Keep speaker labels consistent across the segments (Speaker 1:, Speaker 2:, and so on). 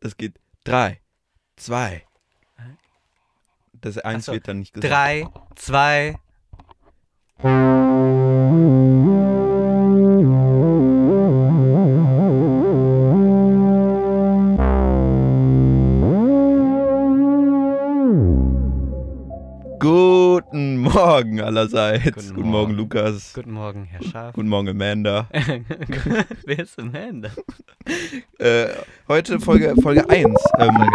Speaker 1: Das geht drei, zwei. Das eins
Speaker 2: so,
Speaker 1: wird dann nicht gesagt.
Speaker 2: Drei, zwei.
Speaker 1: Guten Morgen allerseits.
Speaker 2: Guten
Speaker 1: Guten, Morgen,
Speaker 2: Morgen.
Speaker 1: Lukas.
Speaker 2: Guten Morgen, Herr Schaf.
Speaker 1: Guten Morgen, Amanda.
Speaker 2: Wer ist Amanda?
Speaker 1: äh, heute Folge, Folge 1. Ähm,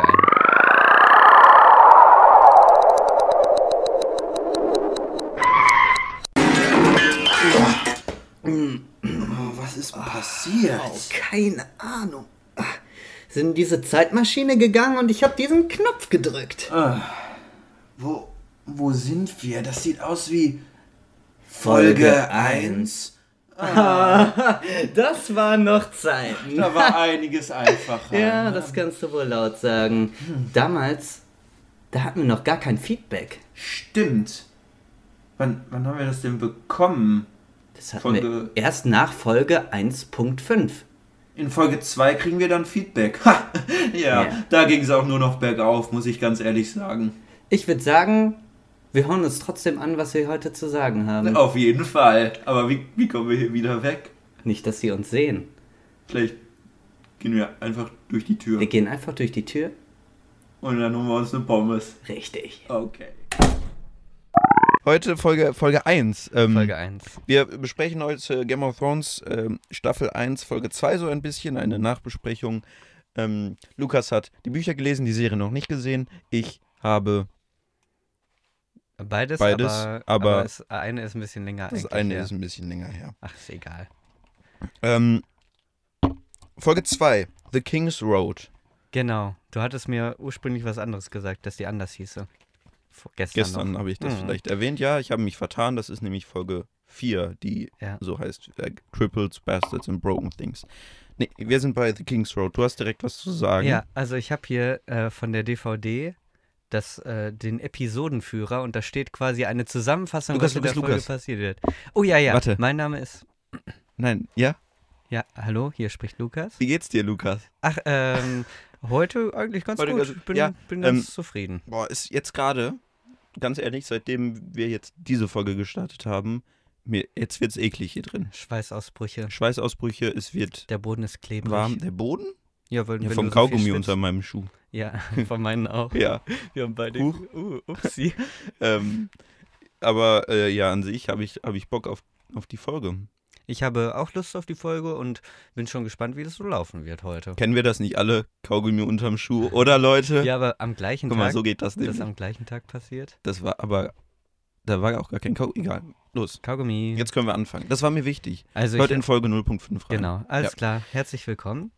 Speaker 3: Was ist passiert? keine Ahnung. Ah, Sind in diese Zeitmaschine gegangen und ich habe diesen Knopf gedrückt.
Speaker 4: Ah. Wo, wo sind wir? Das sieht aus wie
Speaker 3: Folge
Speaker 4: eins.
Speaker 3: Das waren noch Zeiten.
Speaker 4: Da war einiges einfacher.
Speaker 3: Ja, das kannst du wohl laut sagen. Damals, da hatten wir noch gar kein Feedback.
Speaker 4: Stimmt. Wann, wann haben wir das denn bekommen?
Speaker 3: Das hatten
Speaker 4: Folge-
Speaker 3: wir erst nach Folge 1.5.
Speaker 4: In Folge 2 kriegen wir dann Feedback. Ha! ja,
Speaker 3: Ja.
Speaker 4: da ging es auch nur noch bergauf, muss ich ganz ehrlich sagen.
Speaker 3: Ich würde sagen, wir hören uns trotzdem an, was wir heute zu sagen haben.
Speaker 1: Oh.
Speaker 4: Auf jeden Fall. Aber wie, wie kommen wir hier wieder weg?
Speaker 3: Nicht, dass sie uns sehen.
Speaker 4: Vielleicht gehen wir einfach durch die Tür
Speaker 3: Wir gehen einfach durch die Tür.
Speaker 4: und dann holen wir uns eine Pommes.
Speaker 3: Richtig.
Speaker 4: Okay.
Speaker 1: heute Folge, Folge 1. Ähm,
Speaker 2: Folge 1.
Speaker 1: Wir besprechen heute Game of Thrones ähm, Staffel 1, Folge 2 so ein bisschen, eine Nachbesprechung. Ähm, Lukas hat die Bücher gelesen, die Serie noch nicht gesehen. Ich habe,
Speaker 2: Beides,
Speaker 1: Beides,
Speaker 2: aber,
Speaker 1: aber-
Speaker 2: das eine ist ein bisschen länger
Speaker 1: das
Speaker 2: eigentlich,
Speaker 1: eine
Speaker 2: ja.
Speaker 1: ist ein bisschen länger her.
Speaker 2: Ach, ist egal.
Speaker 1: Ähm, Folge 2, The King's Road.
Speaker 2: Genau. Du hattest mir ursprünglich was anderes gesagt, dass die anders hieße. Vor- Gestern.
Speaker 1: Gestern
Speaker 2: noch.
Speaker 1: habe ich das
Speaker 2: Mhm.
Speaker 1: vielleicht erwähnt. Ja, ich habe mich vertan. Das ist nämlich Folge 4, die
Speaker 2: Ja.
Speaker 1: so heißt äh, Triples, Bastards and Broken Things. Nee, wir sind bei The King's Road. Du hast direkt was zu sagen.
Speaker 2: Ja, also ich habe hier äh, von der DVD das, äh, den Episodenführer und da steht quasi eine Zusammenfassung,
Speaker 1: Lukas,
Speaker 2: was in
Speaker 1: Lukas,
Speaker 2: der Folge
Speaker 1: Lukas.
Speaker 2: passiert wird. Oh ja, ja.
Speaker 1: Warte.
Speaker 2: Mein Name ist.
Speaker 1: Nein, ja?
Speaker 2: Ja, hallo, hier spricht Lukas.
Speaker 1: Wie geht's dir, Lukas?
Speaker 2: Ach, ähm, heute eigentlich ganz
Speaker 1: Heute
Speaker 2: gut.
Speaker 1: ganz-
Speaker 2: bin,
Speaker 1: ja,
Speaker 2: bin ganz
Speaker 1: ähm,
Speaker 2: zufrieden.
Speaker 1: Boah, ist jetzt gerade, ganz ehrlich, seitdem wir jetzt diese Folge gestartet haben, mir, jetzt wird's eklig hier drin.
Speaker 2: Schweißausbrüche.
Speaker 1: Schweißausbrüche, es wird
Speaker 2: Der Boden ist klebrig.
Speaker 1: warm. Der Boden?
Speaker 2: Ja, weil,
Speaker 1: Ja,
Speaker 2: wenn
Speaker 1: vom
Speaker 2: du so viel
Speaker 1: Kaugummi
Speaker 2: schwitzt-
Speaker 1: unter meinem Schuh.
Speaker 2: Ja, von meinen auch.
Speaker 1: Ja.
Speaker 2: Wir haben beide.
Speaker 1: Huch.
Speaker 2: Uh, upsi.
Speaker 1: ähm, aber äh, ja, an sich habe ich, hab ich Bock auf, auf die Folge.
Speaker 2: Ich habe auch Lust auf die Folge und bin schon gespannt, wie das so laufen wird heute.
Speaker 1: Kennen wir das nicht alle? Kaugummi unterm Schuh, oder Leute?
Speaker 2: Ja, aber am gleichen
Speaker 1: Guck
Speaker 2: Tag.
Speaker 1: mal, so geht das
Speaker 2: das
Speaker 1: nämlich.
Speaker 2: am gleichen Tag passiert.
Speaker 1: Das war aber, da war auch gar kein Kaugummi. Egal, los.
Speaker 2: Kaugummi.
Speaker 1: Jetzt können wir anfangen. Das war mir wichtig.
Speaker 2: also
Speaker 1: Hört
Speaker 2: ich,
Speaker 1: in Folge 0.5 rein.
Speaker 2: Genau, alles
Speaker 1: Ja.
Speaker 2: klar. Herzlich willkommen.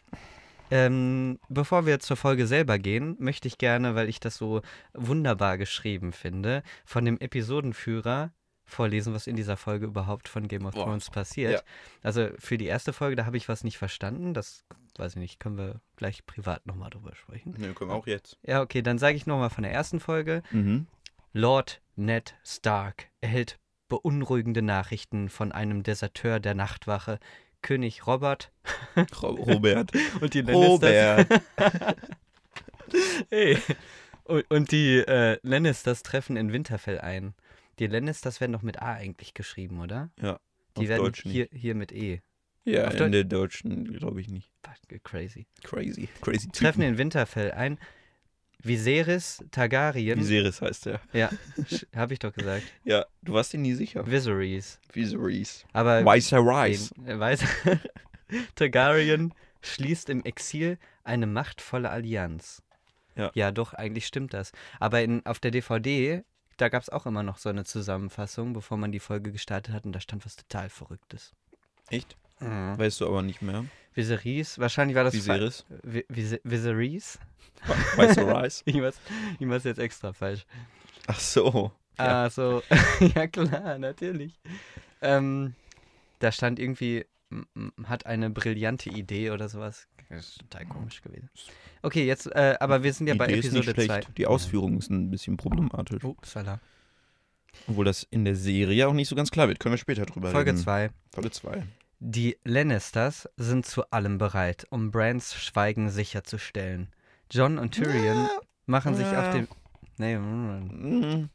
Speaker 2: Ähm, bevor wir zur Folge selber gehen, möchte ich gerne, weil ich das so wunderbar geschrieben finde, von dem Episodenführer vorlesen, was in dieser Folge überhaupt von Game of
Speaker 1: Boah,
Speaker 2: Thrones passiert.
Speaker 1: ja.
Speaker 2: Also für die erste Folge, da habe ich was nicht verstanden. Das weiß ich nicht, können wir gleich privat nochmal drüber sprechen.
Speaker 1: Nee, können wir auch jetzt.
Speaker 2: Ja, okay, dann sage ich nochmal von der ersten Folge.
Speaker 1: Mhm.
Speaker 2: Lord Ned Stark erhält beunruhigende Nachrichten von einem Deserteur der Nachtwache, König Robert
Speaker 1: Ro- Robert.
Speaker 2: und die Lannisters.
Speaker 1: Robert.
Speaker 2: Ey. Und, und die äh, Lannisters treffen in Winterfell ein. Die Lannisters werden doch mit A eigentlich geschrieben, oder?
Speaker 1: Ja,
Speaker 2: Die
Speaker 1: auf
Speaker 2: werden
Speaker 1: Deutsch nicht.
Speaker 2: hier, hier mit E.
Speaker 1: Ja,
Speaker 2: Auf
Speaker 1: in der deutschen glaube ich nicht.
Speaker 2: Fuck, Crazy.
Speaker 1: Crazy. Crazy Typen.
Speaker 2: Treffen in Winterfell ein. Viserys Targaryen.
Speaker 1: Viserys heißt der.
Speaker 2: ja, habe ich doch gesagt.
Speaker 1: Ja, du warst dir nie sicher.
Speaker 2: Viserys.
Speaker 1: Viserys.
Speaker 2: Aber
Speaker 1: Weißer Rice.
Speaker 2: den, äh, weiß, Targaryen schließt im Exil eine machtvolle Allianz.
Speaker 1: Ja.
Speaker 2: ja doch, eigentlich stimmt das. Aber in, auf der DVD, da gab es auch immer noch so eine Zusammenfassung, bevor man die Folge gestartet hat und da stand was total Verrücktes.
Speaker 1: Echt?
Speaker 2: Mhm.
Speaker 1: Weißt du aber nicht mehr.
Speaker 2: Viserys, wahrscheinlich war das...
Speaker 1: Viserys.
Speaker 2: fa- äh, Vi- Vise- Viserys?
Speaker 1: Wa- Weißer Rice.
Speaker 2: Ich mach's, ich mach's jetzt extra falsch.
Speaker 1: Ach so. Ja.
Speaker 2: Ah, so. ja, klar, natürlich. Ähm, da stand irgendwie, m- m- hat eine brillante Idee oder sowas. Das ist total komisch gewesen. Okay, jetzt, äh, aber wir sind ja
Speaker 1: Die
Speaker 2: bei
Speaker 1: Idee ist nicht
Speaker 2: Episode
Speaker 1: schlecht.
Speaker 2: 2.
Speaker 1: Die Ausführung ist ein bisschen problematisch.
Speaker 2: Oh, Salah.
Speaker 1: Obwohl das in der Serie auch nicht so ganz klar wird. Können wir später drüber
Speaker 2: Folge
Speaker 1: reden.
Speaker 2: 2.
Speaker 1: Folge 2.
Speaker 2: Die Lannisters sind zu allem bereit, um Brands Schweigen sicherzustellen. John und Tyrion machen sich
Speaker 1: Ja.
Speaker 2: auf den. Nee, Moment.
Speaker 1: Mhm.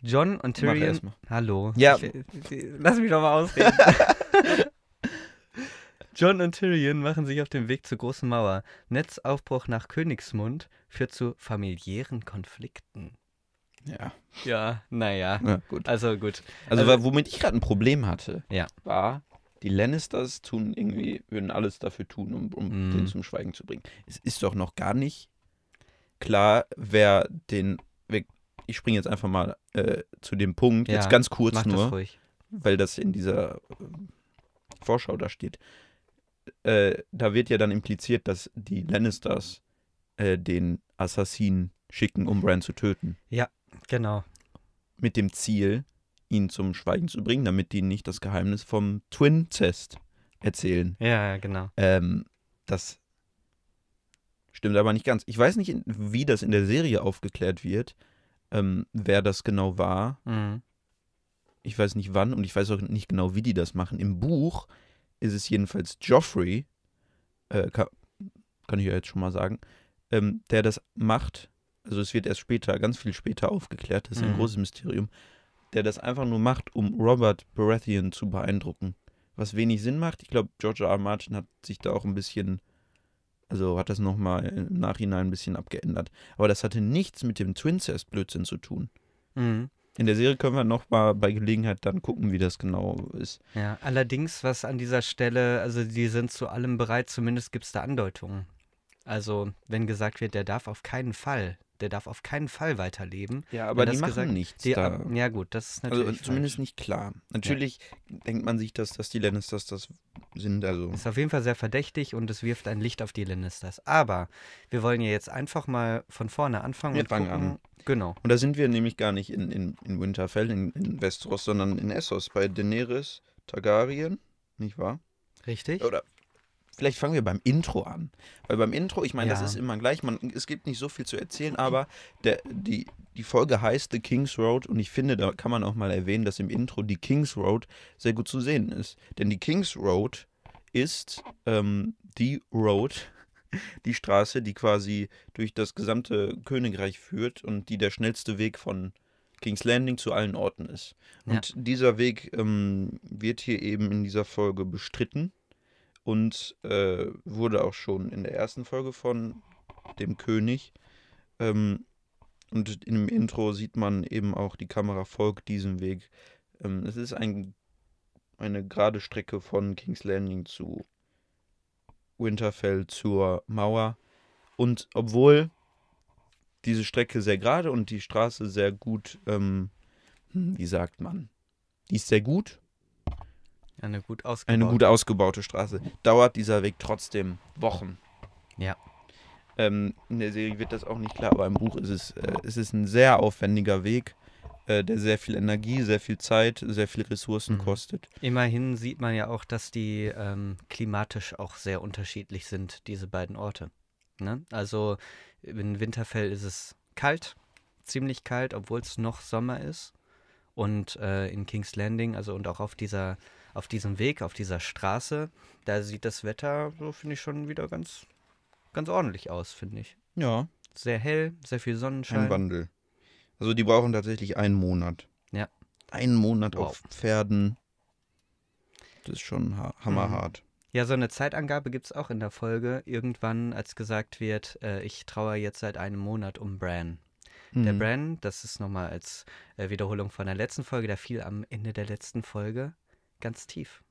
Speaker 2: John und
Speaker 1: Mach
Speaker 2: Tyrion.
Speaker 1: erst mal.
Speaker 2: Hallo.
Speaker 1: Ja.
Speaker 2: Ich, lass mich doch mal ausreden. John und Tyrion machen sich auf den Weg zur großen Mauer. Netzaufbruch nach Königsmund führt zu familiären Konflikten.
Speaker 1: Ja.
Speaker 2: Ja, naja.
Speaker 1: ja, gut.
Speaker 2: Also gut.
Speaker 1: Also,
Speaker 2: Also-
Speaker 1: wa- womit ich gerade ein Problem hatte,
Speaker 2: Ja.
Speaker 1: war, die Lannisters tun irgendwie, würden alles dafür tun, um, um
Speaker 2: Mhm.
Speaker 1: den zum Schweigen zu bringen. Es ist doch noch gar nicht klar, wer den. Wer, ich springe jetzt einfach mal äh, zu dem Punkt,
Speaker 2: Ja,
Speaker 1: jetzt ganz kurz
Speaker 2: Mach das
Speaker 1: nur,
Speaker 2: ruhig.
Speaker 1: weil das in dieser ähm, Vorschau da steht. Äh, da wird ja dann impliziert, dass die Lannisters äh, den Assassinen schicken, um Bran zu töten
Speaker 2: Genau.
Speaker 1: mit dem Ziel, ihn zum Schweigen zu bringen, damit die nicht das Geheimnis vom Twin-Test erzählen.
Speaker 2: Ja, ja, genau.
Speaker 1: Ähm, das stimmt aber nicht ganz. Ich weiß nicht, in- wie das in der Serie aufgeklärt wird, ähm, wer das genau war.
Speaker 2: Mhm.
Speaker 1: Ich weiß nicht wann und ich weiß auch nicht genau, wie die das machen. Im Buch ist es jedenfalls Joffrey, äh, kann, kann ich ja jetzt schon mal sagen, ähm, der das macht. Also es wird erst später, ganz viel später aufgeklärt, das ist ein
Speaker 2: Mhm.
Speaker 1: großes Mysterium, der das einfach nur macht, um Robert Baratheon zu beeindrucken. Was wenig Sinn macht. Ich glaube, George R. R. Martin hat sich da auch ein bisschen, also hat das nochmal im Nachhinein ein bisschen abgeändert. Aber das hatte nichts mit dem Twincest-Blödsinn zu tun.
Speaker 2: Mhm.
Speaker 1: In der Serie können wir noch mal bei Gelegenheit dann gucken, wie das genau ist.
Speaker 2: Ja, allerdings, was an dieser Stelle, also die sind zu allem bereit, zumindest gibt es da Andeutungen. Also, wenn gesagt wird, der darf auf keinen Fall, der darf auf keinen Fall weiterleben.
Speaker 1: Ja,
Speaker 2: aber
Speaker 1: aber die
Speaker 2: die das
Speaker 1: machen
Speaker 2: machen gesagt-
Speaker 1: nichts
Speaker 2: Die,
Speaker 1: da.
Speaker 2: Ja, gut, das ist natürlich.
Speaker 1: Also zumindest nicht klar. Natürlich denkt man sich, dass, dass die Lannisters das sind. Also
Speaker 2: falsch. Ist auf jeden Fall sehr verdächtig und es wirft ein Licht auf die Lannisters. Aber wir wollen ja jetzt einfach mal von vorne anfangen
Speaker 1: Wir
Speaker 2: und
Speaker 1: fangen
Speaker 2: gucken. Genau.
Speaker 1: und da sind wir nämlich gar nicht in, in, in Winterfell, in, in Westeros, sondern in Essos bei Daenerys Targaryen, nicht wahr?
Speaker 2: Richtig?
Speaker 1: Oder vielleicht fangen wir beim Intro an. Weil beim Intro, ich meine,
Speaker 2: Ja.
Speaker 1: das ist immer gleich. Man, es gibt nicht so viel zu erzählen, aber der, die, die Folge heißt The King's Road und ich finde, da kann man auch mal erwähnen, dass im Intro die King's Road sehr gut zu sehen ist. Denn die King's Road ist ähm, die Road, die Straße, die quasi durch das gesamte Königreich führt und die der schnellste Weg von King's Landing zu allen Orten ist.
Speaker 2: Ja.
Speaker 1: Und dieser Weg ähm, wird hier eben in dieser Folge bestritten und äh, wurde auch schon in der ersten Folge von dem König. Ähm, und in dem Intro sieht man eben auch, die Kamera folgt diesem Weg. Ähm, es ist ein, eine gerade Strecke von King's Landing zu Winterfell zur Mauer. Und obwohl diese Strecke sehr gerade und die Straße sehr gut, ähm, hm, wie sagt man, die ist sehr gut,
Speaker 2: Eine gut ausgebaute.
Speaker 1: eine gut ausgebaute Straße, dauert dieser Weg trotzdem Wochen.
Speaker 2: Ja.
Speaker 1: Ähm, in der Serie wird das auch nicht klar, aber im Buch ist es, äh, es ist ein sehr aufwendiger Weg, äh, der sehr viel Energie, sehr viel Zeit, sehr viel Ressourcen
Speaker 2: Mhm.
Speaker 1: kostet.
Speaker 2: Immerhin sieht man ja auch, dass die ähm, klimatisch auch sehr unterschiedlich sind, diese beiden Orte. Ne? Also in Winterfell ist es kalt, ziemlich kalt, obwohl es noch Sommer ist. Und äh, in King's Landing, also und auch auf dieser, auf diesem Weg, auf dieser Straße, da sieht das Wetter, so finde ich, schon wieder ganz, ganz ordentlich aus, finde ich.
Speaker 1: Ja,
Speaker 2: Sehr hell, sehr viel Sonnenschein.
Speaker 1: ein Wandel. Also die brauchen tatsächlich einen Monat.
Speaker 2: Ja.
Speaker 1: Einen Monat
Speaker 2: Wow.
Speaker 1: auf Pferden. Das ist schon ha hammerhart.
Speaker 2: Ja, so eine Zeitangabe gibt es auch in der Folge. Irgendwann, als gesagt wird, äh, ich trauere jetzt seit einem Monat um Bran. Der
Speaker 1: Mhm.
Speaker 2: Bran, das ist nochmal als äh, Wiederholung von der letzten Folge, der fiel am Ende der letzten Folge ganz tief.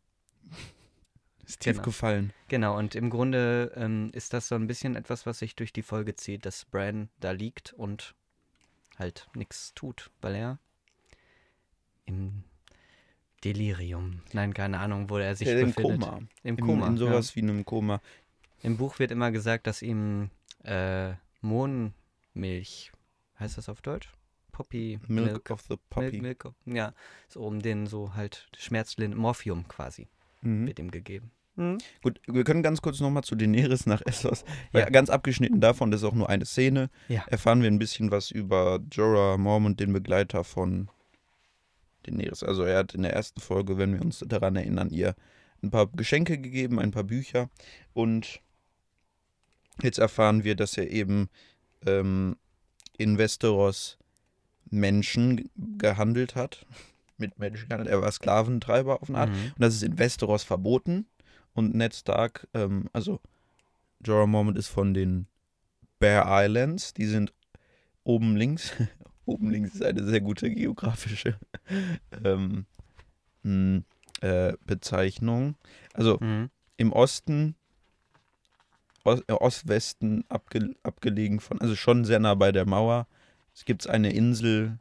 Speaker 1: ist tief
Speaker 2: genau.
Speaker 1: gefallen.
Speaker 2: Genau, und im Grunde ähm, ist das so ein bisschen etwas, was sich durch die Folge zieht, dass Bran da liegt und halt nichts tut, weil er im Delirium, nein, keine Ahnung, wo er sich
Speaker 1: Im
Speaker 2: befindet.
Speaker 1: Äh, Koma. In,
Speaker 2: Im Koma.
Speaker 1: in
Speaker 2: ja.
Speaker 1: sowas wie einem Koma.
Speaker 2: Im Buch wird immer gesagt, dass ihm äh, Mohnmilch, heißt das auf Deutsch? Poppy
Speaker 1: Milk, of the
Speaker 2: Mil-
Speaker 1: Puppy.
Speaker 2: Milk, ja, so um den so halt schmerzlin Morphium quasi
Speaker 1: Mhm.
Speaker 2: wird ihm gegeben.
Speaker 1: Gut, wir können ganz kurz nochmal zu Daenerys nach Essos.
Speaker 2: Ja.
Speaker 1: Weil Ganz abgeschnitten davon, das ist auch nur eine Szene.
Speaker 2: Ja.
Speaker 1: Erfahren wir ein bisschen was über Jorah Mormont, den Begleiter von Daenerys. Also er hat in der ersten Folge, wenn wir uns daran erinnern, ihr ein paar Geschenke gegeben, ein paar Bücher und Jetzt erfahren wir, dass er eben ähm, in Westeros Menschen ge- gehandelt hat. Mit Menschen gehandelt. Er war Sklaventreiber auf eine Art.
Speaker 2: Mhm.
Speaker 1: Und das ist in Westeros verboten. Und Ned Stark, ähm, also Jorah Mormont ist von den Bear Islands. Die sind oben links. oben links ist eine sehr gute geografische ähm, mh, äh, Bezeichnung. Also
Speaker 2: Mhm.
Speaker 1: im Osten, Ost, äh, Ostwesten abge, abgelegen von, also schon sehr nah bei der Mauer. Es gibt eine Insel,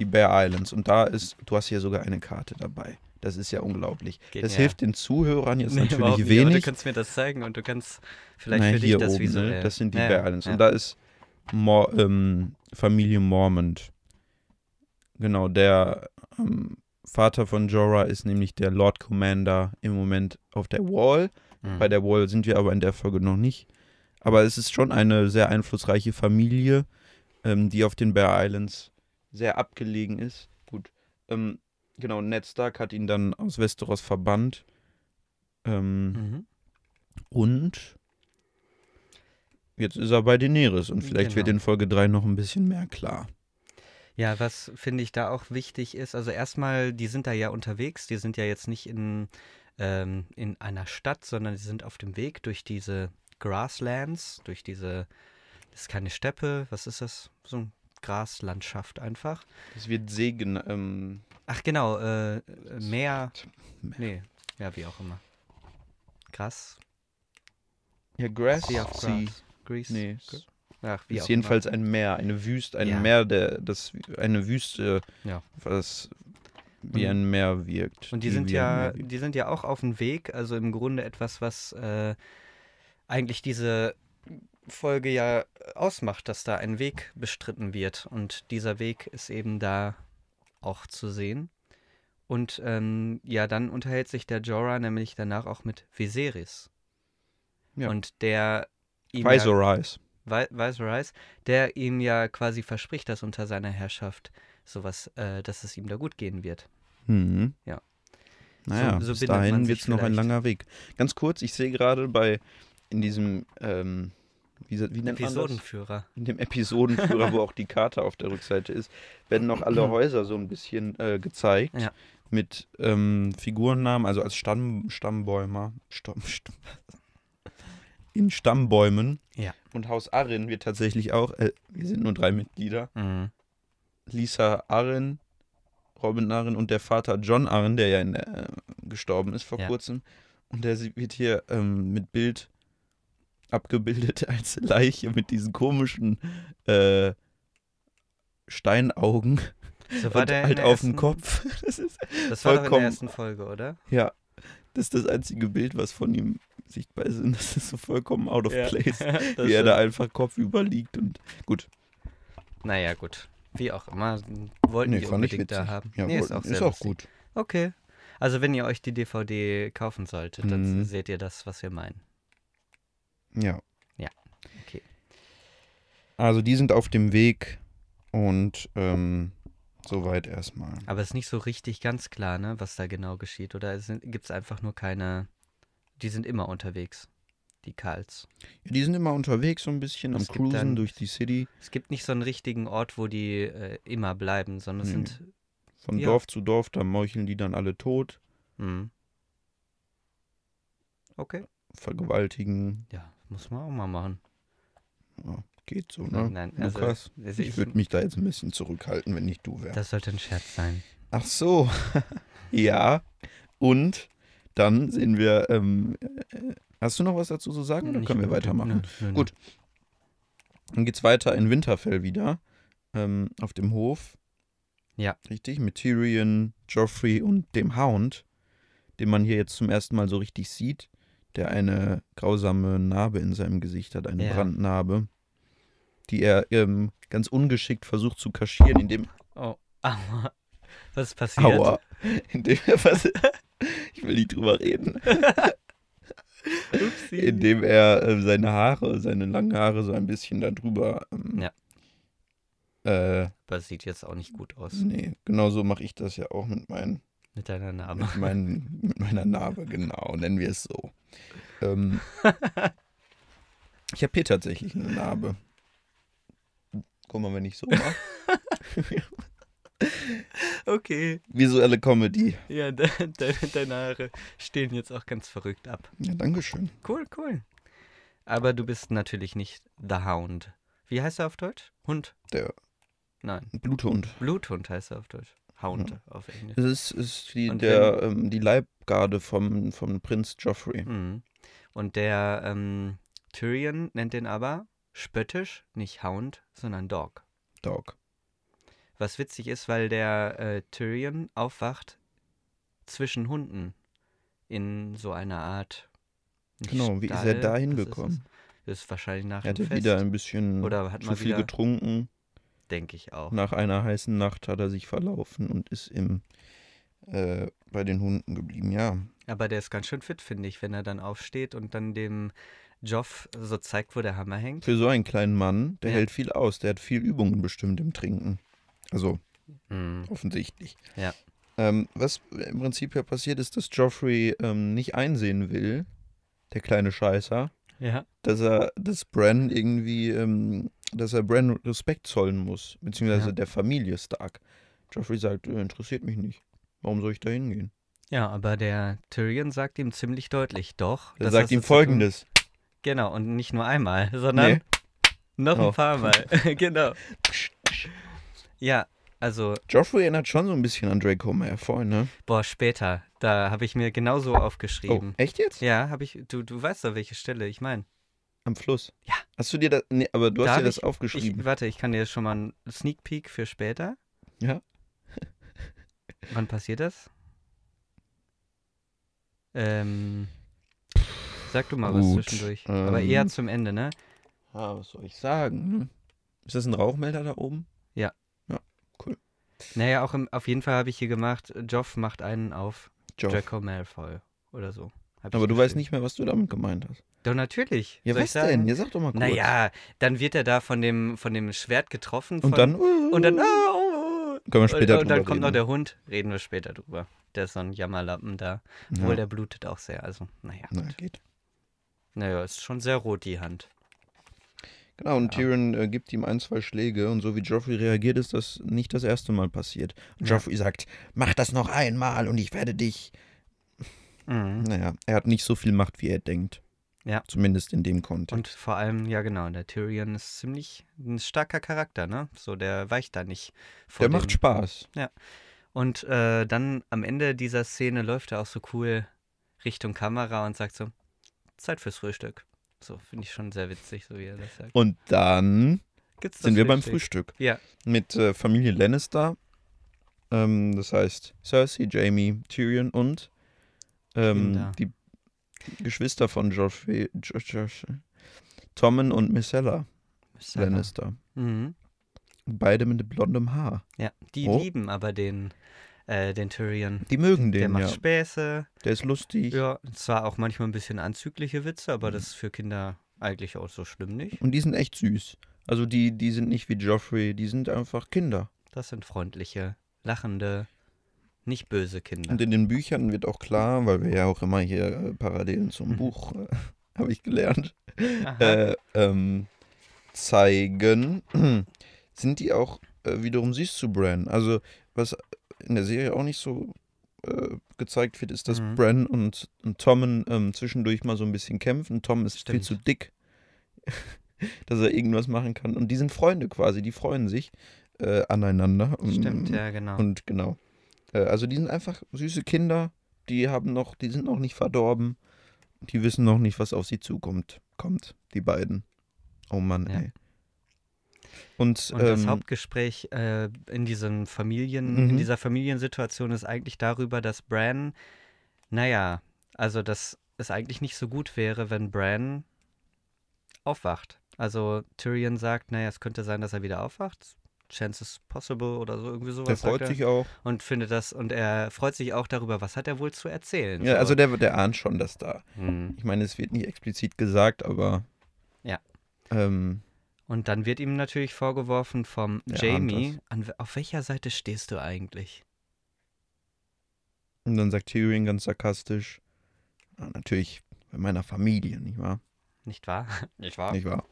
Speaker 1: die Bear Islands. Und da ist, du hast hier sogar eine Karte dabei. Das ist ja unglaublich.
Speaker 2: Genial.
Speaker 1: Das hilft den Zuhörern jetzt
Speaker 2: Nee, überhaupt
Speaker 1: natürlich
Speaker 2: nicht, aber Du
Speaker 1: wenig.
Speaker 2: kannst mir das zeigen und du kannst vielleicht
Speaker 1: Nein,
Speaker 2: für dich
Speaker 1: hier
Speaker 2: das
Speaker 1: oben,
Speaker 2: visuell.
Speaker 1: ne? Das sind die
Speaker 2: Ja,
Speaker 1: Bear Islands.
Speaker 2: ja.
Speaker 1: Und da ist Mor ähm, Familie Mormont. Genau, der ähm, Vater von Jorah ist nämlich der Lord Commander im Moment auf der Wall.
Speaker 2: Mhm.
Speaker 1: Bei der Wall sind wir aber in der Folge noch nicht. Aber es ist schon eine sehr einflussreiche Familie, ähm, die auf den Bear Islands sehr abgelegen ist. Gut. Ähm, genau, Ned Stark hat ihn dann aus Westeros verbannt. Ähm,
Speaker 2: Mhm.
Speaker 1: und jetzt ist er bei Daenerys und vielleicht wird
Speaker 2: Genau.
Speaker 1: in Folge 3 noch ein bisschen mehr klar.
Speaker 2: Ja, was finde ich da auch wichtig ist, also erstmal, die sind da ja unterwegs, die sind ja jetzt nicht in, ähm, in einer Stadt, sondern die sind auf dem Weg durch diese Grasslands, durch diese, das ist keine Steppe, was ist das? So eine Graslandschaft einfach.
Speaker 1: Es wird Segen. Ähm,
Speaker 2: Ach genau, äh, äh, Meer,
Speaker 1: Meer.
Speaker 2: nee, ja, wie auch immer. Gras,
Speaker 1: ja, Grass.
Speaker 2: Sea of
Speaker 1: Sea.
Speaker 2: Grass, Grease,
Speaker 1: Nee,
Speaker 2: Gr-
Speaker 1: es
Speaker 2: ach, wie auch
Speaker 1: ist
Speaker 2: immer.
Speaker 1: jedenfalls ein Meer, eine Wüste, ein
Speaker 2: Ja.
Speaker 1: Meer, der, das, eine Wüste,
Speaker 2: Ja.
Speaker 1: was wie
Speaker 2: Und-
Speaker 1: ein Meer wirkt.
Speaker 2: Und die
Speaker 1: die
Speaker 2: sind
Speaker 1: wie ein
Speaker 2: ja,
Speaker 1: Meer wirkt.
Speaker 2: die sind ja auch auf dem Weg, also im Grunde etwas, was äh, eigentlich diese Folge ja ausmacht, dass da ein Weg bestritten wird. Und dieser Weg ist eben da auch zu sehen. Und ähm, ja, dann unterhält sich der Jorah nämlich danach auch mit Viserys.
Speaker 1: Ja.
Speaker 2: Und der ihm ja-
Speaker 1: Visorize.
Speaker 2: Vi- Viserys, der ihm ja quasi verspricht, dass unter seiner Herrschaft sowas, äh, dass es ihm da gut gehen wird.
Speaker 1: Mhm.
Speaker 2: Ja.
Speaker 1: Naja,
Speaker 2: So- so
Speaker 1: bis
Speaker 2: bindet man
Speaker 1: dahin
Speaker 2: sich
Speaker 1: wird es noch ein
Speaker 2: vielleicht.
Speaker 1: langer Weg. Ganz kurz, ich sehe gerade bei, in diesem, ähm, wie, wie nennt man das?
Speaker 2: Episodenführer.
Speaker 1: in dem Episodenführer, wo auch die Karte auf der Rückseite ist, werden noch alle Häuser so ein bisschen äh, gezeigt.
Speaker 2: Ja.
Speaker 1: Mit ähm, Figurennamen, also als Stamm, Stammbäumer. Stamm, Stamm, in Stammbäumen.
Speaker 2: Ja.
Speaker 1: Und Haus Arrin wird tatsächlich auch, äh, wir sind nur drei Mitglieder,
Speaker 2: Mhm.
Speaker 1: Lisa Arrin, Robin Arrin und der Vater John Arrin, der ja in, äh, gestorben ist vor
Speaker 2: Ja.
Speaker 1: kurzem. Und der sie- wird hier ähm, mit Bild abgebildet als Leiche mit diesen komischen äh, Steinaugen
Speaker 2: So
Speaker 1: und
Speaker 2: der in
Speaker 1: halt
Speaker 2: der
Speaker 1: auf dem
Speaker 2: ersten-
Speaker 1: Kopf. Das ist,
Speaker 2: Das war doch in der
Speaker 1: vollkommen-
Speaker 2: ersten Folge, oder?
Speaker 1: ja, das ist das einzige Bild, was von ihm sichtbar ist. Und das ist so vollkommen out of place, wie er da einfach kopfüber liegt. Und gut,
Speaker 2: Naja, gut. Wie auch immer. Wollten
Speaker 1: nee,
Speaker 2: wir
Speaker 1: fand ich
Speaker 2: unbedingt
Speaker 1: witzig.
Speaker 2: da haben.
Speaker 1: Ja,
Speaker 2: nee, ist
Speaker 1: wollten-
Speaker 2: auch, sehr lustig.
Speaker 1: gut.
Speaker 2: Okay. Also wenn ihr euch die DVD kaufen solltet, dann
Speaker 1: Mhm.
Speaker 2: seht ihr das, was wir meinen.
Speaker 1: Ja.
Speaker 2: Ja, okay.
Speaker 1: Also die sind auf dem Weg und ähm, soweit erstmal.
Speaker 2: Aber es ist nicht so richtig ganz klar, ne, was da genau geschieht. Oder gibt es einfach nur keine... Die sind immer unterwegs, die Karls.
Speaker 1: Ja, die sind immer unterwegs so ein bisschen
Speaker 2: Es
Speaker 1: am
Speaker 2: gibt dann-
Speaker 1: Cruisen durch die City,
Speaker 2: Es gibt nicht so einen richtigen Ort, wo die äh, immer bleiben, sondern es
Speaker 1: Nee.
Speaker 2: sind...
Speaker 1: von
Speaker 2: Ja.
Speaker 1: Dorf zu Dorf, da meucheln die dann alle tot,
Speaker 2: Mhm. Okay.
Speaker 1: vergewaltigen,
Speaker 2: Ja, muss man auch mal machen.
Speaker 1: ja, geht so, ne?
Speaker 2: Nein, nein, also,
Speaker 1: Lukas,
Speaker 2: also
Speaker 1: Ich würde mich da jetzt ein bisschen zurückhalten, wenn nicht du wärst.
Speaker 2: Das sollte ein Scherz sein.
Speaker 1: Ach so, ja, und dann sehen wir, ähm, äh, hast du noch was dazu zu sagen oder
Speaker 2: Nicht
Speaker 1: können wir
Speaker 2: unbedingt.
Speaker 1: weitermachen?
Speaker 2: Nö, nö, nö.
Speaker 1: Gut. Dann geht's weiter in Winterfell wieder. Ähm, auf dem Hof.
Speaker 2: Ja.
Speaker 1: Richtig, mit Tyrion, Joffrey und dem Hound, den man hier jetzt zum ersten Mal so richtig sieht, der eine grausame Narbe in seinem Gesicht hat, eine
Speaker 2: Ja.
Speaker 1: Brandnarbe, die er ähm, ganz ungeschickt versucht zu kaschieren, indem.
Speaker 2: Oh, aua. Was ist passiert?
Speaker 1: Aua! Indem er was. ich will nicht drüber reden.
Speaker 2: Upsi.
Speaker 1: Indem er äh, seine Haare, seine langen Haare so ein bisschen darüber. Ähm, Äh,
Speaker 2: Aber sieht jetzt auch nicht gut aus
Speaker 1: Nee, genau so mache ich das ja auch mit, meinen,
Speaker 2: mit deiner Narbe.
Speaker 1: mit, meinen, mit meiner Narbe, genau, nennen wir es so. Ähm, Ich habe hier tatsächlich eine Narbe. Guck mal, wenn ich so mache.
Speaker 2: Okay.
Speaker 1: Visuelle Comedy.
Speaker 2: Ja, de de deine Haare stehen jetzt auch ganz verrückt ab.
Speaker 1: Ja, Dankeschön.
Speaker 2: Cool, cool. Aber du bist natürlich nicht The Hound. Wie heißt er auf Deutsch? Hund?
Speaker 1: Der
Speaker 2: Nein.
Speaker 1: Bluthund.
Speaker 2: Bluthund heißt er auf Deutsch. Hound auf Englisch.
Speaker 1: Es ist, ist die,
Speaker 2: Und
Speaker 1: der, ähm, die Leibgarde vom, vom Prinz Joffrey.
Speaker 2: Mhm. Und der ähm, Tyrion nennt den aber spöttisch nicht Hound, sondern Dog.
Speaker 1: Dog.
Speaker 2: Was witzig ist, weil der äh, Tyrion aufwacht zwischen Hunden in so einer Art. nicht
Speaker 1: Genau, wie ist er
Speaker 2: Stall,
Speaker 1: da
Speaker 2: was ist
Speaker 1: hingekommen?
Speaker 2: es? Ist wahrscheinlich nach
Speaker 1: Er
Speaker 2: dem
Speaker 1: hatte
Speaker 2: Fest,
Speaker 1: wieder ein bisschen
Speaker 2: Oder hat
Speaker 1: zu
Speaker 2: mal
Speaker 1: viel
Speaker 2: wieder-
Speaker 1: getrunken.
Speaker 2: denke ich auch.
Speaker 1: Nach einer heißen Nacht hat er sich verlaufen und ist im, äh, bei den Hunden geblieben. Ja,
Speaker 2: Aber der ist ganz schön fit, finde ich, wenn er dann aufsteht und dann dem Joff so zeigt, wo der Hammer hängt.
Speaker 1: für so einen kleinen Mann, der
Speaker 2: Ja.
Speaker 1: hält viel aus. Der hat viel Übungen bestimmt im Trinken. Also
Speaker 2: Mhm.
Speaker 1: offensichtlich.
Speaker 2: Ja.
Speaker 1: Ähm, was im Prinzip ja passiert ist, dass Joffrey ähm, nicht einsehen will, der kleine Scheißer,
Speaker 2: Ja.
Speaker 1: dass er, dass Bran irgendwie, ähm, dass er Bran Respekt zollen muss, beziehungsweise
Speaker 2: Ja.
Speaker 1: der Familie Stark. Joffrey sagt, äh, interessiert mich nicht. Warum soll ich da hingehen?
Speaker 2: Ja, aber der Tyrion sagt ihm ziemlich deutlich, doch.
Speaker 1: Er
Speaker 2: das
Speaker 1: sagt
Speaker 2: hast
Speaker 1: ihm
Speaker 2: du zu tun.
Speaker 1: folgendes.
Speaker 2: Genau, und nicht nur einmal, sondern
Speaker 1: Nee.
Speaker 2: noch
Speaker 1: Oh.
Speaker 2: ein paar Mal. genau. Ja, also,
Speaker 1: Joffrey erinnert schon so ein bisschen an Draco Malfoy, ne?
Speaker 2: boah, später. Da habe ich mir genauso
Speaker 1: Oh,
Speaker 2: aufgeschrieben.
Speaker 1: echt jetzt?
Speaker 2: Ja, habe ich. Du, du weißt doch, welche Stelle ich meine.
Speaker 1: Am Fluss.
Speaker 2: Ja.
Speaker 1: Hast du dir das, nee, aber du
Speaker 2: Darf
Speaker 1: hast dir das
Speaker 2: ich-
Speaker 1: aufgeschrieben.
Speaker 2: Ich, warte, ich kann dir schon mal einen Sneak Peek für später.
Speaker 1: Ja.
Speaker 2: Wann passiert das? Ähm, sag du mal
Speaker 1: Gut,
Speaker 2: was zwischendurch. Aber eher
Speaker 1: ähm.
Speaker 2: zum Ende, ne?
Speaker 1: ah, was soll ich sagen? ne? Ist das ein Rauchmelder da oben?
Speaker 2: Naja, auch im, auf jeden Fall habe ich hier gemacht, Joff macht einen auf
Speaker 1: Joff.
Speaker 2: Draco Malfoy oder so. Hab ich
Speaker 1: Aber du weißt
Speaker 2: geschrieben.
Speaker 1: nicht mehr, was du damit gemeint hast.
Speaker 2: Doch, natürlich.
Speaker 1: Ja,
Speaker 2: Soll
Speaker 1: was
Speaker 2: ich sagen?
Speaker 1: denn? Ja, sag doch mal kurz.
Speaker 2: Naja, dann wird er da von dem, von dem Schwert getroffen. Von,
Speaker 1: Und dann. äh,
Speaker 2: Und dann. ah, oh, oh.
Speaker 1: Können wir
Speaker 2: Und,
Speaker 1: später
Speaker 2: und dann
Speaker 1: drüber
Speaker 2: kommt noch
Speaker 1: reden.
Speaker 2: der Hund. Reden wir später drüber. Der ist so ein Jammerlappen da. Obwohl, der blutet auch sehr. Also, naja.
Speaker 1: Na, geht.
Speaker 2: Naja, ist schon sehr rot die Hand.
Speaker 1: Genau, und Tyrion äh, gibt ihm ein, zwei Schläge und so wie Joffrey reagiert, ist das nicht das erste Mal passiert. Und
Speaker 2: Ja.
Speaker 1: Joffrey sagt, mach das noch einmal und ich werde dich.
Speaker 2: Mhm.
Speaker 1: Naja, er hat nicht so viel Macht, wie er denkt.
Speaker 2: Ja.
Speaker 1: Zumindest in dem Kontext.
Speaker 2: Und vor allem, ja genau, der Tyrion ist ziemlich ein starker Charakter, ne? So, der weicht da nicht vor
Speaker 1: der macht
Speaker 2: dem.
Speaker 1: Spaß.
Speaker 2: Und äh, dann am Ende dieser Szene läuft er auch so cool Richtung Kamera und sagt so, Zeit fürs Frühstück. So, finde ich schon sehr witzig, so wie er das sagt.
Speaker 1: Und dann
Speaker 2: Gibt's das
Speaker 1: sind wir beim Frühstück.
Speaker 2: Ja.
Speaker 1: Mit äh, Familie Lannister. Ähm, das heißt Cersei, Jamie, Tyrion und ähm,
Speaker 2: Kinder.
Speaker 1: die Geschwister von Joffrey, jo Josh, Tommen und Missella Lannister.
Speaker 2: Mhm.
Speaker 1: Beide mit blondem Haar.
Speaker 2: Ja, die
Speaker 1: Oh.
Speaker 2: lieben aber den, äh, den Tyrion.
Speaker 1: Die mögen
Speaker 2: der
Speaker 1: den,
Speaker 2: macht
Speaker 1: ja.
Speaker 2: Späße.
Speaker 1: Der ist lustig.
Speaker 2: Ja, zwar auch manchmal ein bisschen anzügliche Witze,
Speaker 1: Mhm.
Speaker 2: aber das ist für Kinder eigentlich auch so schlimm nicht.
Speaker 1: Und die sind echt süß. Also die, die sind nicht wie Joffrey, die sind einfach Kinder.
Speaker 2: Das sind freundliche, lachende, nicht böse Kinder.
Speaker 1: Und in den Büchern wird auch klar, weil wir ja auch immer hier äh, Parallelen zum Buch, äh, habe ich gelernt,
Speaker 2: Mhm. Aha.
Speaker 1: äh, ähm, zeigen, sind die auch äh, wiederum süß zu Bran. Also was in der Serie auch nicht so äh, gezeigt wird, ist, dass
Speaker 2: Mhm.
Speaker 1: Bran und, und Tommen ähm, zwischendurch mal so ein bisschen kämpfen. Tom ist
Speaker 2: Stimmt.
Speaker 1: viel zu dick, dass er irgendwas machen kann. Und die sind Freunde quasi, die freuen sich äh, aneinander.
Speaker 2: Stimmt,
Speaker 1: Mm,
Speaker 2: ja, genau.
Speaker 1: Und genau. Äh, also die sind einfach süße Kinder, die haben noch, die sind noch nicht verdorben, die wissen noch nicht, was auf sie zukommt, kommt, die beiden. Oh Mann,
Speaker 2: Ja.
Speaker 1: ey. Und,
Speaker 2: Und das
Speaker 1: ähm,
Speaker 2: Hauptgespräch äh, in, diesem Familien,
Speaker 1: Mhm.
Speaker 2: in dieser Familiensituation ist eigentlich darüber, dass Bran, naja, also dass es eigentlich nicht so gut wäre, wenn Bran aufwacht. Also Tyrion sagt, naja, es könnte sein, dass er wieder aufwacht. Chances possible oder so, irgendwie sowas.
Speaker 1: der
Speaker 2: sagt
Speaker 1: freut
Speaker 2: er.
Speaker 1: sich auch.
Speaker 2: Und findet das, und er freut sich auch darüber, was hat er wohl zu erzählen.
Speaker 1: Ja,
Speaker 2: so.
Speaker 1: also der, der ahnt schon, dass da.
Speaker 2: Hm.
Speaker 1: Ich meine, es wird nicht explizit gesagt, aber.
Speaker 2: Ja.
Speaker 1: Ähm,
Speaker 2: Und dann wird ihm natürlich vorgeworfen vom
Speaker 1: Er ahnt
Speaker 2: Jamie, an, we- auf welcher Seite stehst du eigentlich?
Speaker 1: und dann sagt Tyrion ganz sarkastisch: "Ah, Natürlich bei meiner Familie, nicht wahr?
Speaker 2: Nicht wahr? Nicht wahr?
Speaker 1: Nicht wahr?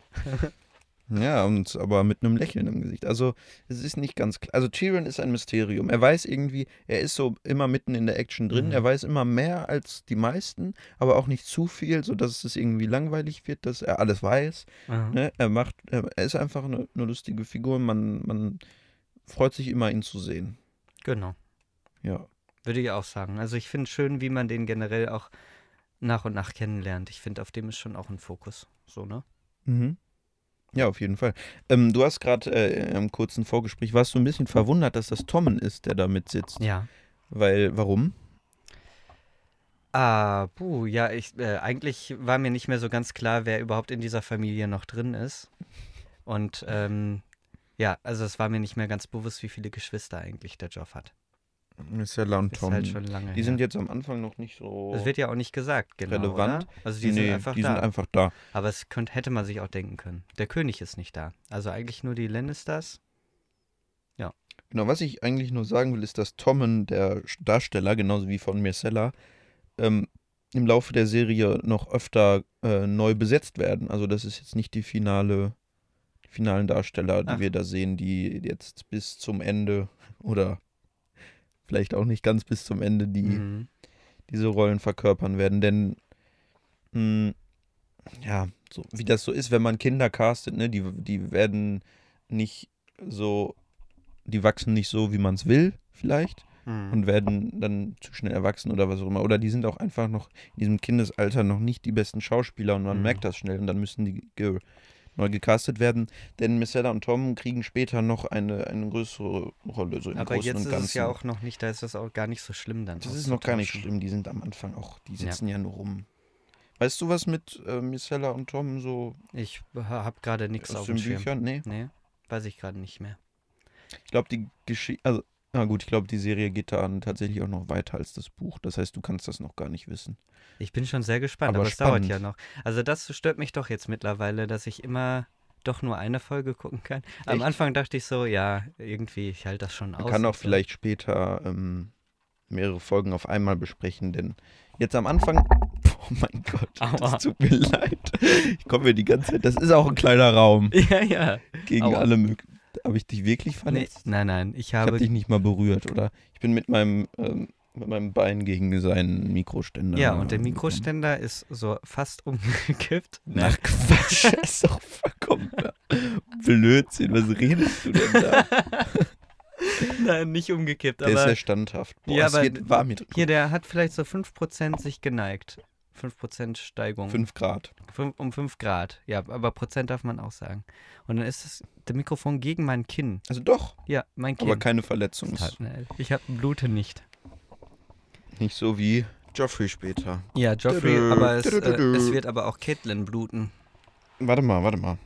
Speaker 1: ja, und aber mit einem Lächeln im Gesicht. Also, es ist nicht ganz klar. Also, Tyrion ist ein Mysterium. Er weiß irgendwie, er ist so immer mitten in der Action drin.
Speaker 2: Mhm.
Speaker 1: Er weiß immer mehr als die meisten, aber auch nicht zu viel, sodass es irgendwie langweilig wird, dass er alles weiß.
Speaker 2: Aha.
Speaker 1: Ne? Er macht, er er ist einfach eine, eine lustige Figur. Man, man freut sich immer, ihn zu sehen.
Speaker 2: Genau.
Speaker 1: Ja.
Speaker 2: Würde ich auch sagen. Also ich finde schön, wie man den generell auch nach und nach kennenlernt. Ich finde, auf dem ist schon auch ein Fokus. So, ne?
Speaker 1: Mhm. Ja, auf jeden Fall. Ähm, du hast gerade äh, im kurzen Vorgespräch, warst du ein bisschen verwundert, dass das Tommen ist, der da mit sitzt.
Speaker 2: Ja.
Speaker 1: Weil, warum?
Speaker 2: Ah, puh, ja, ich, äh, eigentlich war mir nicht mehr so ganz klar, wer überhaupt in dieser Familie noch drin ist. Und ähm, ja, also es war mir nicht mehr ganz bewusst, wie viele Geschwister eigentlich der Joff hat.
Speaker 1: Ist ja Land
Speaker 2: Ist
Speaker 1: Tom.
Speaker 2: halt schon lange
Speaker 1: die
Speaker 2: her.
Speaker 1: sind jetzt am Anfang noch nicht so.
Speaker 2: das wird ja auch nicht gesagt, genau.
Speaker 1: relevant.
Speaker 2: Oder? Also die sind
Speaker 1: Nee,
Speaker 2: einfach
Speaker 1: die
Speaker 2: da.
Speaker 1: sind einfach da.
Speaker 2: Aber es könnt, hätte man sich auch denken können. Der König ist nicht da. Also eigentlich nur die Lannisters.
Speaker 1: Genau, was ich eigentlich nur sagen will, ist, dass Tommen, der Darsteller, genauso wie von Myrcella, ähm, im Laufe der Serie noch öfter äh, neu besetzt werden. Also das ist jetzt nicht die finale, die finalen Darsteller, die
Speaker 2: Ach.
Speaker 1: wir da sehen, die jetzt bis zum Ende oder vielleicht auch nicht ganz bis zum Ende die
Speaker 2: Mhm.
Speaker 1: diese Rollen verkörpern werden, denn mh, ja, so wie das so ist, wenn man Kinder castet, ne, die, die werden nicht so, die wachsen nicht so, wie man es will, vielleicht,
Speaker 2: Mhm.
Speaker 1: und werden dann zu schnell erwachsen oder was auch immer. Oder die sind auch einfach noch in diesem Kindesalter noch nicht die besten Schauspieler und man
Speaker 2: Mhm.
Speaker 1: merkt das schnell und dann müssen die ge neu gecastet werden. Denn Missella und Tom kriegen später noch eine, eine größere Rolle, so im
Speaker 2: Aber
Speaker 1: Großen
Speaker 2: jetzt
Speaker 1: und
Speaker 2: ist
Speaker 1: Ganzen.
Speaker 2: es ja auch noch nicht, da ist das auch gar nicht so schlimm dann.
Speaker 1: Das ist noch gar nicht
Speaker 2: auszutauschen.
Speaker 1: schlimm, die sind am Anfang auch, die
Speaker 2: Ja.
Speaker 1: sitzen ja, nur rum. Weißt du was mit äh, Missella und Tom so
Speaker 2: Ich habe gerade nichts
Speaker 1: aus
Speaker 2: auf
Speaker 1: den
Speaker 2: dem Schirm.
Speaker 1: Büchern? Nee,
Speaker 2: Nee, weiß ich gerade nicht mehr.
Speaker 1: ich glaube die Geschichte, also na gut, ich glaube die Serie geht da an tatsächlich auch noch weiter als das Buch. Das heißt, du kannst das noch gar nicht wissen.
Speaker 2: Ich bin schon sehr gespannt,
Speaker 1: Aber
Speaker 2: aber, es dauert
Speaker 1: spannend.
Speaker 2: ja noch. Also das stört mich doch jetzt mittlerweile, dass ich immer doch nur eine Folge gucken kann. Am
Speaker 1: Echt?
Speaker 2: Anfang dachte ich so, ja, irgendwie, ich halte das schon
Speaker 1: Man
Speaker 2: aus.
Speaker 1: kann
Speaker 2: und
Speaker 1: auch
Speaker 2: so.
Speaker 1: vielleicht später ähm, mehrere Folgen auf einmal besprechen, denn jetzt am Anfang. Oh mein Gott,
Speaker 2: Aua.
Speaker 1: das tut mir leid. Ich komme mir die ganze Zeit. Das ist auch ein kleiner Raum
Speaker 2: Ja, ja.
Speaker 1: gegen
Speaker 2: Aua.
Speaker 1: alle möglichen. Habe ich dich wirklich
Speaker 2: Nee,
Speaker 1: verletzt?
Speaker 2: nein, nein, ich
Speaker 1: Ich habe
Speaker 2: habe
Speaker 1: dich nicht mal berührt, oder? Ich bin mit meinem, ähm, mit meinem Bein gegen seinen Mikroständer.
Speaker 2: Ja, und der
Speaker 1: ähm,
Speaker 2: Mikroständer ist so fast umgekippt.
Speaker 1: Ach Quatsch, das ist doch vollkommen Blödsinn, was redest du denn da?
Speaker 2: Nein, nicht umgekippt,
Speaker 1: Der ist
Speaker 2: aber
Speaker 1: ja standhaft. Boah,
Speaker 2: Ja,
Speaker 1: es
Speaker 2: aber
Speaker 1: wird warm hier drin.
Speaker 2: hier, der hat vielleicht so 5% sich geneigt. 5% Steigung.
Speaker 1: 5 Grad.
Speaker 2: Fünf, um 5 Grad. Ja, aber Prozent darf man auch sagen. Und dann ist das, der Mikrofon gegen mein Kinn.
Speaker 1: Also doch,
Speaker 2: Ja, mein Kinn.
Speaker 1: aber keine Verletzung. Ist
Speaker 2: Tatnell. Ich hab, blute nicht.
Speaker 1: nicht so wie Joffrey später.
Speaker 2: Ja, Joffrey,
Speaker 1: Tudu,
Speaker 2: aber es, äh,
Speaker 1: tudu,
Speaker 2: es
Speaker 1: tudu.
Speaker 2: wird aber auch Caitlin bluten.
Speaker 1: Warte mal, warte mal.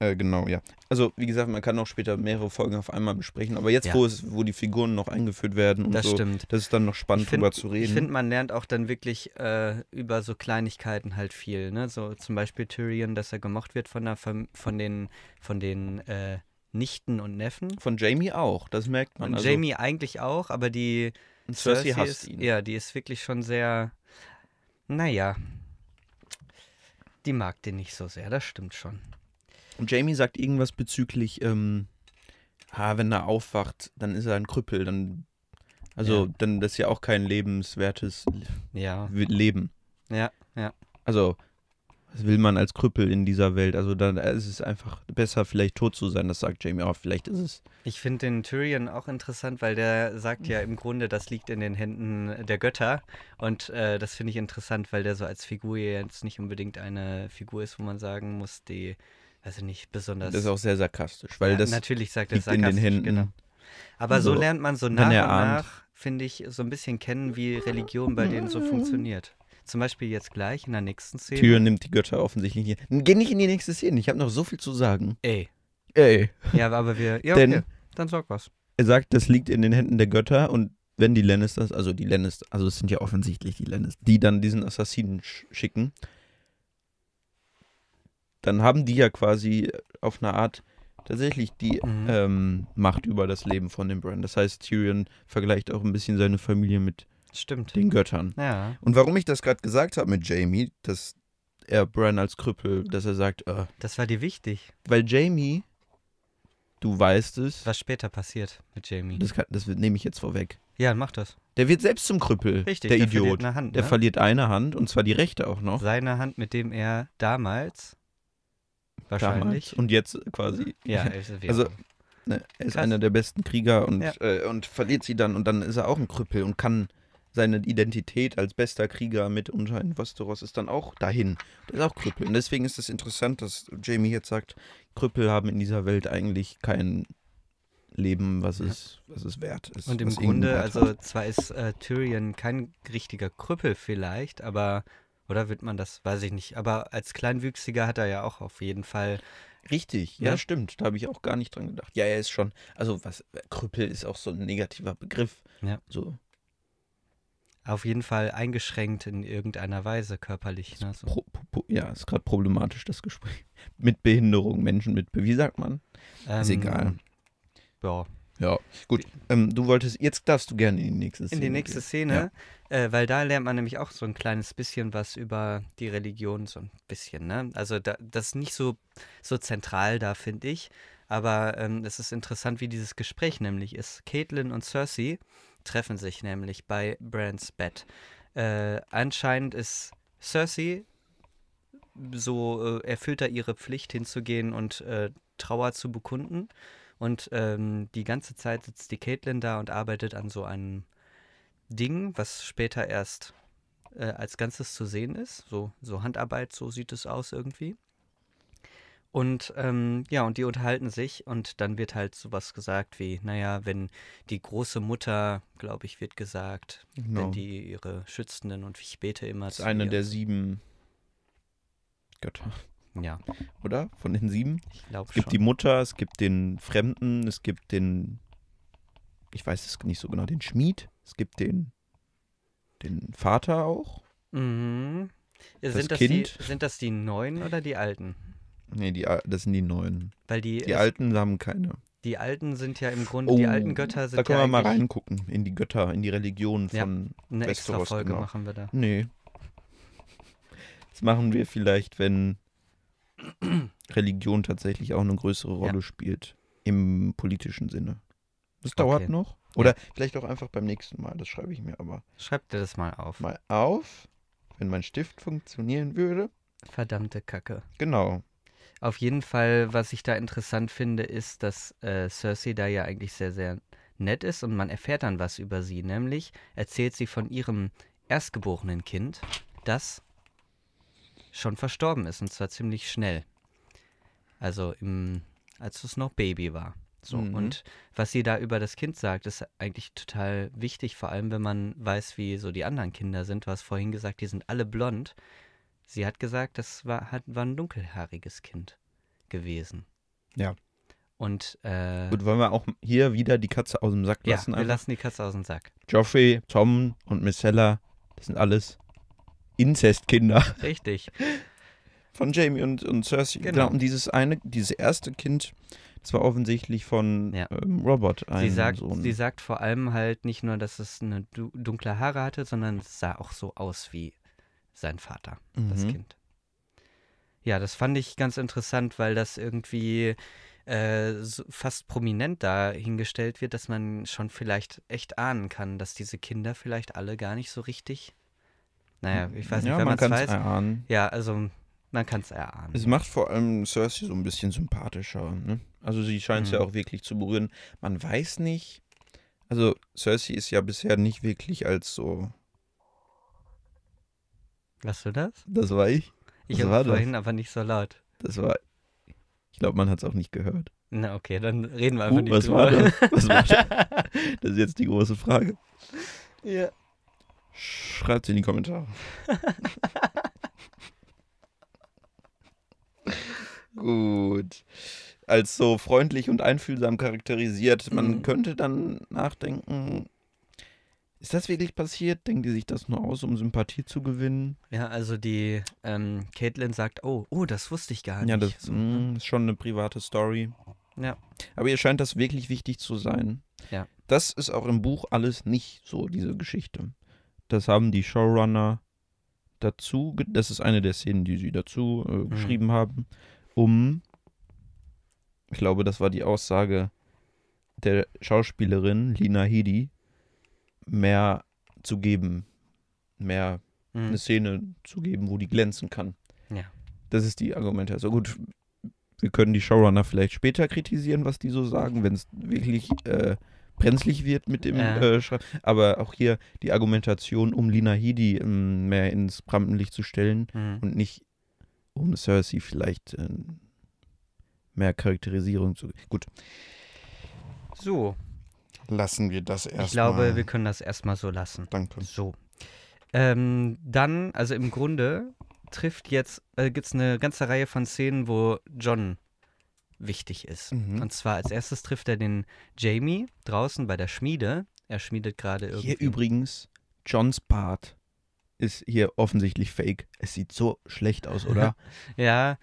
Speaker 1: Äh, genau, ja. Also, wie gesagt, man kann auch später mehrere Folgen auf einmal besprechen, aber jetzt,
Speaker 2: Ja.
Speaker 1: wo, es, wo die Figuren noch eingeführt werden und
Speaker 2: Das
Speaker 1: so,
Speaker 2: stimmt.
Speaker 1: das ist dann noch spannend,
Speaker 2: Ich find-
Speaker 1: drüber zu
Speaker 2: Ich
Speaker 1: reden.
Speaker 2: finde, man lernt auch dann wirklich äh, über so Kleinigkeiten halt viel. Ne? So zum Beispiel Tyrion, dass er gemocht wird von, der Fam von den, von den äh, Nichten und Neffen.
Speaker 1: Von Jamie auch, das merkt man.
Speaker 2: Und
Speaker 1: also,
Speaker 2: Jamie eigentlich auch, aber die
Speaker 1: und Cersei
Speaker 2: ist,
Speaker 1: hasst ihn.
Speaker 2: Ja, die ist wirklich schon sehr. Naja. Die mag den nicht so sehr, das stimmt schon.
Speaker 1: Und Jamie sagt irgendwas bezüglich, ähm, ah, wenn er aufwacht, dann ist er ein Krüppel, dann. Also,
Speaker 2: Ja.
Speaker 1: dann das ist ja auch kein lebenswertes
Speaker 2: Ja.
Speaker 1: Leben.
Speaker 2: Ja, ja.
Speaker 1: Also, was will man als Krüppel in dieser Welt? Also, dann ist es einfach besser, vielleicht tot zu sein, das sagt Jamie auch. Vielleicht ist es.
Speaker 2: Ich finde den Tyrion auch interessant, weil der sagt ja im Grunde, das liegt in den Händen der Götter. Und äh, das finde ich interessant, weil der so als Figur ja jetzt nicht unbedingt eine Figur ist, wo man sagen muss, die, weiß ich nicht, besonders.
Speaker 1: Das, ist auch sehr sarkastisch, weil
Speaker 2: Ja,
Speaker 1: das
Speaker 2: natürlich sagt er
Speaker 1: liegt in den
Speaker 2: sarkastisch,
Speaker 1: Händen.
Speaker 2: Genau. Aber so
Speaker 1: So,
Speaker 2: lernt man so
Speaker 1: wenn
Speaker 2: nach und
Speaker 1: er ahnt.
Speaker 2: nach, finde ich, so ein bisschen kennen, wie Religion bei denen so funktioniert. Zum Beispiel jetzt gleich in der nächsten Szene.
Speaker 1: Tyrion nimmt die Götter offensichtlich hier. Geh nicht in die nächste Szene, ich habe noch so viel zu sagen.
Speaker 2: Ey.
Speaker 1: Ey.
Speaker 2: Ja, aber wir. Ja, okay.
Speaker 1: Denn-
Speaker 2: Dann sag was.
Speaker 1: er sagt, das liegt in den Händen der Götter und wenn die Lannisters, also die Lannisters, also es sind ja offensichtlich die Lannisters, die dann diesen Assassinen sch schicken, dann haben die ja quasi auf eine Art tatsächlich die
Speaker 2: Mhm.
Speaker 1: ähm, Macht über das Leben von dem Bran. Das heißt, Tyrion vergleicht auch ein bisschen seine Familie mit
Speaker 2: Stimmt.
Speaker 1: den Göttern.
Speaker 2: Ja.
Speaker 1: Und warum ich das gerade gesagt habe mit Jamie, dass er Bran als Krüppel, dass er sagt, äh,
Speaker 2: Das war dir wichtig,
Speaker 1: weil Jamie, du weißt es,
Speaker 2: was später passiert mit Jamie.
Speaker 1: das, kann, das nehme ich jetzt vorweg.
Speaker 2: ja, mach das.
Speaker 1: Der wird selbst zum Krüppel,
Speaker 2: Richtig,
Speaker 1: der,
Speaker 2: der verliert
Speaker 1: Idiot.
Speaker 2: eine Hand,
Speaker 1: Der
Speaker 2: ne?
Speaker 1: verliert eine Hand und zwar die rechte auch noch.
Speaker 2: Seine Hand, mit dem er damals
Speaker 1: Damals.
Speaker 2: wahrscheinlich.
Speaker 1: Und jetzt quasi.
Speaker 2: Ja, also,
Speaker 1: Also, Ne, er ist
Speaker 2: Krass.
Speaker 1: einer der besten Krieger und,
Speaker 2: Ja.
Speaker 1: äh, und verliert sie dann und dann ist er auch ein Krüppel und kann seine Identität als bester Krieger mit unter in Westeros ist dann auch dahin. Der ist auch Krüppel. Und deswegen ist es interessant, dass Jamie jetzt sagt, Krüppel haben in dieser Welt eigentlich kein Leben, was es, was es wert ist.
Speaker 2: Und im
Speaker 1: was irgendeinen
Speaker 2: Grunde,
Speaker 1: Wert
Speaker 2: also
Speaker 1: hat.
Speaker 2: zwar ist äh, Tyrion kein richtiger Krüppel vielleicht, aber oder wird man das, weiß ich nicht. Aber als Kleinwüchsiger hat er ja auch auf jeden Fall.
Speaker 1: Richtig, ja,
Speaker 2: Ja.
Speaker 1: stimmt. Da habe ich auch gar nicht dran gedacht. Ja, er ist schon, also was, Krüppel ist auch so ein negativer Begriff.
Speaker 2: Ja.
Speaker 1: So
Speaker 2: Auf jeden Fall eingeschränkt in irgendeiner Weise körperlich. Ne? So.
Speaker 1: Pro, pro, pro- ja, ist gerade problematisch, das Gespräch. Mit Behinderung, Menschen mit, Be- wie sagt man? Ist
Speaker 2: Ähm,
Speaker 1: egal.
Speaker 2: Ja.
Speaker 1: Ja, gut. Ähm, du wolltest, jetzt darfst du gerne in die nächste Szene.
Speaker 2: In die nächste
Speaker 1: gehen.
Speaker 2: Szene, äh, weil da lernt man nämlich auch so ein kleines bisschen was über die Religion, so ein bisschen, ne? Also da, das ist nicht so, so zentral da, finde ich. Aber ähm, es ist interessant, wie dieses Gespräch nämlich ist. Caitlin und Cersei treffen sich nämlich bei Brands Bett. Äh, anscheinend ist Cersei so, äh, erfüllt da ihre Pflicht hinzugehen und äh, Trauer zu bekunden. Und ähm, die ganze Zeit sitzt die Caitlin da und arbeitet an so einem Ding, was später erst äh, als Ganzes zu sehen ist. So, so Handarbeit, so sieht es aus irgendwie. Und ähm, ja, und die unterhalten sich und dann wird halt sowas gesagt wie, naja, wenn die große Mutter, glaube ich, wird gesagt,
Speaker 1: Genau.
Speaker 2: wenn die ihre Schützenden und ich bete immer
Speaker 1: Das ist eine
Speaker 2: ihr.
Speaker 1: der sieben Götter,
Speaker 2: Ja,
Speaker 1: oder? Von den sieben?
Speaker 2: ich glaube
Speaker 1: Es
Speaker 2: schon.
Speaker 1: gibt die Mutter, es gibt den Fremden, es gibt den, ich weiß es nicht so genau, den Schmied, es gibt den, den Vater auch.
Speaker 2: mhm. Ja,
Speaker 1: das
Speaker 2: sind, das
Speaker 1: Kind.
Speaker 2: Die, sind das die neuen oder die alten?
Speaker 1: Nee, die, Al- das sind die neuen.
Speaker 2: Weil die,
Speaker 1: Die Alten haben keine. Oh,
Speaker 2: die alten sind ja im Grunde, die alten Götter sind
Speaker 1: Da können
Speaker 2: ja
Speaker 1: wir mal
Speaker 2: eigentlich-
Speaker 1: reingucken in die Götter, in die Religionen
Speaker 2: Ja,
Speaker 1: von
Speaker 2: eine extra
Speaker 1: Westeros,
Speaker 2: Folge
Speaker 1: genau.
Speaker 2: machen wir da.
Speaker 1: Nee. Das machen wir vielleicht, wenn Religion tatsächlich auch eine größere Rolle spielt im politischen Sinne. Das dauert
Speaker 2: Okay.
Speaker 1: noch. Oder vielleicht auch einfach beim nächsten Mal. Das schreibe ich mir aber
Speaker 2: Schreib dir das mal auf.
Speaker 1: mal auf, wenn mein Stift funktionieren würde.
Speaker 2: Verdammte Kacke.
Speaker 1: Genau.
Speaker 2: Auf jeden Fall, was ich da interessant finde, ist, dass äh, Cersei da ja eigentlich sehr, sehr nett ist und man erfährt dann was über sie. Nämlich erzählt sie von ihrem erstgeborenen Kind, das schon verstorben ist und zwar ziemlich schnell. Also im, als es noch Baby war. So.
Speaker 1: Mhm.
Speaker 2: Und was sie da über das Kind sagt, ist eigentlich total wichtig, vor allem wenn man weiß, wie so die anderen Kinder sind. Du hast vorhin gesagt, die sind alle blond. Sie hat gesagt, das war, hat, war ein dunkelhaariges Kind gewesen.
Speaker 1: Ja.
Speaker 2: Und äh,
Speaker 1: Gut, wollen wir auch hier wieder die Katze aus dem Sack
Speaker 2: ja,
Speaker 1: lassen?
Speaker 2: wir
Speaker 1: einfach?
Speaker 2: lassen die Katze aus dem Sack.
Speaker 1: Joffrey, Tom und Missella, das sind alles Inzestkinder.
Speaker 2: Richtig.
Speaker 1: Von Jamie und, und Cersei. Genau.
Speaker 2: Genau.
Speaker 1: Und dieses eine, dieses erste Kind, das war offensichtlich von
Speaker 2: Ja.
Speaker 1: ähm, Robert, ein
Speaker 2: sie, sagt,
Speaker 1: Sohn.
Speaker 2: sie sagt vor allem halt nicht nur, dass es eine du dunkle Haare hatte, sondern es sah auch so aus wie sein Vater, das
Speaker 1: Mhm.
Speaker 2: Kind. Ja, das fand ich ganz interessant, weil das irgendwie äh, so fast prominent dahingestellt wird, dass man schon vielleicht echt ahnen kann, dass diese Kinder vielleicht alle gar nicht so richtig. Naja, ich weiß nicht,
Speaker 1: Hm, ja, man
Speaker 2: wenn man es
Speaker 1: kann
Speaker 2: weiß.
Speaker 1: erahnen. Also,
Speaker 2: Ja, also man kann es erahnen.
Speaker 1: Es macht vor allem Cersei so ein bisschen sympathischer. Ne? Also sie scheint es
Speaker 2: Mhm.
Speaker 1: ja auch wirklich zu berühren. Man weiß nicht. Also Cersei ist ja bisher nicht wirklich als so.
Speaker 2: Hast du das?
Speaker 1: Das war ich.
Speaker 2: Ich
Speaker 1: Was
Speaker 2: habe
Speaker 1: war das?
Speaker 2: vorhin aber nicht so laut.
Speaker 1: Das war. Ich glaube, man hat es auch nicht gehört.
Speaker 2: Na okay, dann reden wir einfach
Speaker 1: Uh,
Speaker 2: nicht
Speaker 1: was
Speaker 2: drüber.
Speaker 1: war das? Was war das? Das ist jetzt die große Frage.
Speaker 2: Ja.
Speaker 1: Schreibt in die Kommentare. Gut. Als so freundlich und einfühlsam charakterisiert, man
Speaker 2: Mhm.
Speaker 1: könnte dann nachdenken, ist das wirklich passiert? Denken die sich das nur aus, um Sympathie zu gewinnen?
Speaker 2: Ja, also die ähm, Caitlin sagt, oh, oh, das wusste ich gar nicht.
Speaker 1: Ja, das
Speaker 2: So, ne?
Speaker 1: mh, ist schon eine private Story.
Speaker 2: Ja.
Speaker 1: Aber ihr scheint das wirklich wichtig zu sein.
Speaker 2: Ja.
Speaker 1: Das ist auch im Buch alles nicht so, diese Geschichte. Das haben die Showrunner dazu, ge- das ist eine der Szenen, die sie dazu äh,
Speaker 2: Mhm.
Speaker 1: geschrieben haben, um, ich glaube, das war die Aussage der Schauspielerin Lina Headey, mehr zu geben, mehr
Speaker 2: Mhm.
Speaker 1: eine Szene zu geben, wo die glänzen kann.
Speaker 2: Ja.
Speaker 1: Das ist die Argumentation. Gut, wir können die Showrunner vielleicht später kritisieren, was die so sagen, wenn es wirklich äh, brenzlig wird mit dem
Speaker 2: Ja.
Speaker 1: äh, Schreiben. Aber auch hier die Argumentation, um Lina Headey ähm, mehr ins Rampenlicht zu stellen
Speaker 2: Mhm.
Speaker 1: und nicht um Cersei vielleicht äh, mehr Charakterisierung zu. Gut,
Speaker 2: So,
Speaker 5: Lassen wir das erstmal.
Speaker 2: ich glaube, wir können das erstmal so lassen.
Speaker 5: Danke.
Speaker 2: So. Ähm, dann, also im Grunde trifft jetzt, äh, gibt es eine ganze Reihe von Szenen, wo John wichtig ist.
Speaker 5: Mhm.
Speaker 2: Und zwar als erstes trifft er den Jamie draußen bei der Schmiede. Er schmiedet gerade irgendwie.
Speaker 1: hier übrigens Johns Part ist hier offensichtlich fake. Es sieht so schlecht aus, oder?
Speaker 2: Ja,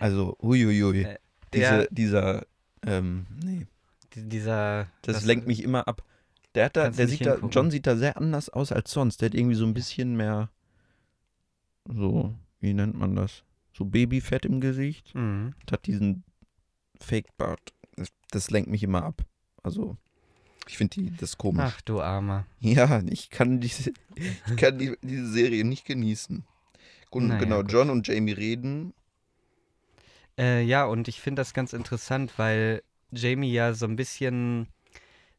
Speaker 1: Also, uiuiui.
Speaker 2: Äh,
Speaker 1: Diese,
Speaker 2: der-
Speaker 1: Dieser, ähm, nee.
Speaker 2: di- dieser.
Speaker 1: Das, lenkt mich immer ab. Der hat da,
Speaker 2: Kannst du
Speaker 1: der
Speaker 2: nicht
Speaker 1: sieht da,
Speaker 2: hingucken.
Speaker 1: John sieht da sehr anders aus als sonst. Der hat irgendwie so ein bisschen mehr, so, wie nennt man das? So Babyfett im Gesicht.
Speaker 2: Mhm.
Speaker 1: Und hat diesen Fake-Bart. Das, das lenkt mich immer ab. Also, ich finde das komisch.
Speaker 2: Ach du Armer.
Speaker 1: Ja, ich kann diese, ich kann die, diese Serie nicht genießen. Und
Speaker 2: Naja,
Speaker 1: genau,
Speaker 2: gut.
Speaker 1: John und Jamie reden.
Speaker 2: Äh, ja, und ich finde das ganz interessant, weil Jamie ja so ein bisschen,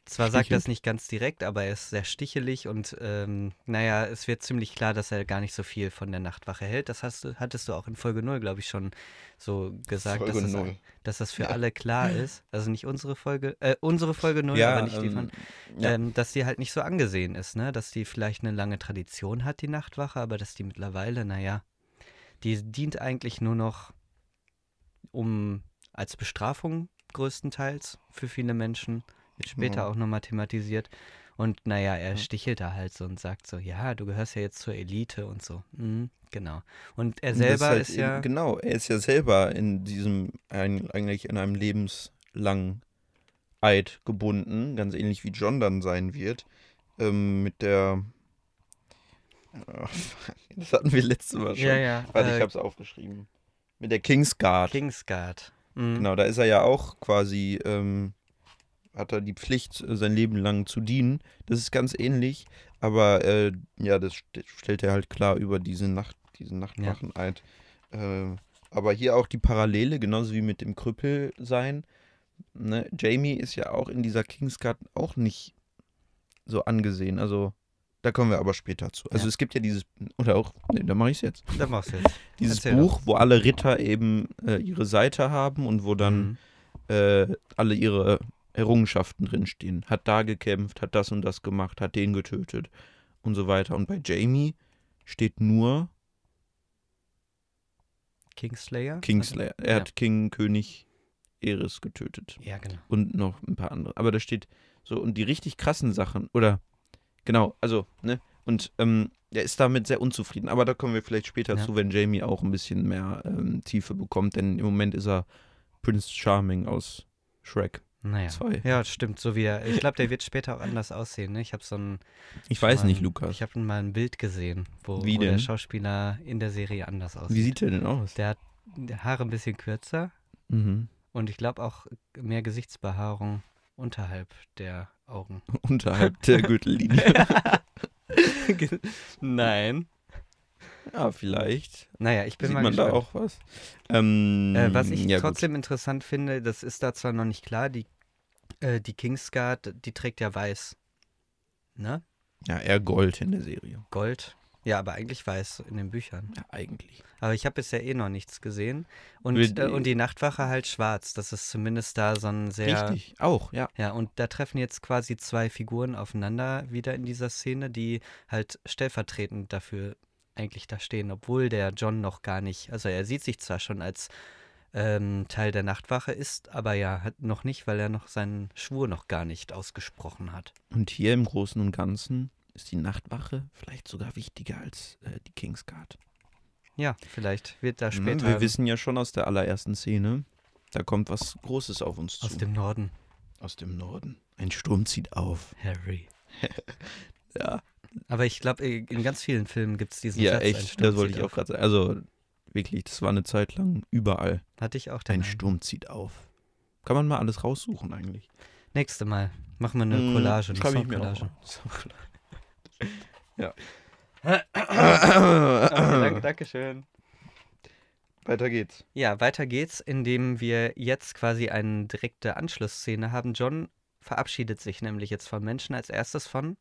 Speaker 2: zwar sagt
Speaker 1: Stichelt.
Speaker 2: das nicht ganz direkt, aber er ist sehr stichelig und ähm, naja, es wird ziemlich klar, dass er gar nicht so viel von der Nachtwache hält. Das hast du, hattest du auch in Folge 0, glaube ich, schon so gesagt,
Speaker 1: Folge
Speaker 2: dass,
Speaker 1: null.
Speaker 2: Das, dass das für alle klar ist. Also nicht unsere Folge, äh, unsere Folge 0, aber nicht die von,
Speaker 1: ja.
Speaker 2: ähm, dass die halt nicht so angesehen ist, ne? Dass die vielleicht eine lange Tradition hat, die Nachtwache, aber dass die mittlerweile, naja, die dient eigentlich nur noch um als Bestrafung größtenteils für viele Menschen. Wird
Speaker 1: Mhm.
Speaker 2: später auch nochmal thematisiert. Und naja, er stichelt da halt so und sagt so, ja, du gehörst ja jetzt zur Elite und so. Mhm, genau. Und er
Speaker 1: Und das
Speaker 2: selber
Speaker 1: halt
Speaker 2: ist
Speaker 1: eben-
Speaker 2: ja.
Speaker 1: Genau, er ist ja selber in diesem, ein, eigentlich in einem lebenslangen Eid gebunden, ganz ähnlich wie John dann sein wird. Ähm, mit der. Ach, fuck, Das hatten wir letztes Mal schon.
Speaker 2: Ja, ja.
Speaker 1: Warte, ich
Speaker 2: äh,
Speaker 1: hab's aufgeschrieben. Mit der Kingsguard.
Speaker 2: Kingsguard. Mhm.
Speaker 1: Genau, da ist er ja auch quasi, ähm, hat er die Pflicht, äh, sein Leben lang zu dienen. Das ist ganz ähnlich, aber äh, ja, das st stellt er halt klar über diese Nacht, diesen Nachtwacheneid. Äh, aber hier auch die Parallele, genauso wie mit dem Krüppel sein. Ne? Jamie ist ja auch in dieser Kingsguard auch nicht so angesehen. Also da kommen wir aber später zu. Also
Speaker 2: Ja.
Speaker 1: es gibt ja dieses, oder auch, ne, da mache ich es jetzt.
Speaker 2: Da machst du jetzt.
Speaker 1: Dieses
Speaker 2: Erzähl
Speaker 1: Buch, wo alle Ritter eben äh, ihre Seite haben und wo dann
Speaker 2: Mhm.
Speaker 1: äh, alle ihre Errungenschaften drinstehen. Hat da gekämpft, hat das und das gemacht, hat den getötet und so weiter. Und bei Jamie steht nur
Speaker 2: Kingslayer?
Speaker 1: Kingslayer. Er
Speaker 2: Ja.
Speaker 1: hat King, König Eris getötet.
Speaker 2: Ja, genau.
Speaker 1: Und noch ein paar andere. Aber da steht so, und die richtig krassen Sachen, oder genau, also, ne? Und ähm, er ist damit sehr unzufrieden. Aber da kommen wir vielleicht später
Speaker 2: Ja.
Speaker 1: zu, wenn Jamie auch ein bisschen mehr ähm, Tiefe bekommt. Denn im Moment ist er Prince Charming aus Shrek
Speaker 2: Naja.
Speaker 1: 2.
Speaker 2: Ja, stimmt, so wie er. Ich glaube, der wird später auch anders aussehen. Ne? Ich habe so ein.
Speaker 1: Ich weiß
Speaker 2: mal ein-
Speaker 1: nicht, Lukas.
Speaker 2: Ich habe mal ein Bild gesehen, wo,
Speaker 1: Wie
Speaker 2: wo der
Speaker 1: denn?
Speaker 2: Schauspieler in der Serie anders aussieht.
Speaker 1: Wie sieht er denn aus?
Speaker 2: der hat die Haare ein bisschen kürzer
Speaker 1: Mhm.
Speaker 2: und ich glaube auch mehr Gesichtsbehaarung unterhalb der Augen.
Speaker 1: Unterhalb der Gürtellinie.
Speaker 2: Nein.
Speaker 1: ja, vielleicht.
Speaker 2: Naja, ich bin
Speaker 1: Sieht
Speaker 2: mal
Speaker 1: man
Speaker 2: gespannt.
Speaker 1: da auch was. Ähm,
Speaker 2: Äh, was ich
Speaker 1: ja, gut.
Speaker 2: trotzdem interessant finde, das ist da zwar noch nicht klar, die, äh, die Kingsguard, die trägt ja weiß. Ne?
Speaker 1: Ja, eher Gold in der Serie.
Speaker 2: Gold. Ja, aber eigentlich weiß in den Büchern.
Speaker 1: Ja, eigentlich.
Speaker 2: Aber ich habe bisher eh noch nichts gesehen. Und,
Speaker 1: Wird-
Speaker 2: äh, und die Nachtwache halt schwarz. Das ist zumindest da so ein sehr.
Speaker 1: Richtig, auch, ja.
Speaker 2: Ja, und da treffen jetzt quasi zwei Figuren aufeinander wieder in dieser Szene, die halt stellvertretend dafür eigentlich da stehen, obwohl der John noch gar nicht, also er sieht sich zwar schon als ähm, Teil der Nachtwache ist, aber ja, hat noch nicht, weil er noch seinen Schwur noch gar nicht ausgesprochen hat.
Speaker 1: Und hier im Großen und Ganzen ist die Nachtwache vielleicht sogar wichtiger als äh, die Kingsguard.
Speaker 2: Ja, vielleicht wird da
Speaker 1: Mhm,
Speaker 2: später
Speaker 1: wir wissen ja schon aus der allerersten Szene, da kommt was Großes auf uns
Speaker 2: aus
Speaker 1: zu.
Speaker 2: dem Norden,
Speaker 1: aus dem Norden. Ein Sturm zieht auf.
Speaker 2: Harry.
Speaker 1: Ja,
Speaker 2: Aber ich glaube, in ganz vielen Filmen gibt es diesen
Speaker 1: Ja,
Speaker 2: Satz. ein
Speaker 1: echt,
Speaker 2: Sturm
Speaker 1: das wollte
Speaker 2: zieht
Speaker 1: ich auch
Speaker 2: auf.
Speaker 1: gerade sagen. Also wirklich, das war eine Zeit lang überall.
Speaker 2: Hatte ich auch den
Speaker 1: Ein
Speaker 2: einen.
Speaker 1: Sturm zieht auf. Kann man mal alles raussuchen eigentlich.
Speaker 2: Nächste Mal machen wir eine Collage, eine
Speaker 1: Schreibe Hm, ich mir
Speaker 2: Songcollage.
Speaker 1: auch.
Speaker 2: Danke, Dankeschön.
Speaker 1: Weiter geht's.
Speaker 2: Ja, weiter geht's, indem wir jetzt quasi eine direkte Anschlussszene haben. John verabschiedet sich nämlich jetzt von Menschen als erstes von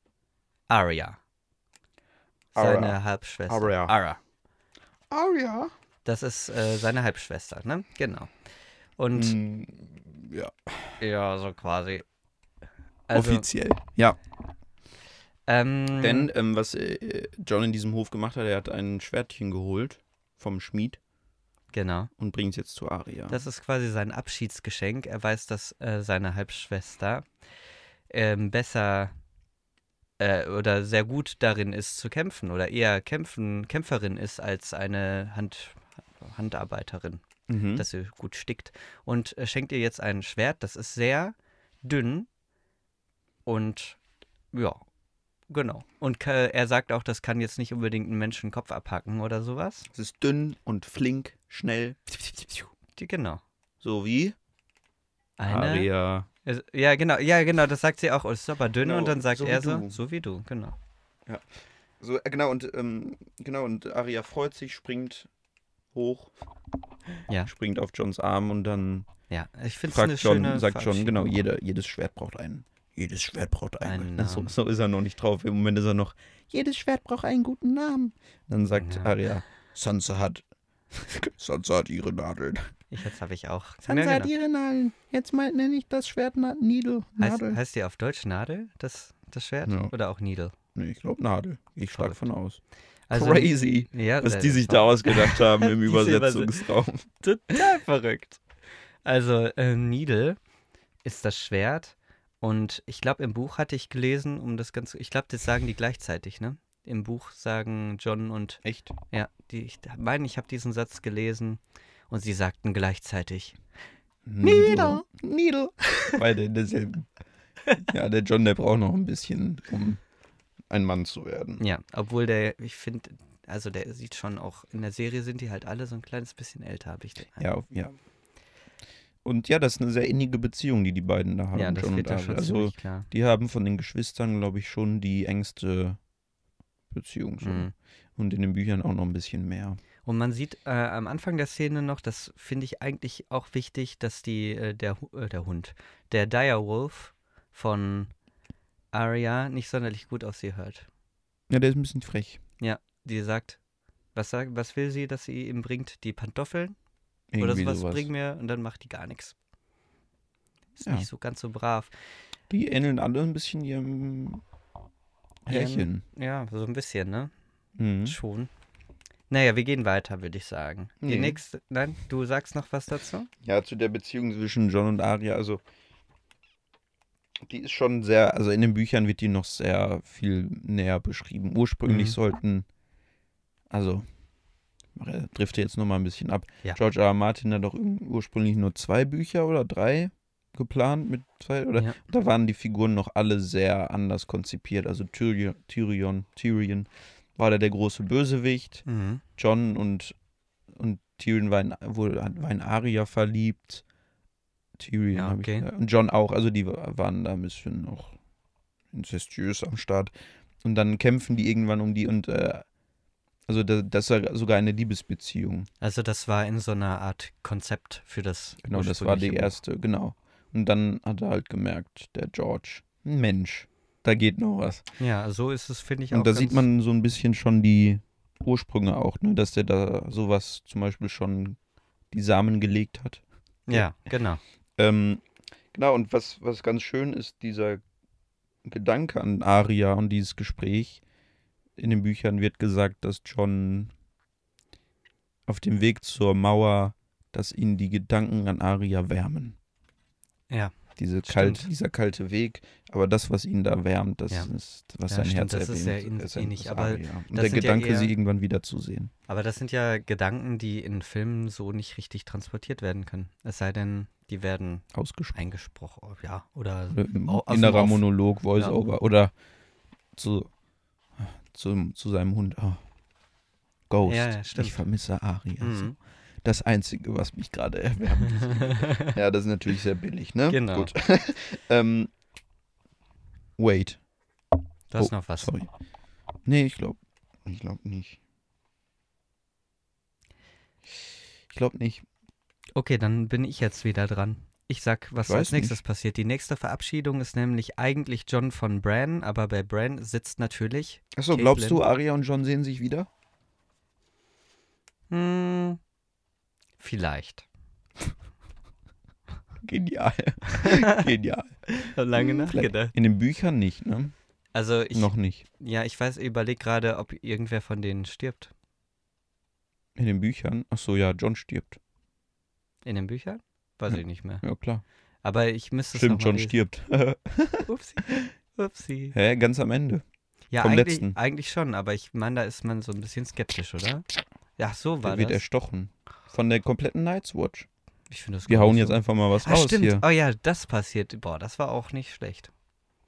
Speaker 2: Arya. Seine
Speaker 1: Ara.
Speaker 2: Halbschwester.
Speaker 1: Arya.
Speaker 2: Ara.
Speaker 1: Aria.
Speaker 2: Das ist äh, seine Halbschwester, ne? Genau. Und
Speaker 1: Hm. Mhm. ja,
Speaker 2: ja, so quasi. Also,
Speaker 1: offiziell. Ja.
Speaker 2: ähm,
Speaker 1: Denn ähm, was äh, John in diesem Hof gemacht hat, er hat ein Schwertchen geholt vom Schmied
Speaker 2: Genau.
Speaker 1: und bringt es jetzt zu Aria.
Speaker 2: Das ist quasi sein Abschiedsgeschenk. Er weiß, dass äh, seine Halbschwester ähm, besser äh, oder sehr gut darin ist zu kämpfen oder eher kämpfen, Kämpferin ist als eine Hand, Handarbeiterin,
Speaker 1: mhm.
Speaker 2: dass sie gut stickt. Und äh, schenkt ihr jetzt ein Schwert, das ist sehr dünn und ja, genau. Und ka- er sagt auch, das kann jetzt nicht unbedingt einen Menschen Kopf abhacken oder sowas.
Speaker 1: es ist dünn und flink, schnell.
Speaker 2: Die, genau.
Speaker 1: So wie
Speaker 2: Eine
Speaker 1: Aria.
Speaker 2: Es- Ja, genau, ja, genau, das sagt sie auch. Oh, Es ist aber dünn
Speaker 1: Genau,
Speaker 2: und dann sagt
Speaker 1: so wie
Speaker 2: er so,
Speaker 1: du.
Speaker 2: so wie du, genau.
Speaker 1: So, äh, genau, und ähm, genau, und Aria freut sich, springt hoch,
Speaker 2: Ja.
Speaker 1: springt auf Johns Arm und dann
Speaker 2: Ja, ich finde es eine
Speaker 1: fragt John,
Speaker 2: schöne
Speaker 1: sagt John,
Speaker 2: Verabschiedung.
Speaker 1: genau, jeder, jedes Schwert braucht einen. Jedes Schwert braucht
Speaker 2: Einen
Speaker 1: einen.
Speaker 2: Namen.
Speaker 1: so, so ist er noch nicht drauf. Im Moment ist er noch, jedes Schwert braucht einen guten Namen. Dann sagt
Speaker 2: Ja.
Speaker 1: Arya, Sansa hat, Sansa hat ihre Nadeln.
Speaker 2: Ich, jetzt habe ich auch.
Speaker 1: Sansa
Speaker 2: ja,
Speaker 1: hat
Speaker 2: genau.
Speaker 1: ihre Nadeln. Jetzt mal nenne ich das Schwert Na Nidel.
Speaker 2: heißt,
Speaker 1: Nadel.
Speaker 2: heißt die auf Deutsch Nadel, das, das Schwert?
Speaker 1: Ja.
Speaker 2: Oder auch Needle?
Speaker 1: nee, ich glaube Nadel. Ich schlag
Speaker 2: Verrückt.
Speaker 1: von aus.
Speaker 2: Also-
Speaker 1: Crazy.
Speaker 2: Ja,
Speaker 1: Was
Speaker 2: das
Speaker 1: die sich
Speaker 2: war
Speaker 1: da ausgedacht haben im
Speaker 2: Diese Überset-
Speaker 1: Übersetzungsraum.
Speaker 2: Total verrückt. Also, äh, Needle ist das Schwert und ich glaube, im Buch hatte ich gelesen, um das Ganze, ich glaube, das sagen die gleichzeitig, ne? Im Buch sagen John und,
Speaker 1: Echt?
Speaker 2: ja, die, ich meine, ich habe diesen Satz gelesen und sie sagten gleichzeitig.
Speaker 1: Needle. Needle. Beide in derselben. Ja, der John, der braucht noch ein bisschen, um ein Mann zu werden.
Speaker 2: Ja, obwohl der, ich finde, also der sieht schon auch, in der Serie sind die halt alle so ein kleines bisschen älter, habe ich den
Speaker 1: Ja, auf- ja. Und ja, das ist eine sehr innige Beziehung, die die beiden da haben.
Speaker 2: ja das
Speaker 1: John
Speaker 2: wird
Speaker 1: und
Speaker 2: ja
Speaker 1: Ari.
Speaker 2: schon
Speaker 1: Also,
Speaker 2: ziemlich klar.
Speaker 1: die haben von den Geschwistern, glaube ich, schon die engste Beziehung. So.
Speaker 2: Mhm.
Speaker 1: Und in den Büchern auch noch ein bisschen mehr.
Speaker 2: Und man sieht äh, am Anfang der Szene noch, das finde ich eigentlich auch wichtig, dass die, äh, der, Hu- äh, der Hund, der Direwolf von Arya nicht sonderlich gut auf sie hört.
Speaker 1: Ja, der ist ein bisschen frech.
Speaker 2: Die sagt, was, sagt, was will sie, dass sie ihm bringt? Die Pantoffeln
Speaker 1: Irgendwie
Speaker 2: oder sowas,
Speaker 1: sowas.
Speaker 2: bring mir und dann macht die gar nichts. Ist
Speaker 1: Ja.
Speaker 2: nicht so ganz so brav.
Speaker 1: Die ähneln alle ein bisschen ihrem Herrchen.
Speaker 2: Ja, so ein bisschen, ne?
Speaker 1: Mhm.
Speaker 2: Schon. Naja, wir gehen weiter, würde ich sagen. Die
Speaker 1: Nee.
Speaker 2: nächste. Nein, du sagst noch was dazu?
Speaker 1: Ja, zu der Beziehung zwischen John und Aria, also die ist schon sehr, also in den Büchern wird die noch sehr viel näher beschrieben. Ursprünglich
Speaker 2: Mhm.
Speaker 1: sollten, also mach- äh, drifte jetzt nochmal ein bisschen ab.
Speaker 2: Ja.
Speaker 1: George R. R. Martin hat doch irgend- ursprünglich nur zwei Bücher oder drei geplant mit zwei oder
Speaker 2: Ja.
Speaker 1: da waren die Figuren noch alle sehr anders konzipiert. Also Tyrion, Tyrion, Tyrion war da der große Bösewicht.
Speaker 2: Mhm.
Speaker 1: John und, und Tyrion war in, wohl, war in Aria verliebt. Tyrion
Speaker 2: Ja,
Speaker 1: hab
Speaker 2: okay.
Speaker 1: ich, und John auch, also die wa- waren da ein bisschen noch incestuös am Start. Und dann kämpfen die irgendwann um die und äh, also da, das war sogar eine Liebesbeziehung.
Speaker 2: Also, das war in so einer Art Konzept für das.
Speaker 1: Genau, das war die
Speaker 2: ursprüngliche Buch.
Speaker 1: erste, genau. Und dann hat er halt gemerkt, der George, Mensch, da geht noch was.
Speaker 2: Ja, so ist es, finde ich auch.
Speaker 1: Und da
Speaker 2: ganz-
Speaker 1: sieht man so ein bisschen schon die Ursprünge auch, ne? dass der da sowas zum Beispiel schon die Samen gelegt hat.
Speaker 2: Ja, genau.
Speaker 1: Ähm, genau, und was, was ganz schön ist, dieser Gedanke an Aria und dieses Gespräch. In den Büchern wird gesagt, dass John auf dem Weg zur Mauer, dass ihn die Gedanken an Aria wärmen.
Speaker 2: Ja.
Speaker 1: Diese
Speaker 2: Stimmt.
Speaker 1: kalte, dieser kalte Weg, aber das, was ihn da wärmt, das
Speaker 2: Ja.
Speaker 1: ist, was
Speaker 2: Ja,
Speaker 1: sein
Speaker 2: stimmt,
Speaker 1: Herz
Speaker 2: das ist sehr
Speaker 1: erwärmt,
Speaker 2: in-
Speaker 1: sein-
Speaker 2: innig,
Speaker 1: ist
Speaker 2: aber
Speaker 1: Aria. Und
Speaker 2: das
Speaker 1: der
Speaker 2: sind ja
Speaker 1: Gedanke,
Speaker 2: eher-
Speaker 1: sie irgendwann wiederzusehen.
Speaker 2: Aber das sind ja Gedanken, die in Filmen so nicht richtig transportiert werden können. Es sei denn, die werden
Speaker 1: Ausgesprochen.
Speaker 2: eingesprochen. oh, Ja, oder.
Speaker 1: Oder im
Speaker 2: Au- aus dem
Speaker 1: innerer
Speaker 2: Off.
Speaker 1: Monolog, Voiceover oder zu zu, zu seinem Hund. Oh. Ghost.
Speaker 2: Ja, ja, stimmt.
Speaker 1: Ich vermisse Ari. Also
Speaker 2: Mhm.
Speaker 1: Das Einzige, was mich gerade erwärmt. ja, das ist natürlich sehr billig, ne?
Speaker 2: Genau.
Speaker 1: Gut. ähm, wait.
Speaker 2: Du hast
Speaker 1: Oh,
Speaker 2: noch was.
Speaker 1: Sorry. Nee, ich glaube. Ich glaube nicht. Ich glaube nicht.
Speaker 2: Okay, dann bin ich jetzt wieder dran. Ich sag, was
Speaker 1: Ich
Speaker 2: als
Speaker 1: weiß
Speaker 2: nächstes passiert. Die nächste Verabschiedung ist nämlich eigentlich John von Bran, aber bei Bran sitzt natürlich.
Speaker 1: Achso,
Speaker 2: Caitlin.
Speaker 1: glaubst du, Aria und John sehen sich wieder?
Speaker 2: Hm, vielleicht.
Speaker 1: Genial. Genial.
Speaker 2: Lange
Speaker 1: Hm, vielleicht. In den Büchern nicht, ne?
Speaker 2: Also ich,
Speaker 1: Noch nicht.
Speaker 2: ja, ich weiß, überleg gerade, ob irgendwer von denen stirbt.
Speaker 1: In den Büchern? Achso, ja, John stirbt.
Speaker 2: In den Büchern? Weiß
Speaker 1: Ja.
Speaker 2: ich nicht mehr.
Speaker 1: Ja, klar.
Speaker 2: Aber ich müsste
Speaker 1: Hm. Stimmt,
Speaker 2: es noch
Speaker 1: John
Speaker 2: mal lesen.
Speaker 1: stirbt.
Speaker 2: Upsi. Upsi.
Speaker 1: Hä, ganz am Ende.
Speaker 2: Ja,
Speaker 1: Vom
Speaker 2: eigentlich,
Speaker 1: letzten.
Speaker 2: eigentlich schon, aber ich meine, da ist man so ein bisschen skeptisch, oder? Ja, so war
Speaker 1: der wird
Speaker 2: das.
Speaker 1: erstochen. Von der kompletten Night's Watch.
Speaker 2: Ich finde das
Speaker 1: Wir
Speaker 2: gar
Speaker 1: hauen
Speaker 2: nicht
Speaker 1: jetzt
Speaker 2: so.
Speaker 1: einfach mal was
Speaker 2: Ah,
Speaker 1: raus
Speaker 2: stimmt.
Speaker 1: hier.
Speaker 2: Oh ja, das passiert. Boah, das war auch nicht schlecht.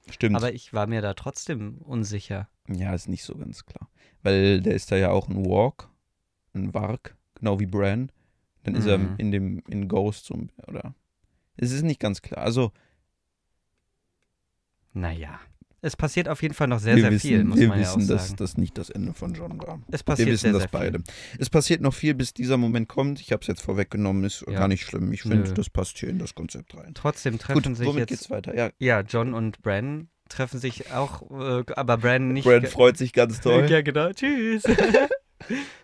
Speaker 1: Stimmt.
Speaker 2: Aber ich war mir da trotzdem unsicher.
Speaker 1: ja, ist nicht so ganz klar. Weil der ist da ja auch ein Walk, ein Wark, genau wie Bran. Dann ist
Speaker 2: Mhm.
Speaker 1: er in dem, in Ghost so, ein- oder? Es ist nicht ganz klar. Also,
Speaker 2: Naja. Es passiert auf jeden Fall noch sehr,
Speaker 1: wir
Speaker 2: sehr
Speaker 1: wissen,
Speaker 2: viel, muss
Speaker 1: wir
Speaker 2: man
Speaker 1: wissen,
Speaker 2: ja auch
Speaker 1: dass
Speaker 2: sagen.
Speaker 1: das nicht das Ende von John war.
Speaker 2: es passiert
Speaker 1: wir wissen
Speaker 2: sehr,
Speaker 1: das
Speaker 2: sehr
Speaker 1: beide. Es passiert noch viel, bis dieser Moment kommt. Ich habe es jetzt vorweggenommen, ist
Speaker 2: Ja.
Speaker 1: gar nicht schlimm. Ich
Speaker 2: Nö.
Speaker 1: finde, das passt hier in das Konzept rein.
Speaker 2: Viel. Trotzdem treffen
Speaker 1: Gut,
Speaker 2: sich
Speaker 1: womit
Speaker 2: jetzt.
Speaker 1: geht's weiter? Ja,
Speaker 2: Ja, John und Bran treffen sich auch, äh, aber Bran nicht.
Speaker 1: Bran
Speaker 2: ge-
Speaker 1: freut sich ganz toll.
Speaker 2: Ja, genau. Tschüss.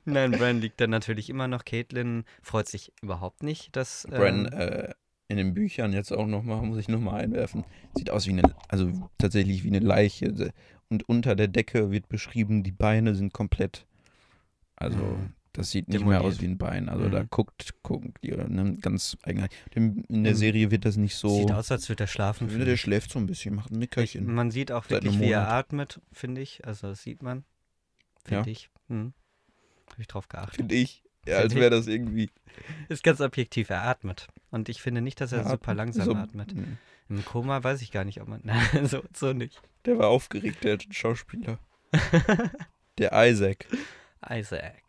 Speaker 2: Nein, Bran liegt dann natürlich immer noch. Caitlin freut sich überhaupt nicht, dass. ähm,
Speaker 1: Bran äh, in den Büchern jetzt auch nochmal, muss ich nochmal einwerfen, sieht aus wie eine, also tatsächlich wie eine Leiche. Und unter der Decke wird beschrieben, die Beine sind komplett, also
Speaker 2: Mhm.
Speaker 1: das sieht nicht mehr
Speaker 2: Demoliert.
Speaker 1: aus wie ein Bein. Also da
Speaker 2: Mhm.
Speaker 1: guckt, guckt ihr, ne, ganz eigenartig. In, in der
Speaker 2: Mhm.
Speaker 1: Serie wird das nicht so,
Speaker 2: Sieht aus, als würde er schlafen.
Speaker 1: Ne, der schläft so ein bisschen, macht ein
Speaker 2: Ich,
Speaker 1: Nickerchen.
Speaker 2: man sieht auch
Speaker 1: Seit
Speaker 2: wirklich,
Speaker 1: einem
Speaker 2: wie er
Speaker 1: Monat.
Speaker 2: atmet, finde ich. Also das sieht man. Finde
Speaker 1: Ja.
Speaker 2: ich. Hm. Habe ich drauf geachtet.
Speaker 1: Finde ich. Ja,
Speaker 2: Find
Speaker 1: als
Speaker 2: ich.
Speaker 1: wäre das irgendwie.
Speaker 2: Ist ganz objektiv, er atmet. Und ich finde nicht, dass er
Speaker 1: Ja,
Speaker 2: super langsam
Speaker 1: so-
Speaker 2: atmet.
Speaker 1: Hm.
Speaker 2: Im Koma weiß ich gar nicht, ob man. Nein, so, so nicht.
Speaker 1: Der war aufgeregt, der Schauspieler. der Isaac.
Speaker 2: Isaac.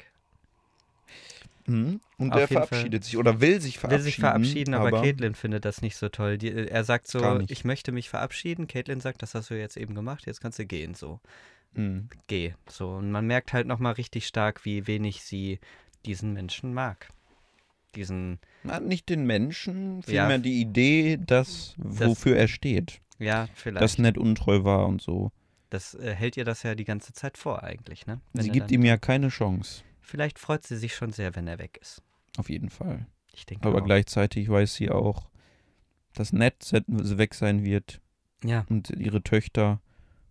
Speaker 1: Mhm. Und
Speaker 2: Auf
Speaker 1: der
Speaker 2: jeden Fall.
Speaker 1: verabschiedet sich oder will sich
Speaker 2: Will
Speaker 1: verabschieden.
Speaker 2: sich verabschieden, aber, Caitlin findet das nicht so toll. Die, äh, er sagt
Speaker 1: Gar
Speaker 2: so,
Speaker 1: nicht.
Speaker 2: ich möchte mich verabschieden. Caitlin sagt, das hast du jetzt eben gemacht, jetzt kannst du gehen so.
Speaker 1: Mhm.
Speaker 2: Geh. So. Und man merkt halt nochmal richtig stark, wie wenig sie diesen Menschen mag. Diesen,
Speaker 1: Na, Nicht den Menschen,
Speaker 2: Ja.
Speaker 1: vielmehr die Idee, dass, wofür er steht.
Speaker 2: ja, vielleicht.
Speaker 1: Dass nett untreu war und so.
Speaker 2: Das äh, hält ihr das ja die ganze Zeit vor eigentlich, ne?
Speaker 1: Sie
Speaker 2: er
Speaker 1: gibt
Speaker 2: dann-
Speaker 1: ihm ja keine Chance.
Speaker 2: Vielleicht freut sie sich schon sehr, wenn er weg ist.
Speaker 1: Auf jeden Fall.
Speaker 2: Ich denke
Speaker 1: Aber
Speaker 2: auch.
Speaker 1: gleichzeitig weiß sie auch, dass Ned se- weg sein wird
Speaker 2: Ja,
Speaker 1: und ihre Töchter.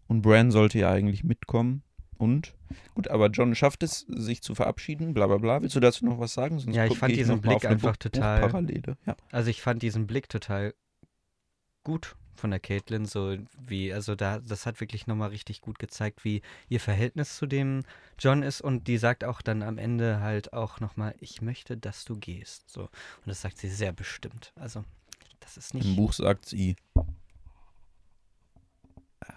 Speaker 1: Und Bran sollte ja eigentlich mitkommen. Und? Gut, aber John schafft es, sich zu verabschieden, bla bla bla. Willst du dazu noch was sagen? Sonst
Speaker 2: Ja, ich
Speaker 1: guck-
Speaker 2: fand
Speaker 1: geh
Speaker 2: diesen
Speaker 1: noch mal auf
Speaker 2: Blick
Speaker 1: eine Buch-
Speaker 2: einfach total-
Speaker 1: Buchparallele. Ja.
Speaker 2: also ich fand diesen Blick total gut von der Caitlin, so wie, also da, das hat wirklich nochmal richtig gut gezeigt, wie ihr Verhältnis zu dem John ist und die sagt auch dann am Ende halt auch nochmal, ich möchte, dass du gehst, so. Und das sagt sie sehr bestimmt, also das ist
Speaker 1: Im
Speaker 2: nicht,
Speaker 1: Buch sagt sie. äh,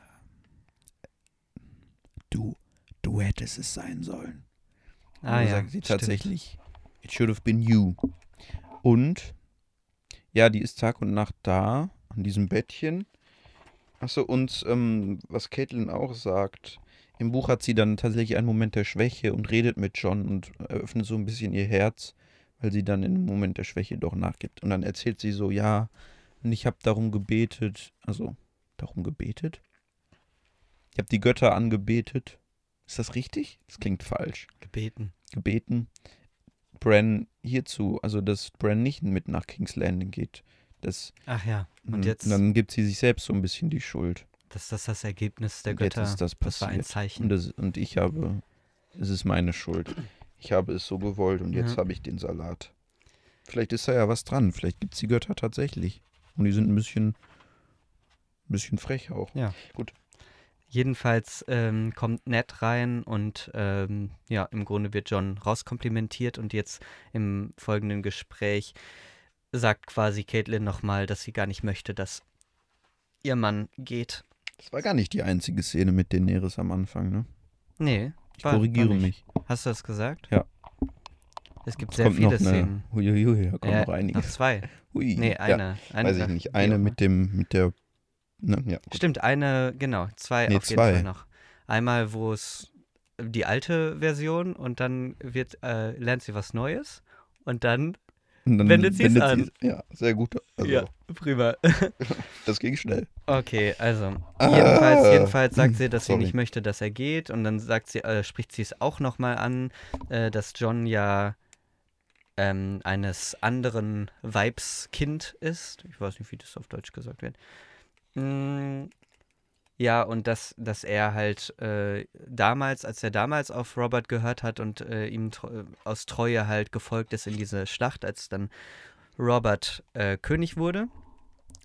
Speaker 1: Du, du hättest es sein sollen.
Speaker 2: ah
Speaker 1: Und
Speaker 2: ja,
Speaker 1: sagt sie
Speaker 2: stimmt.
Speaker 1: tatsächlich. It should have been you. Und ja, die ist Tag und Nacht da, an diesem Bettchen. Achso, und ähm, was Caitlin auch sagt, im Buch hat sie dann tatsächlich einen Moment der Schwäche und redet mit John und eröffnet so ein bisschen ihr Herz, weil sie dann in einem Moment der Schwäche doch nachgibt. Und dann erzählt sie so, ja, und ich habe darum gebetet, also darum gebetet? Ich habe die Götter angebetet. Ist das richtig? Das klingt falsch
Speaker 2: gebeten.
Speaker 1: gebeten, Bran hierzu, also dass Bran nicht mit nach King's Landing geht. Das,
Speaker 2: Ach ja, und
Speaker 1: und
Speaker 2: jetzt,
Speaker 1: dann gibt sie sich selbst so ein bisschen die Schuld.
Speaker 2: dass das das Ergebnis der
Speaker 1: Und jetzt
Speaker 2: Götter,
Speaker 1: ist das
Speaker 2: das war ein
Speaker 1: passiert.
Speaker 2: Zeichen.
Speaker 1: Und, das, und ich habe, es ist meine Schuld. Ich habe es so gewollt und jetzt
Speaker 2: Ja.
Speaker 1: habe ich den Salat. Vielleicht ist da ja was dran, vielleicht gibt es die Götter tatsächlich. Und die sind ein bisschen, ein bisschen frech auch.
Speaker 2: Ja.
Speaker 1: Gut.
Speaker 2: Jedenfalls ähm, kommt Ned rein und ähm, ja, im Grunde wird John rauskomplimentiert und jetzt im folgenden Gespräch sagt quasi Caitlin nochmal, dass sie gar nicht möchte, dass ihr Mann geht.
Speaker 1: Das war gar nicht die einzige Szene mit Daenerys am Anfang, ne?
Speaker 2: Nee.
Speaker 1: Ich
Speaker 2: war- war
Speaker 1: korrigiere
Speaker 2: nicht.
Speaker 1: mich.
Speaker 2: Hast du das gesagt?
Speaker 1: Ja.
Speaker 2: Es gibt
Speaker 1: Es
Speaker 2: sehr
Speaker 1: kommt
Speaker 2: viele
Speaker 1: noch eine.
Speaker 2: Szenen.
Speaker 1: Huiuiui, da kommen
Speaker 2: Ja,
Speaker 1: noch einige.
Speaker 2: zwei.
Speaker 1: Hui.
Speaker 2: Nee,
Speaker 1: Ja,
Speaker 2: eine. eine
Speaker 1: weiß ich
Speaker 2: Sache.
Speaker 1: nicht.
Speaker 2: Wie
Speaker 1: Eine
Speaker 2: auch
Speaker 1: mit dem, mit der. Ne, ja, gut.
Speaker 2: Stimmt, eine, genau, zwei
Speaker 1: Nee,
Speaker 2: auf jeden
Speaker 1: zwei.
Speaker 2: Fall noch. Einmal, wo es die alte Version und dann wird, äh, lernt sie was Neues und dann,
Speaker 1: Und dann
Speaker 2: wendet sie's an.
Speaker 1: sie's- Ja, sehr gut. Also,
Speaker 2: ja, prima.
Speaker 1: das ging schnell.
Speaker 2: Okay, also
Speaker 1: Ah.
Speaker 2: jedenfalls, jedenfalls sagt sie, dass sie
Speaker 1: Sorry.
Speaker 2: nicht möchte, dass er geht und dann sagt sie, äh, spricht sie es auch nochmal an, äh, dass John ja ähm, eines anderen Weibs Kind ist. Ich weiß nicht, wie das auf Deutsch gesagt wird. Mm, ja, und dass, dass er halt äh, damals, als er damals auf Robert gehört hat und äh, ihm tr- aus Treue halt gefolgt ist in diese Schlacht, als dann Robert äh, König wurde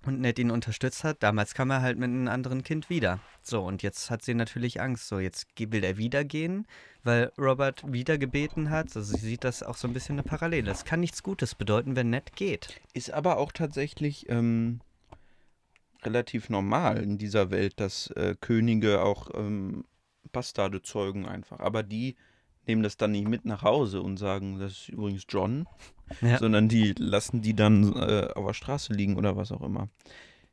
Speaker 2: und Ned ihn unterstützt hat. Damals kam er halt mit einem anderen Kind wieder. So, und jetzt hat sie natürlich Angst. So, jetzt ge- will er wieder gehen, weil Robert wieder gebeten hat. Also sie sieht das auch so ein bisschen eine Parallele. Es kann nichts Gutes bedeuten, wenn Ned geht.
Speaker 1: Ist aber auch tatsächlich ähm, relativ normal in dieser Welt, dass äh, Könige auch ähm, Bastarde zeugen einfach. Aber die nehmen das dann nicht mit nach Hause und sagen, das ist übrigens John,
Speaker 2: Ja.
Speaker 1: sondern die lassen die dann äh, auf der Straße liegen oder was auch immer.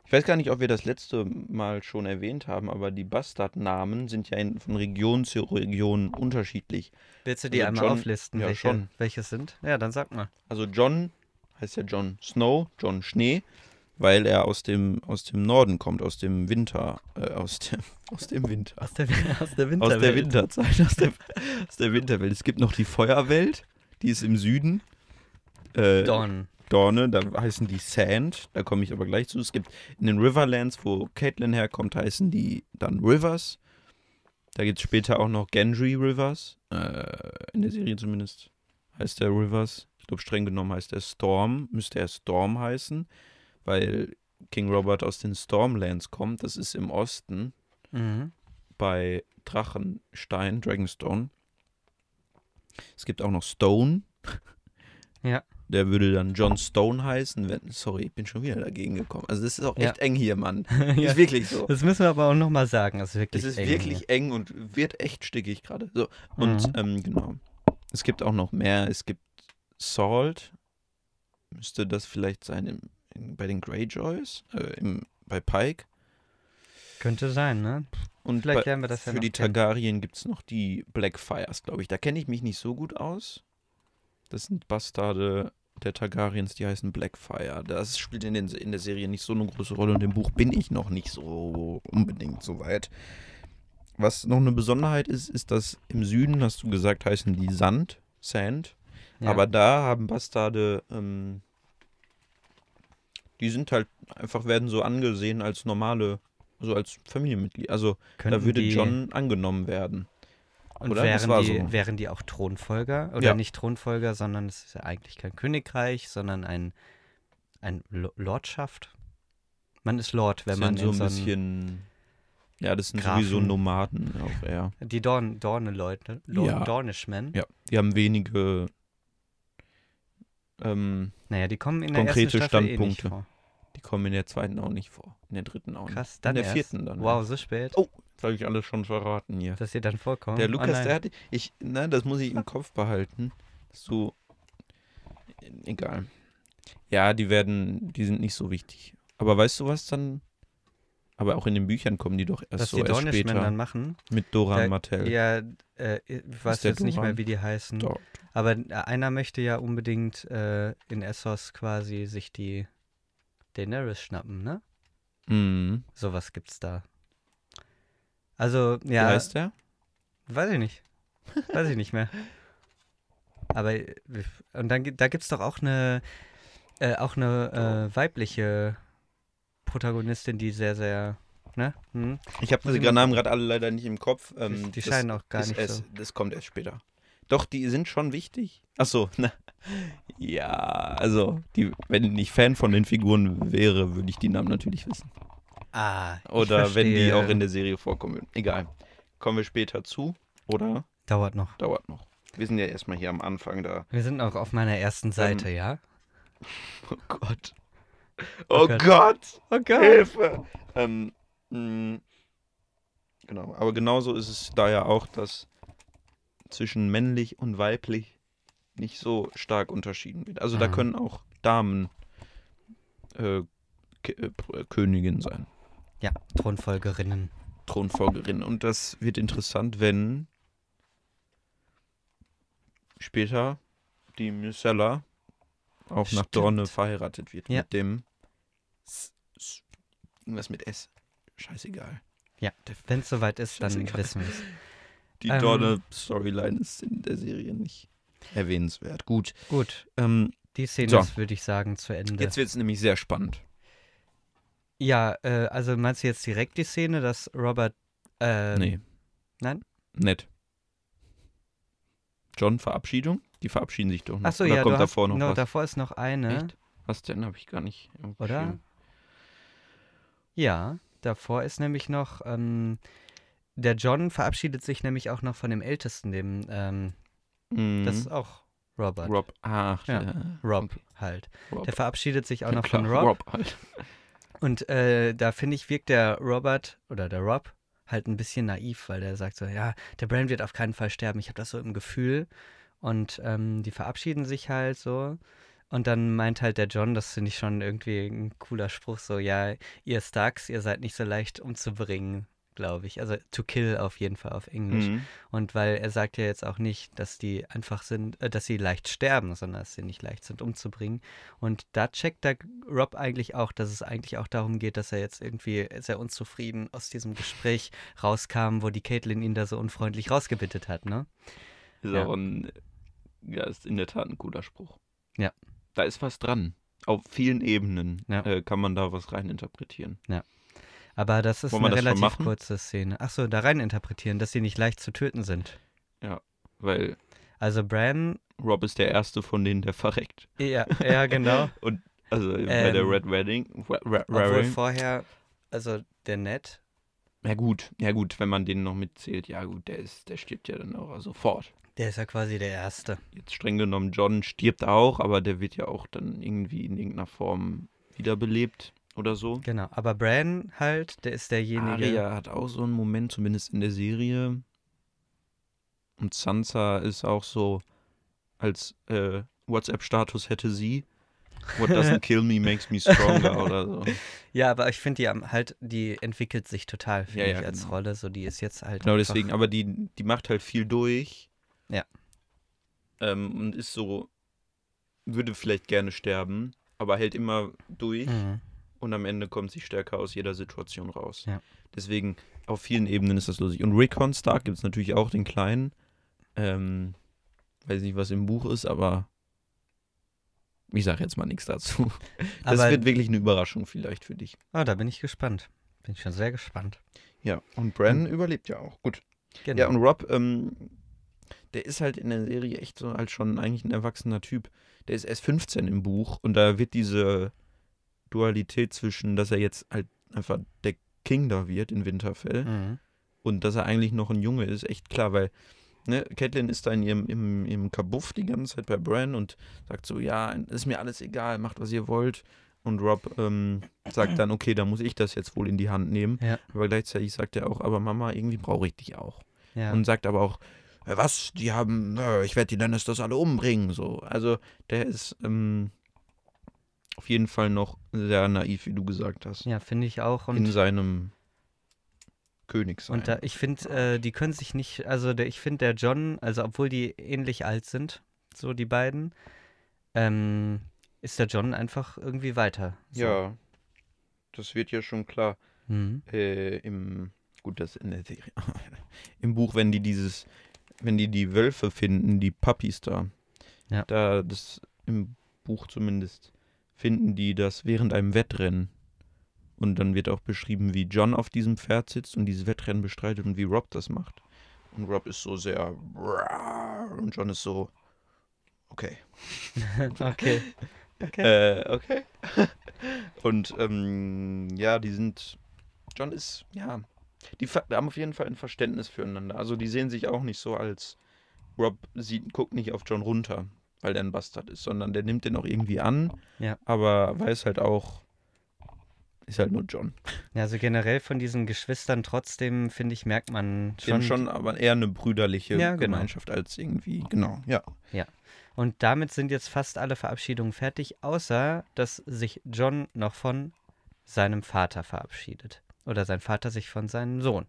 Speaker 1: Ich weiß gar nicht, ob wir das letzte Mal schon erwähnt haben, aber die Bastardnamen sind ja in, von Region zu Region unterschiedlich.
Speaker 2: Willst du die
Speaker 1: Also
Speaker 2: einmal
Speaker 1: John-
Speaker 2: auflisten,
Speaker 1: ja,
Speaker 2: welche,
Speaker 1: schon.
Speaker 2: welche es sind? Ja, dann sag mal.
Speaker 1: Also John heißt ja John Snow, John Schnee, weil er aus dem, aus dem Norden kommt, aus dem Winter, äh, aus, dem, aus dem Winter.
Speaker 2: Aus der, aus der Winterwelt.
Speaker 1: Aus der Winterzeit, aus der, aus der Winterwelt. Es gibt noch die Feuerwelt, die ist im Süden. Äh,
Speaker 2: Dawn.
Speaker 1: Dorne, da heißen die Sand, da komme ich aber gleich zu. Es gibt in den Riverlands, wo Caitlin herkommt, heißen die dann Rivers. Da gibt es später auch noch Gendry Rivers. Äh, in der Serie zumindest heißt der Rivers. Ich glaube, streng genommen heißt er Storm, müsste er Storm heißen, weil King Robert aus den Stormlands kommt. Das ist im Osten
Speaker 2: Mhm.
Speaker 1: bei Drachenstein, Dragonstone. Es gibt auch noch Stone.
Speaker 2: Ja.
Speaker 1: Der würde dann John Stone heißen. Wenn, sorry, ich bin schon wieder dagegen gekommen. Also das ist auch
Speaker 2: Ja.
Speaker 1: echt eng hier, Mann.
Speaker 2: ja.
Speaker 1: Ist wirklich so.
Speaker 2: Das müssen wir aber auch nochmal sagen. Das ist wirklich
Speaker 1: Es ist
Speaker 2: eng
Speaker 1: wirklich eng und wird echt stickig gerade. So, und
Speaker 2: Mhm.
Speaker 1: ähm, genau. Es gibt auch noch mehr. Es gibt Salt. Müsste das vielleicht sein im, in, bei den Greyjoys? Äh, im, bei Pike?
Speaker 2: hier. Könnte sein, ne?
Speaker 1: Und
Speaker 2: Vielleicht
Speaker 1: bei,
Speaker 2: lernen wir das ja
Speaker 1: Für
Speaker 2: noch
Speaker 1: die
Speaker 2: kennen.
Speaker 1: Targaryen gibt es noch die Blackfires, glaube ich. Da kenne ich mich nicht so gut aus. Das sind Bastarde der Targaryens, die heißen Blackfire. Das spielt in, den, in der Serie nicht so eine große Rolle und im Buch bin ich noch nicht so unbedingt so weit. Was noch eine Besonderheit ist, ist, dass im Süden, hast du gesagt, heißen die Sand, Sand.
Speaker 2: Ja.
Speaker 1: Aber da haben Bastarde, ähm, die sind halt einfach, werden so angesehen als normale, so als Familienmitglied. Also
Speaker 2: Könnten
Speaker 1: da würde
Speaker 2: die-
Speaker 1: John angenommen werden.
Speaker 2: Und
Speaker 1: Oder? Das
Speaker 2: Wären,
Speaker 1: war
Speaker 2: die,
Speaker 1: so.
Speaker 2: wären die auch Thronfolger? Oder
Speaker 1: Ja.
Speaker 2: nicht Thronfolger, sondern es ist ja eigentlich kein Königreich, sondern ein, ein Lo- Lordschaft. Man ist Lord, wenn
Speaker 1: Das
Speaker 2: man
Speaker 1: sind so
Speaker 2: in
Speaker 1: ein
Speaker 2: einem-
Speaker 1: bisschen. Ja, das sind
Speaker 2: Grafen.
Speaker 1: sowieso Nomaden auch eher.
Speaker 2: Die Dorn, Dorne-Leute, Lor-
Speaker 1: Ja.
Speaker 2: Dornishmen.
Speaker 1: Ja. Die haben wenige ähm,
Speaker 2: Naja, die kommen in der
Speaker 1: Konkrete
Speaker 2: ersten Staffel eh nicht
Speaker 1: Standpunkte.
Speaker 2: vor.
Speaker 1: die kommen in der zweiten auch nicht vor. In der dritten auch
Speaker 2: Krass,
Speaker 1: nicht.
Speaker 2: dann
Speaker 1: in der
Speaker 2: erst.
Speaker 1: vierten dann.
Speaker 2: Wow,
Speaker 1: erst.
Speaker 2: so spät,
Speaker 1: Oh. Das habe ich alles schon verraten hier.
Speaker 2: dass sie dann vorkommen.
Speaker 1: Der
Speaker 2: Oh
Speaker 1: Lukas,
Speaker 2: nein.
Speaker 1: der hatte. Ich, nein, das muss ich im Kopf behalten. Dass du. Egal. Ja, die werden, die sind nicht so wichtig. Aber weißt du was dann? Aber auch in den Büchern kommen die doch erst
Speaker 2: Was
Speaker 1: so
Speaker 2: die
Speaker 1: erst
Speaker 2: Dornishmen
Speaker 1: später
Speaker 2: dann machen.
Speaker 1: mit Doran
Speaker 2: Der-
Speaker 1: Martell.
Speaker 2: Ja, äh, ich weiß
Speaker 1: der
Speaker 2: jetzt nicht mehr,
Speaker 1: Doran?
Speaker 2: wie die heißen.
Speaker 1: Dor-
Speaker 2: Aber äh, einer möchte ja unbedingt äh, in Essos quasi sich die Daenerys schnappen, ne?
Speaker 1: Mhm.
Speaker 2: Sowas gibt's da. Also,
Speaker 1: Wie
Speaker 2: ja,
Speaker 1: heißt der?
Speaker 2: weiß ich nicht. Weiß ich nicht mehr. Aber äh, und dann gi- da gibt's doch auch eine äh, auch eine äh, weibliche Protagonistin, die sehr sehr, ne? Hm?
Speaker 1: Ich habe
Speaker 2: Muss ich
Speaker 1: die
Speaker 2: mal-
Speaker 1: Namen gerade alle leider nicht im Kopf. Ähm,
Speaker 2: die
Speaker 1: das
Speaker 2: scheinen auch gar
Speaker 1: ist
Speaker 2: nicht
Speaker 1: erst,
Speaker 2: so.
Speaker 1: Das kommt erst später. Doch, die sind schon wichtig. Achso, na. Ja, also, die, wenn ich Fan von den Figuren wäre, würde ich die Namen natürlich wissen.
Speaker 2: Ah, ich
Speaker 1: Oder wenn die
Speaker 2: verstehe.
Speaker 1: auch in der Serie vorkommen würden. Egal. Kommen wir später zu. Oder
Speaker 2: dauert noch.
Speaker 1: dauert noch. Wir sind ja erstmal hier am Anfang da.
Speaker 2: Wir sind auch auf meiner
Speaker 1: Ähm.
Speaker 2: ersten Seite, ja?
Speaker 1: Oh Gott.
Speaker 2: Oh
Speaker 1: Oh,
Speaker 2: Gott.
Speaker 1: Gott.
Speaker 2: Oh Gott.
Speaker 1: Hilfe. mm, Ähm, mh, genau. Aber genauso ist es da ja auch, dass zwischen männlich und weiblich nicht so stark unterschieden wird. Also da
Speaker 2: Mhm.
Speaker 1: können auch Damen äh, K- äh, Pr- äh, Königin sein,
Speaker 2: Ja, Thronfolgerinnen.
Speaker 1: Thronfolgerin. Und das wird interessant, wenn später die Myrcella auch nach
Speaker 2: Stimmt.
Speaker 1: Dorne verheiratet wird
Speaker 2: Ja.
Speaker 1: mit dem S S irgendwas mit S. Scheißegal.
Speaker 2: Ja.
Speaker 1: Der
Speaker 2: Wenn es soweit ist, dann
Speaker 1: Scheißegal.
Speaker 2: wissen wir es.
Speaker 1: Die
Speaker 2: Ähm.
Speaker 1: Dorne-Storyline ist in der Serie nicht erwähnenswert. Gut.
Speaker 2: Gut,
Speaker 1: Ähm,
Speaker 2: die Szene
Speaker 1: So.
Speaker 2: ist, würde ich sagen, zu Ende.
Speaker 1: jetzt wird es nämlich sehr spannend.
Speaker 2: ja, äh, also meinst du jetzt direkt die Szene, dass Robert. Äh,
Speaker 1: nee.
Speaker 2: nein?
Speaker 1: Nett. John, Verabschiedung? Die verabschieden sich doch noch.
Speaker 2: Achso,
Speaker 1: Oder
Speaker 2: ja,
Speaker 1: kommt
Speaker 2: du hast,
Speaker 1: davor noch
Speaker 2: no,
Speaker 1: was?
Speaker 2: davor ist noch eine.
Speaker 1: Echt? Was denn? Habe ich gar nicht.
Speaker 2: Oder?
Speaker 1: aufgeschrieben.
Speaker 2: Ja, davor ist nämlich noch, ähm, der John verabschiedet sich nämlich auch noch von dem Ältesten, dem, ähm,
Speaker 1: Mhm.
Speaker 2: das ist auch Robert.
Speaker 1: Rob. Ach,
Speaker 2: Ja.
Speaker 1: ja.
Speaker 2: Rob
Speaker 1: Okay.
Speaker 2: halt.
Speaker 1: Rob.
Speaker 2: Der verabschiedet sich auch
Speaker 1: Ja,
Speaker 2: noch von
Speaker 1: klar,
Speaker 2: Rob.
Speaker 1: Rob halt.
Speaker 2: Und äh, da finde ich, wirkt der Robert oder der Rob halt ein bisschen naiv, weil der sagt so, ja, der Brand wird auf keinen Fall sterben. Ich habe das so im Gefühl. Und ähm, die verabschieden sich halt so. Und dann meint halt der John, das finde ich schon irgendwie ein cooler Spruch, so, ja, ihr Starks, ihr seid nicht so leicht umzubringen, glaube ich. Also to kill auf jeden Fall auf Englisch.
Speaker 1: Mhm.
Speaker 2: Und weil er sagt ja jetzt auch nicht, dass die einfach sind, äh, dass sie leicht sterben, sondern dass sie nicht leicht sind umzubringen. Und da checkt der Rob eigentlich auch, dass es eigentlich auch darum geht, dass er jetzt irgendwie sehr unzufrieden aus diesem Gespräch rauskam, wo die Caitlin ihn da so unfreundlich rausgebittet hat, ne?
Speaker 1: Ist
Speaker 2: Ja.
Speaker 1: auch ein, ja, ist in der Tat ein cooler Spruch.
Speaker 2: Ja.
Speaker 1: Da ist was dran. Auf vielen Ebenen
Speaker 2: Ja.
Speaker 1: äh, kann man da was reininterpretieren.
Speaker 2: Aber das ist
Speaker 1: Wollen wir
Speaker 2: eine
Speaker 1: das schon
Speaker 2: relativ
Speaker 1: machen?
Speaker 2: kurze Szene. Achso, da rein interpretieren, dass sie nicht leicht zu töten sind.
Speaker 1: Weil
Speaker 2: Also Bran,
Speaker 1: Rob ist der erste von denen, der verreckt.
Speaker 2: ja, ja genau.
Speaker 1: Und also bei der
Speaker 2: Ähm,
Speaker 1: Red Wedding. Re Re
Speaker 2: Obwohl
Speaker 1: Raring-
Speaker 2: vorher, also der Ned,
Speaker 1: ja gut, ja gut, wenn man den noch mitzählt, ja gut, der ist, der stirbt ja dann auch also, sofort.
Speaker 2: der ist ja quasi der Erste.
Speaker 1: Jetzt streng genommen, John stirbt auch, aber der wird ja auch dann irgendwie in irgendeiner Form wiederbelebt oder so.
Speaker 2: Genau, aber Bran halt, der ist derjenige.
Speaker 1: Arya hat auch so einen Moment, zumindest in der Serie. Und Sansa ist auch so, als äh, WhatsApp-Status hätte sie. What doesn't kill me makes me stronger oder so.
Speaker 2: Ja, aber ich finde die am- halt, die entwickelt sich total, finde
Speaker 1: Ja, ja,
Speaker 2: ich, als
Speaker 1: genau.
Speaker 2: Rolle. So, die ist jetzt halt.
Speaker 1: Genau
Speaker 2: einfach-
Speaker 1: deswegen, aber die, die macht halt viel durch.
Speaker 2: Ja.
Speaker 1: Ähm, und ist so, würde vielleicht gerne sterben, aber hält immer durch
Speaker 2: Mhm.
Speaker 1: und am Ende kommt sie stärker aus jeder Situation raus.
Speaker 2: Ja.
Speaker 1: Deswegen, auf vielen Ebenen ist das lustig. Und Recon Stark gibt es natürlich auch den kleinen. Ähm, weiß nicht, was im Buch ist, aber ich sage jetzt mal nichts dazu. Das
Speaker 2: Aber,
Speaker 1: wird wirklich eine Überraschung vielleicht für dich.
Speaker 2: ah, da bin ich gespannt. Bin ich schon sehr gespannt.
Speaker 1: Ja, und Bran überlebt ja auch. Gut.
Speaker 2: Genau.
Speaker 1: Ja, und Rob, ähm, der ist halt in der Serie echt so halt schon eigentlich ein erwachsener Typ. Der ist erst 15 im Buch und da wird diese Dualität zwischen, dass er jetzt halt einfach der King da wird in Winterfell
Speaker 2: mhm.
Speaker 1: und dass er eigentlich noch ein Junge ist, echt klar, weil ne, Catelyn ist da in ihrem im, im Kabuff die ganze Zeit bei Bran und sagt so, ja, ist mir alles egal, macht was ihr wollt. Und Rob ähm, sagt dann, okay, da muss ich das jetzt wohl in die Hand nehmen.
Speaker 2: Ja.
Speaker 1: Aber gleichzeitig sagt er auch, aber Mama, irgendwie brauche ich dich auch
Speaker 2: ja.
Speaker 1: und sagt aber auch, "Äh, was, die haben, äh, ich werde die Lannisters alle umbringen, so. Also der ist ähm, auf jeden Fall noch sehr naiv, wie du gesagt hast,
Speaker 2: ja, finde ich auch.
Speaker 1: in
Speaker 2: Und,
Speaker 1: seinem Königssein.
Speaker 2: und da, ich finde, äh, die können sich nicht, also der, ich finde, der John, also obwohl die ähnlich alt sind, so die beiden, ähm, ist der John einfach irgendwie weiter. So.
Speaker 1: ja, das wird ja schon klar.
Speaker 2: Mhm.
Speaker 1: äh, im gut das in der Serie im Buch wenn die dieses wenn die die Wölfe finden die Puppies da
Speaker 2: Ja.
Speaker 1: da das im Buch zumindest finden die das während einem Wettrennen und dann wird auch beschrieben wie John auf diesem Pferd sitzt und dieses Wettrennen bestreitet und wie Rob das macht und Rob ist so sehr und John ist so okay
Speaker 2: okay. okay.
Speaker 1: äh, okay. Und ähm, ja, die sind. John ist, ja. Die ver- haben auf jeden Fall ein Verständnis füreinander. Also die sehen sich auch nicht so als Rob sieht, guckt nicht auf John runter, weil der ein Bastard ist, sondern der nimmt den auch irgendwie an,
Speaker 2: Ja.
Speaker 1: aber weiß halt auch, Ist halt nur John.
Speaker 2: Ja, also generell von diesen Geschwistern trotzdem, finde ich, merkt man
Speaker 1: Die haben
Speaker 2: schon.
Speaker 1: schon aber eher eine brüderliche
Speaker 2: Ja, genau.
Speaker 1: Gemeinschaft als irgendwie. Genau, ja.
Speaker 2: Und damit sind jetzt fast alle Verabschiedungen fertig, außer dass sich John noch von seinem Vater verabschiedet. Oder sein Vater sich von seinem Sohn.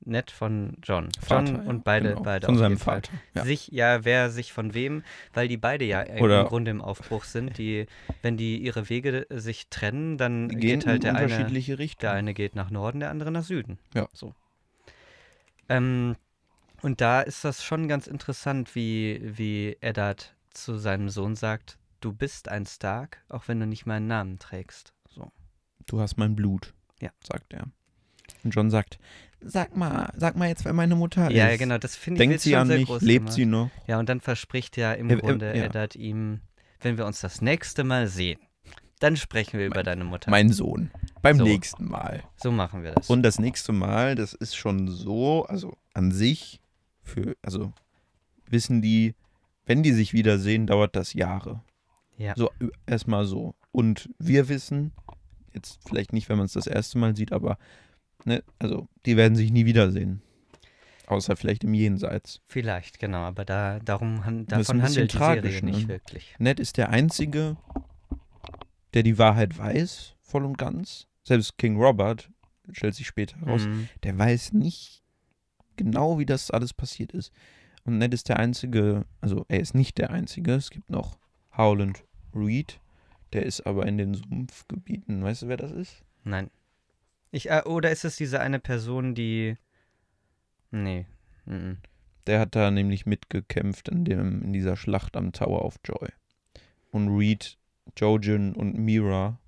Speaker 2: Nett von John.
Speaker 1: Vater,
Speaker 2: John
Speaker 1: ja,
Speaker 2: und beide,
Speaker 1: genau.
Speaker 2: beide
Speaker 1: Von
Speaker 2: auf
Speaker 1: seinem
Speaker 2: jeden Fall.
Speaker 1: Vater. Ja.
Speaker 2: Sich, ja, wer sich von wem, weil die beide ja
Speaker 1: Oder-
Speaker 2: im Grunde im Aufbruch sind. Die, wenn die ihre Wege äh, sich trennen, dann
Speaker 1: Die
Speaker 2: geht halt
Speaker 1: in
Speaker 2: der eine
Speaker 1: unterschiedliche Richtungen.
Speaker 2: der eine geht nach Norden, der andere nach Süden.
Speaker 1: Ja.
Speaker 2: So. Ähm, und da ist das schon ganz interessant, wie, wie Eddard zu seinem Sohn sagt, du bist ein Stark, auch wenn du nicht meinen Namen trägst. So.
Speaker 1: Du hast mein Blut.
Speaker 2: Ja.
Speaker 1: Sagt er. Und John sagt, sag mal, sag mal jetzt, wer meine Mutter
Speaker 2: Ja,
Speaker 1: ist.
Speaker 2: ja, genau, das finde ich
Speaker 1: Denkt
Speaker 2: wird
Speaker 1: sie
Speaker 2: schon
Speaker 1: an
Speaker 2: sehr
Speaker 1: mich,
Speaker 2: groß
Speaker 1: lebt
Speaker 2: gemacht.
Speaker 1: sie noch?
Speaker 2: Ja, und dann verspricht ja im
Speaker 1: Äh, äh,
Speaker 2: Grunde
Speaker 1: ja.
Speaker 2: Eddard ihm, wenn wir uns das nächste Mal sehen, dann sprechen wir über deine Mutter.
Speaker 1: Mein Sohn. Beim
Speaker 2: So.
Speaker 1: nächsten Mal.
Speaker 2: so machen wir das.
Speaker 1: Und das nächste Mal, das ist schon so, also an sich, für, also wissen die, wenn die sich wiedersehen, dauert das Jahre.
Speaker 2: ja.
Speaker 1: So, ü- erstmal so. Und wir wissen, jetzt vielleicht nicht, wenn man es das erste Mal sieht, aber, ne, also, die werden sich nie wiedersehen. Außer vielleicht im Jenseits.
Speaker 2: Vielleicht, genau, aber da, darum, han-
Speaker 1: Das ist
Speaker 2: davon
Speaker 1: ein bisschen
Speaker 2: handelt die Serie
Speaker 1: tragisch, ne?
Speaker 2: nicht wirklich.
Speaker 1: Ned ist der Einzige, der die Wahrheit weiß, voll und ganz. Selbst King Robert, stellt sich später heraus,
Speaker 2: Mhm.
Speaker 1: der weiß nicht genau, wie das alles passiert ist. Und Ned ist der Einzige, also er ist nicht der Einzige, es gibt noch Howland Reed, der ist aber in den Sumpfgebieten. Weißt du, wer das ist?
Speaker 2: Nein. Ich, äh, oder ist es diese eine Person, die. Nee. mhm.
Speaker 1: Der hat da nämlich mitgekämpft in, dem, in dieser Schlacht am Tower of Joy. Und Reed, Jojen und Mira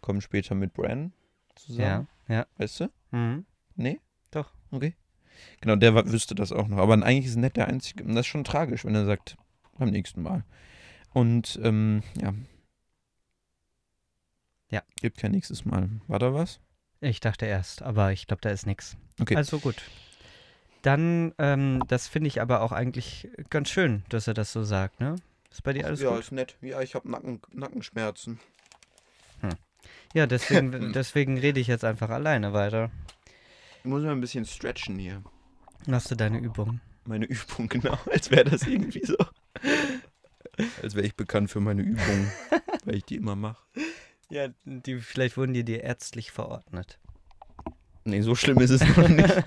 Speaker 1: kommen später mit Bran
Speaker 2: Ja,
Speaker 1: zusammen.
Speaker 2: ja.
Speaker 1: Weißt du?
Speaker 2: Mhm.
Speaker 1: Nee?
Speaker 2: Doch.
Speaker 1: Okay. Genau, der wa- wüsste das auch noch. Aber eigentlich ist Ned der Einzige. Und das ist schon tragisch, wenn er sagt, beim nächsten Mal. Und, ähm, ja.
Speaker 2: Ja.
Speaker 1: Gibt kein nächstes Mal. War da was?
Speaker 2: Ich dachte erst, aber ich glaube, da ist nichts.
Speaker 1: Okay.
Speaker 2: Also gut. Dann, ähm, das finde ich aber auch eigentlich ganz schön, dass er das so sagt, ne? Ist bei dir alles gut?
Speaker 1: ist nett. Ja, ich habe Nacken, Nackenschmerzen.
Speaker 2: Ja, deswegen, deswegen rede ich jetzt einfach alleine weiter.
Speaker 1: Ich muss mal ein bisschen stretchen hier.
Speaker 2: Machst du deine Übung?
Speaker 1: Meine Übung, genau. Als wäre das irgendwie so. Als wäre ich bekannt für meine Übungen, weil ich die immer mache.
Speaker 2: Ja, die, vielleicht wurden die dir ärztlich verordnet.
Speaker 1: Nee, so schlimm ist es noch nicht.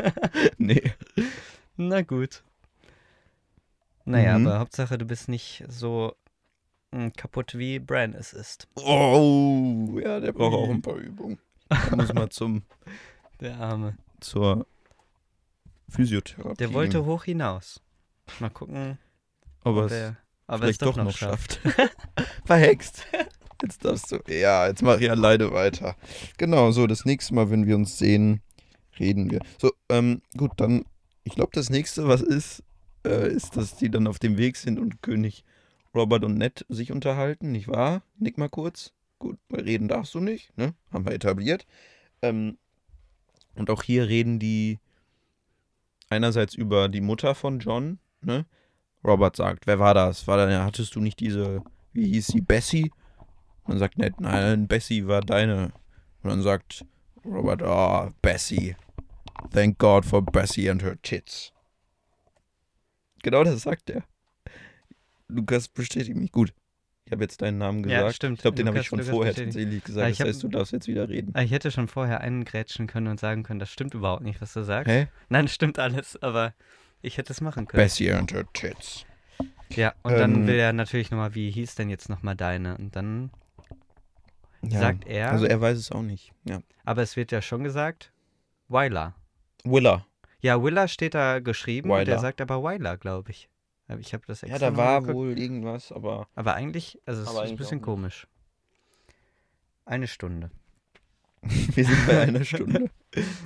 Speaker 1: Nee.
Speaker 2: Na gut. Naja,
Speaker 1: Mhm.
Speaker 2: aber Hauptsache, du bist nicht so mm, kaputt, wie Bran es ist.
Speaker 1: Oh, ja, der braucht auch ein paar Übungen. Der muss mal zum,
Speaker 2: Der Arme.
Speaker 1: zur Physiotherapie.
Speaker 2: Der wollte hoch hinaus. Mal gucken,
Speaker 1: ob
Speaker 2: ob
Speaker 1: er's
Speaker 2: er aber es
Speaker 1: vielleicht
Speaker 2: doch,
Speaker 1: doch,
Speaker 2: noch,
Speaker 1: noch
Speaker 2: schafft.
Speaker 1: schafft. Verhext. Jetzt darfst du. Ja, jetzt mach ich alleine weiter. Genau, so, das nächste Mal, wenn wir uns sehen, reden wir. So, ähm, gut, dann, ich glaube, das nächste, was ist, äh, ist, dass die dann auf dem Weg sind und König Robert und Ned sich unterhalten, nicht wahr? Nick mal kurz. Gut, weil reden darfst du nicht, ne? Haben wir etabliert. Ähm, und auch hier reden die einerseits über die Mutter von John, ne? Robert sagt, wer war das? War da, hattest du nicht diese, wie hieß sie, Bessie? Und dann sagt Ned, nein, Bessie war deine. Und dann sagt Robert, ah, Bessie. Thank God for Bessie and her tits. Genau das sagt er. Lukas, bestätige mich. Gut. Ich habe jetzt deinen Namen
Speaker 2: Ja,
Speaker 1: gesagt.
Speaker 2: stimmt.
Speaker 1: Ich glaube, den habe
Speaker 2: Lukas-
Speaker 1: ich schon
Speaker 2: Lukas
Speaker 1: vorher
Speaker 2: bestätigt.
Speaker 1: tatsächlich
Speaker 2: Ah,
Speaker 1: gesagt.
Speaker 2: ich
Speaker 1: Das
Speaker 2: hab-
Speaker 1: heißt, du darfst jetzt wieder reden.
Speaker 2: Ah, Ich hätte schon vorher eingrätschen können und sagen können, das stimmt überhaupt nicht, was du sagst.
Speaker 1: Hä?
Speaker 2: Nein, das stimmt alles, aber ich hätte es machen können.
Speaker 1: Bessie and her tits.
Speaker 2: Ja, und dann
Speaker 1: Ähm.
Speaker 2: will er natürlich nochmal, wie hieß denn jetzt nochmal deine? Und dann
Speaker 1: Ja.
Speaker 2: sagt er,
Speaker 1: Also er weiß es auch nicht. Ja.
Speaker 2: aber es wird ja schon gesagt, Wyla.
Speaker 1: Willa.
Speaker 2: Ja, Willa steht da geschrieben und der
Speaker 1: Wyler.
Speaker 2: sagt aber Wyla, glaube ich. Aber Ich habe das extra
Speaker 1: Ja, da
Speaker 2: noch
Speaker 1: war
Speaker 2: geguckt.
Speaker 1: wohl irgendwas, aber
Speaker 2: Aber eigentlich, also es
Speaker 1: Aber
Speaker 2: ist ein
Speaker 1: eigentlich
Speaker 2: bisschen
Speaker 1: auch
Speaker 2: komisch. Eine Stunde.
Speaker 1: wir sind bei einer Stunde.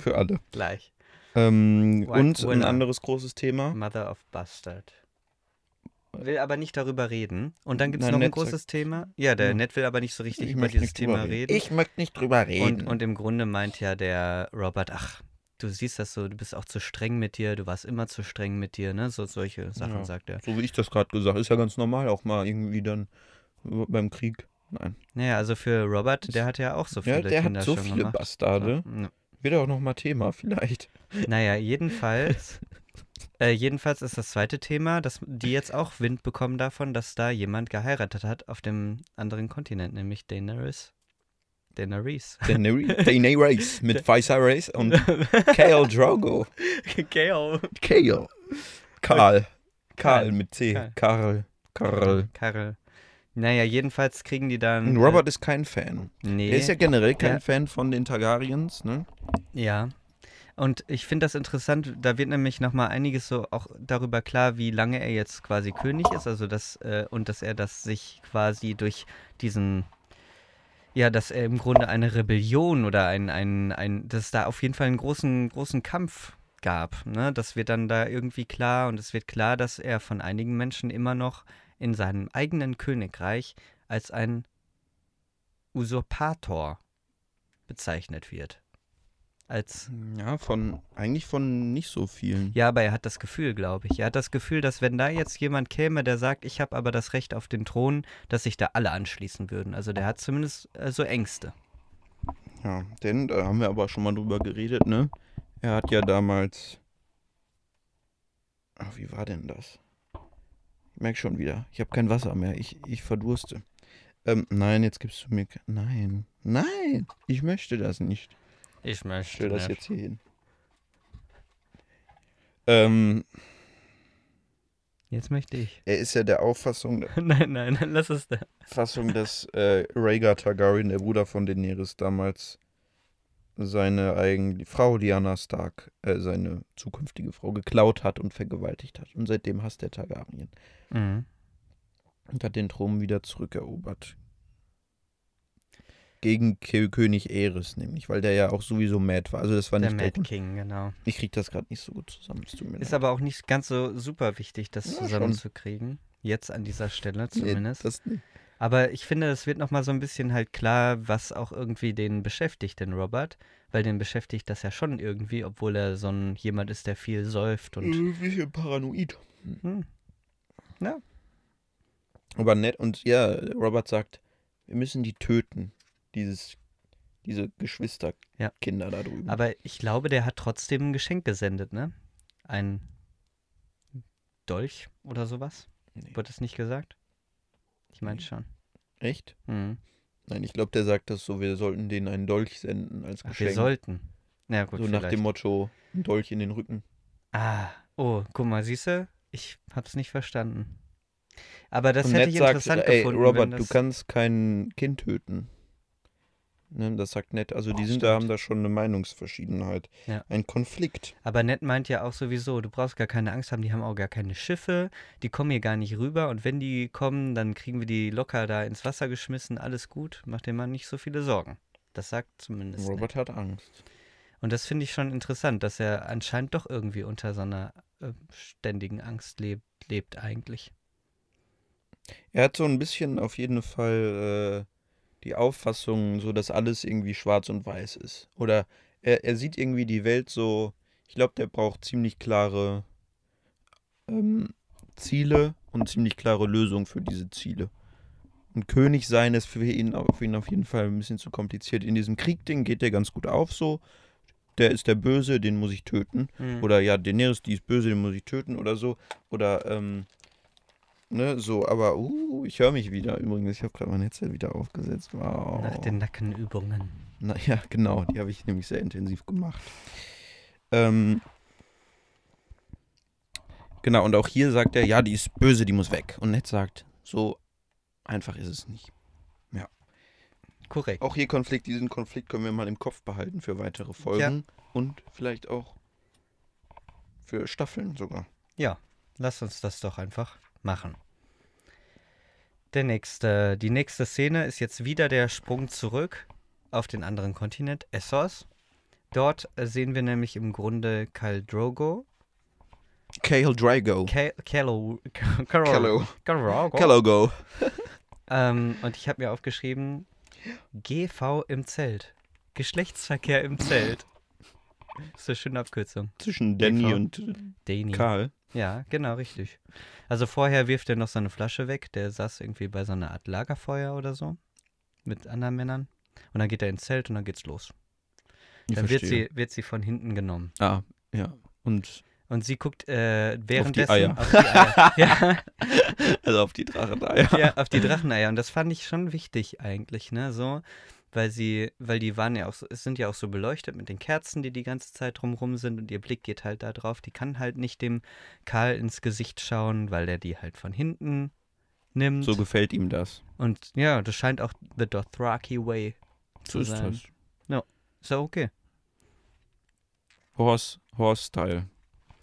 Speaker 1: Für alle.
Speaker 2: Gleich.
Speaker 1: Ähm,
Speaker 2: White
Speaker 1: und ein
Speaker 2: Winner.
Speaker 1: anderes Hm, großes Thema.
Speaker 2: Mother of Bastard. Will aber nicht darüber reden. Und dann gibt es
Speaker 1: Na,
Speaker 2: noch ein
Speaker 1: Ned
Speaker 2: großes
Speaker 1: sagt-
Speaker 2: Thema. Ja, der
Speaker 1: Ja.
Speaker 2: Ned will aber nicht so richtig
Speaker 1: Ich
Speaker 2: über
Speaker 1: möchte
Speaker 2: dieses
Speaker 1: nicht drüber
Speaker 2: Thema
Speaker 1: reden.
Speaker 2: reden.
Speaker 5: Ich möchte nicht drüber
Speaker 2: Und,
Speaker 5: reden.
Speaker 2: und im Grunde meint ja der Robert, ach, du siehst das so, du bist auch zu streng mit dir, du warst immer zu streng mit dir, ne? So solche Sachen
Speaker 1: Ja.
Speaker 2: sagt er.
Speaker 1: So wie ich das gerade gesagt, ist ja ganz normal auch mal irgendwie dann beim Krieg Nein.
Speaker 2: Naja, also für Robert, der hat ja auch so viele
Speaker 1: Ja, der
Speaker 2: Kinder
Speaker 1: hat so
Speaker 2: schon
Speaker 1: viele
Speaker 2: gemacht.
Speaker 1: Bastarde.
Speaker 2: Ja.
Speaker 1: Wird auch nochmal Thema, vielleicht.
Speaker 2: Naja, jedenfalls. Äh, jedenfalls ist das zweite Thema, dass die jetzt auch Wind bekommen davon, dass da jemand geheiratet hat auf dem anderen Kontinent, nämlich Daenerys. Daenerys.
Speaker 1: Dana Race mit Pfizer Race und Kale Drogo.
Speaker 2: Gail.
Speaker 1: Kale. Karl. Karl
Speaker 2: Karl.
Speaker 1: mit C.
Speaker 2: Karl.
Speaker 1: Karl. Karl.
Speaker 2: Karl. Naja, jedenfalls kriegen die dann.
Speaker 1: Und Robert ist kein Fan.
Speaker 2: Äh, nee.
Speaker 1: Er ist ja generell kein
Speaker 2: Ja.
Speaker 1: Fan von den Targaryens, ne?
Speaker 2: Ja. Und ich finde das interessant, da wird nämlich nochmal einiges so auch darüber klar, wie lange er jetzt quasi König ist, also das, äh, und dass er das sich quasi durch diesen, ja, dass er im Grunde eine Rebellion oder ein, ein, ein, dass es da auf jeden Fall einen großen, großen Kampf gab. Ne? Das wird dann da irgendwie klar und es wird klar, dass er von einigen Menschen immer noch in seinem eigenen Königreich als ein Usurpator bezeichnet wird. Als
Speaker 1: Ja, von eigentlich von nicht so vielen.
Speaker 2: ja, aber er hat das Gefühl, glaube ich. Er hat das Gefühl, dass wenn da jetzt jemand käme, der sagt, ich habe aber das Recht auf den Thron, dass sich da alle anschließen würden. Also der hat zumindest äh, so Ängste.
Speaker 1: Ja, denn da haben wir aber schon mal drüber geredet, ne? Er hat ja damals. Ach, wie war denn das? Ich merke schon wieder, ich habe kein Wasser mehr. Ich, ich verdurste. Ähm, nein, jetzt gibst du mir. ke- Nein. Nein! Ich möchte das nicht.
Speaker 2: Ich
Speaker 1: Ich
Speaker 2: möchte
Speaker 1: stelle das jetzt hier hin. Ähm,
Speaker 2: Jetzt möchte ich.
Speaker 1: er ist ja der Auffassung,
Speaker 2: nein, nein, dann lass es da.
Speaker 1: Fassung, dass äh, Rhaegar Targaryen, der Bruder von Daenerys, damals seine eigene Frau Lyanna Stark, äh, seine zukünftige Frau, geklaut hat und vergewaltigt hat. Und seitdem hasst er Targaryen
Speaker 2: Mhm.
Speaker 1: und hat den Thron wieder zurückerobert. Gegen K König Aerys nämlich, weil der ja auch sowieso mad war. Also das war
Speaker 2: Der
Speaker 1: nicht der
Speaker 2: Mad
Speaker 1: Grund.
Speaker 2: King, genau.
Speaker 1: Ich krieg das gerade nicht so gut zusammen. Es tut mir
Speaker 2: Ist
Speaker 1: leid.
Speaker 2: aber auch nicht ganz so super wichtig, das
Speaker 1: Ja, schon.
Speaker 2: zusammenzukriegen. Jetzt an dieser Stelle zumindest.
Speaker 1: Nee, das nicht.
Speaker 2: Aber ich finde, es wird nochmal so ein bisschen halt klar, was auch irgendwie den beschäftigt, den Robert. Weil den beschäftigt das ja schon irgendwie, obwohl er so ein jemand ist, der viel säuft und.
Speaker 1: Ein bisschen paranoid.
Speaker 2: Hm.
Speaker 1: Aber nett und ja, Robert sagt, wir müssen die töten, dieses, diese
Speaker 2: Ja.
Speaker 1: Geschwisterkinder da drüben.
Speaker 2: Aber ich glaube, der hat trotzdem ein Geschenk gesendet, ne? Ein Dolch oder sowas?
Speaker 1: Nee.
Speaker 2: Wurde es nicht gesagt? Ich meine
Speaker 1: Nee.
Speaker 2: schon.
Speaker 1: Echt?
Speaker 2: Hm.
Speaker 1: Nein, ich glaube, der sagt das so, wir sollten denen einen Dolch senden als
Speaker 2: Ach, wir
Speaker 1: Geschenk.
Speaker 2: sollten. Na gut,
Speaker 1: so
Speaker 2: vielleicht.
Speaker 1: nach dem Motto, ein Dolch in den Rücken.
Speaker 2: Ah, oh, guck mal, siehst du? Ich hab's nicht verstanden. Aber das
Speaker 1: und
Speaker 2: hätte
Speaker 1: Ned
Speaker 2: ich
Speaker 1: sagt,
Speaker 2: interessant
Speaker 1: ey,
Speaker 2: gefunden. wenn
Speaker 1: Robert,
Speaker 2: das...
Speaker 1: du kannst kein Kind töten. Ne, das sagt Ned. Also die
Speaker 2: Oh,
Speaker 1: sind da,
Speaker 2: stimmt.
Speaker 1: haben da schon eine Meinungsverschiedenheit.
Speaker 2: Ja.
Speaker 1: Ein Konflikt.
Speaker 2: Aber Ned meint ja auch sowieso, du brauchst gar keine Angst haben, die haben auch gar keine Schiffe, die kommen hier gar nicht rüber und wenn die kommen, dann kriegen wir die locker da ins Wasser geschmissen, alles gut, mach dir mal nicht so viele Sorgen. Das sagt zumindest. Ned.
Speaker 1: Robert hat Angst.
Speaker 2: Und das finde ich schon interessant, dass er anscheinend doch irgendwie unter so einer äh, ständigen Angst lebt, lebt eigentlich.
Speaker 1: Er hat so ein bisschen auf jeden Fall äh, die Auffassung, so dass alles irgendwie schwarz und weiß ist. Oder er, er sieht irgendwie die Welt so, ich glaube, der braucht ziemlich klare ähm, Ziele und ziemlich klare Lösungen für diese Ziele. Und König sein ist für ihn, für ihn auf jeden Fall ein bisschen zu kompliziert. In diesem Krieg-Ding geht der ganz gut auf so. Der ist der Böse, den muss ich töten.
Speaker 2: Mhm.
Speaker 1: Oder ja, Daenerys, die ist böse, den muss ich töten oder so. Oder, ähm, ne, so, aber, uh, ich höre mich wieder. Übrigens, ich habe gerade mein Headset wieder aufgesetzt. Wow.
Speaker 2: Nach den Nackenübungen.
Speaker 1: Na ja, genau, die habe ich nämlich sehr intensiv gemacht. Ähm, genau, und auch hier sagt er, ja, die ist böse, die muss weg. Und Ned sagt, so einfach ist es nicht.
Speaker 2: Korrekt.
Speaker 1: Auch hier Konflikt, diesen Konflikt können wir mal im Kopf behalten für weitere Folgen und vielleicht auch für Staffeln sogar.
Speaker 2: Lass uns das doch einfach machen. Der nächste, die nächste Szene ist jetzt wieder der Sprung zurück auf den anderen Kontinent, Essos. Dort äh, sehen wir nämlich im Grunde Khal Drogo.
Speaker 1: Kale Drago.
Speaker 2: Khal- Khalo- Khal-
Speaker 1: Kello.
Speaker 2: Drogo.
Speaker 1: Kello Go.
Speaker 2: Ähm, und ich habe mir aufgeschrieben, GV im Zelt. Geschlechtsverkehr im Zelt. Das ist eine schöne Abkürzung.
Speaker 1: Zwischen Danny
Speaker 2: Eva.
Speaker 1: und
Speaker 2: Dani.
Speaker 1: Karl.
Speaker 2: Ja, genau, richtig. Also vorher wirft er noch so eine Flasche weg. Der saß irgendwie bei so einer Art Lagerfeuer oder so. mit anderen Männern. Und dann geht er ins Zelt und dann geht's los.
Speaker 1: Ich
Speaker 2: Dann wird
Speaker 1: verstehe.
Speaker 2: sie, wird sie von hinten genommen.
Speaker 1: Ah, ja. Und
Speaker 2: Und sie guckt
Speaker 1: Eier.
Speaker 2: äh, währenddessen auf die Eier. ja,
Speaker 1: also auf die Drachen da, ja.
Speaker 2: ja, auf die Dracheneier. Und das fand ich schon wichtig eigentlich, ne? So, weil sie, weil die waren ja auch, so- es sind ja auch so beleuchtet mit den Kerzen, die die ganze Zeit drumrum sind und ihr Blick geht halt da drauf. Die kann halt nicht dem Karl ins Gesicht schauen, weil der die halt von hinten nimmt.
Speaker 1: So gefällt ihm das.
Speaker 2: und ja, das scheint auch the Dothraki Way.
Speaker 1: So
Speaker 2: Zu
Speaker 1: ist
Speaker 2: sein.
Speaker 1: das.
Speaker 2: Ist ja okay.
Speaker 1: Horse, Horse-Style.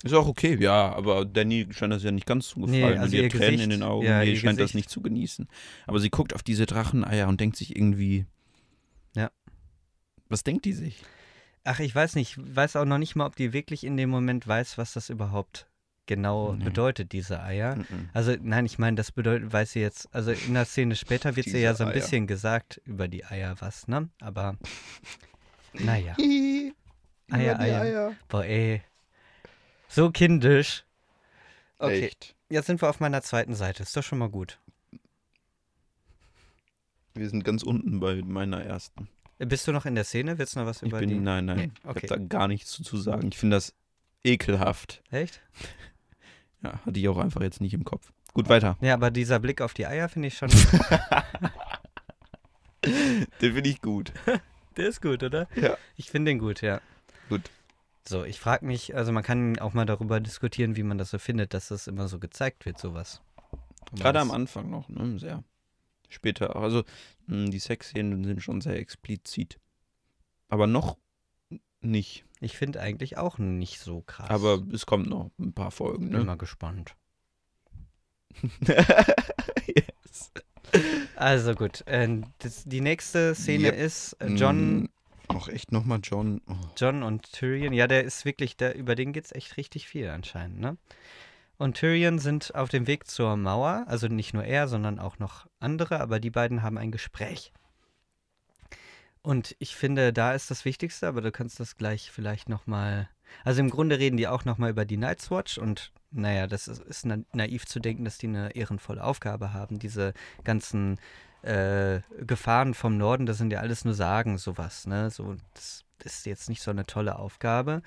Speaker 1: Ist auch okay, ja, aber Danny scheint das ja nicht ganz zu gefallen.
Speaker 2: Nee,
Speaker 1: Nee,
Speaker 2: also
Speaker 1: die
Speaker 2: ihr
Speaker 1: hat Tränen in
Speaker 2: Gesicht,
Speaker 1: den Augen,
Speaker 2: ja,
Speaker 1: die
Speaker 2: ihr
Speaker 1: scheint das
Speaker 2: Gesicht.
Speaker 1: nicht zu genießen. Aber sie guckt auf diese Dracheneier und denkt sich irgendwie.
Speaker 2: Ja.
Speaker 1: Was denkt die sich?
Speaker 2: Ach, ich weiß nicht, ich weiß auch noch nicht mal, ob die wirklich in dem Moment weiß, was das überhaupt genau
Speaker 1: Nee.
Speaker 2: bedeutet, diese Eier.
Speaker 1: Mhm.
Speaker 2: Also nein, ich meine, das bedeutet, weiß sie jetzt, also in der Szene später wird sie
Speaker 1: Diese
Speaker 2: ja so ein
Speaker 1: Eier.
Speaker 2: bisschen gesagt über die Eier was, ne? Aber naja,
Speaker 1: Hihi, über
Speaker 2: Eier,
Speaker 1: die
Speaker 2: Eier. boah ey, so kindisch. Okay,
Speaker 1: Echt.
Speaker 2: jetzt sind wir auf meiner zweiten Seite, ist doch schon mal gut.
Speaker 1: Wir sind ganz unten bei meiner ersten.
Speaker 2: Bist du noch in der Szene? Willst du noch was
Speaker 1: Ich
Speaker 2: über
Speaker 1: bin,
Speaker 2: die?
Speaker 1: nein, nein,
Speaker 2: Nee, okay.
Speaker 1: ich habe da gar nichts zu, zu sagen. Ich finde das ekelhaft.
Speaker 2: Echt?
Speaker 1: Ja, hatte ich auch einfach jetzt nicht im Kopf. Gut, weiter.
Speaker 2: Ja, aber dieser Blick auf die Eier finde ich schon,
Speaker 1: Den finde ich gut.
Speaker 2: der ist gut, oder?
Speaker 1: Ja.
Speaker 2: Ich finde den gut, ja.
Speaker 1: Gut.
Speaker 2: So, ich frage mich, also man kann auch mal darüber diskutieren, wie man das so findet, dass das immer so gezeigt wird, sowas. Aber
Speaker 1: Gerade am
Speaker 2: das-
Speaker 1: Anfang noch, ne? Sehr. Später auch. Also mh, die Sexszenen sind schon sehr explizit. Aber noch nicht.
Speaker 2: Ich finde eigentlich auch nicht so krass.
Speaker 1: Aber es kommt noch ein paar Folgen,
Speaker 2: bin
Speaker 1: ne?
Speaker 2: mal gespannt.
Speaker 1: Genau. yes.
Speaker 2: Also gut, äh, das, die nächste Szene
Speaker 1: Yep. Mm.
Speaker 2: ist äh,
Speaker 1: Hm.
Speaker 2: John,
Speaker 1: Auch echt nochmal John. Oh.
Speaker 2: John und Tyrion. Ja, der ist wirklich, der, über den geht's echt richtig viel anscheinend, ne? Und Tyrion sind auf dem Weg zur Mauer, also nicht nur er, sondern auch noch andere, aber die beiden haben ein Gespräch. Und ich finde, da ist das Wichtigste, aber du kannst das gleich vielleicht nochmal. Also im Grunde reden die auch nochmal über die Night's Watch und naja, das ist, ist na naiv zu denken, dass die eine ehrenvolle Aufgabe haben. Diese ganzen äh, Gefahren vom Norden, das sind ja alles nur Sagen, sowas, ne? So, das ist jetzt nicht so eine tolle Aufgabe.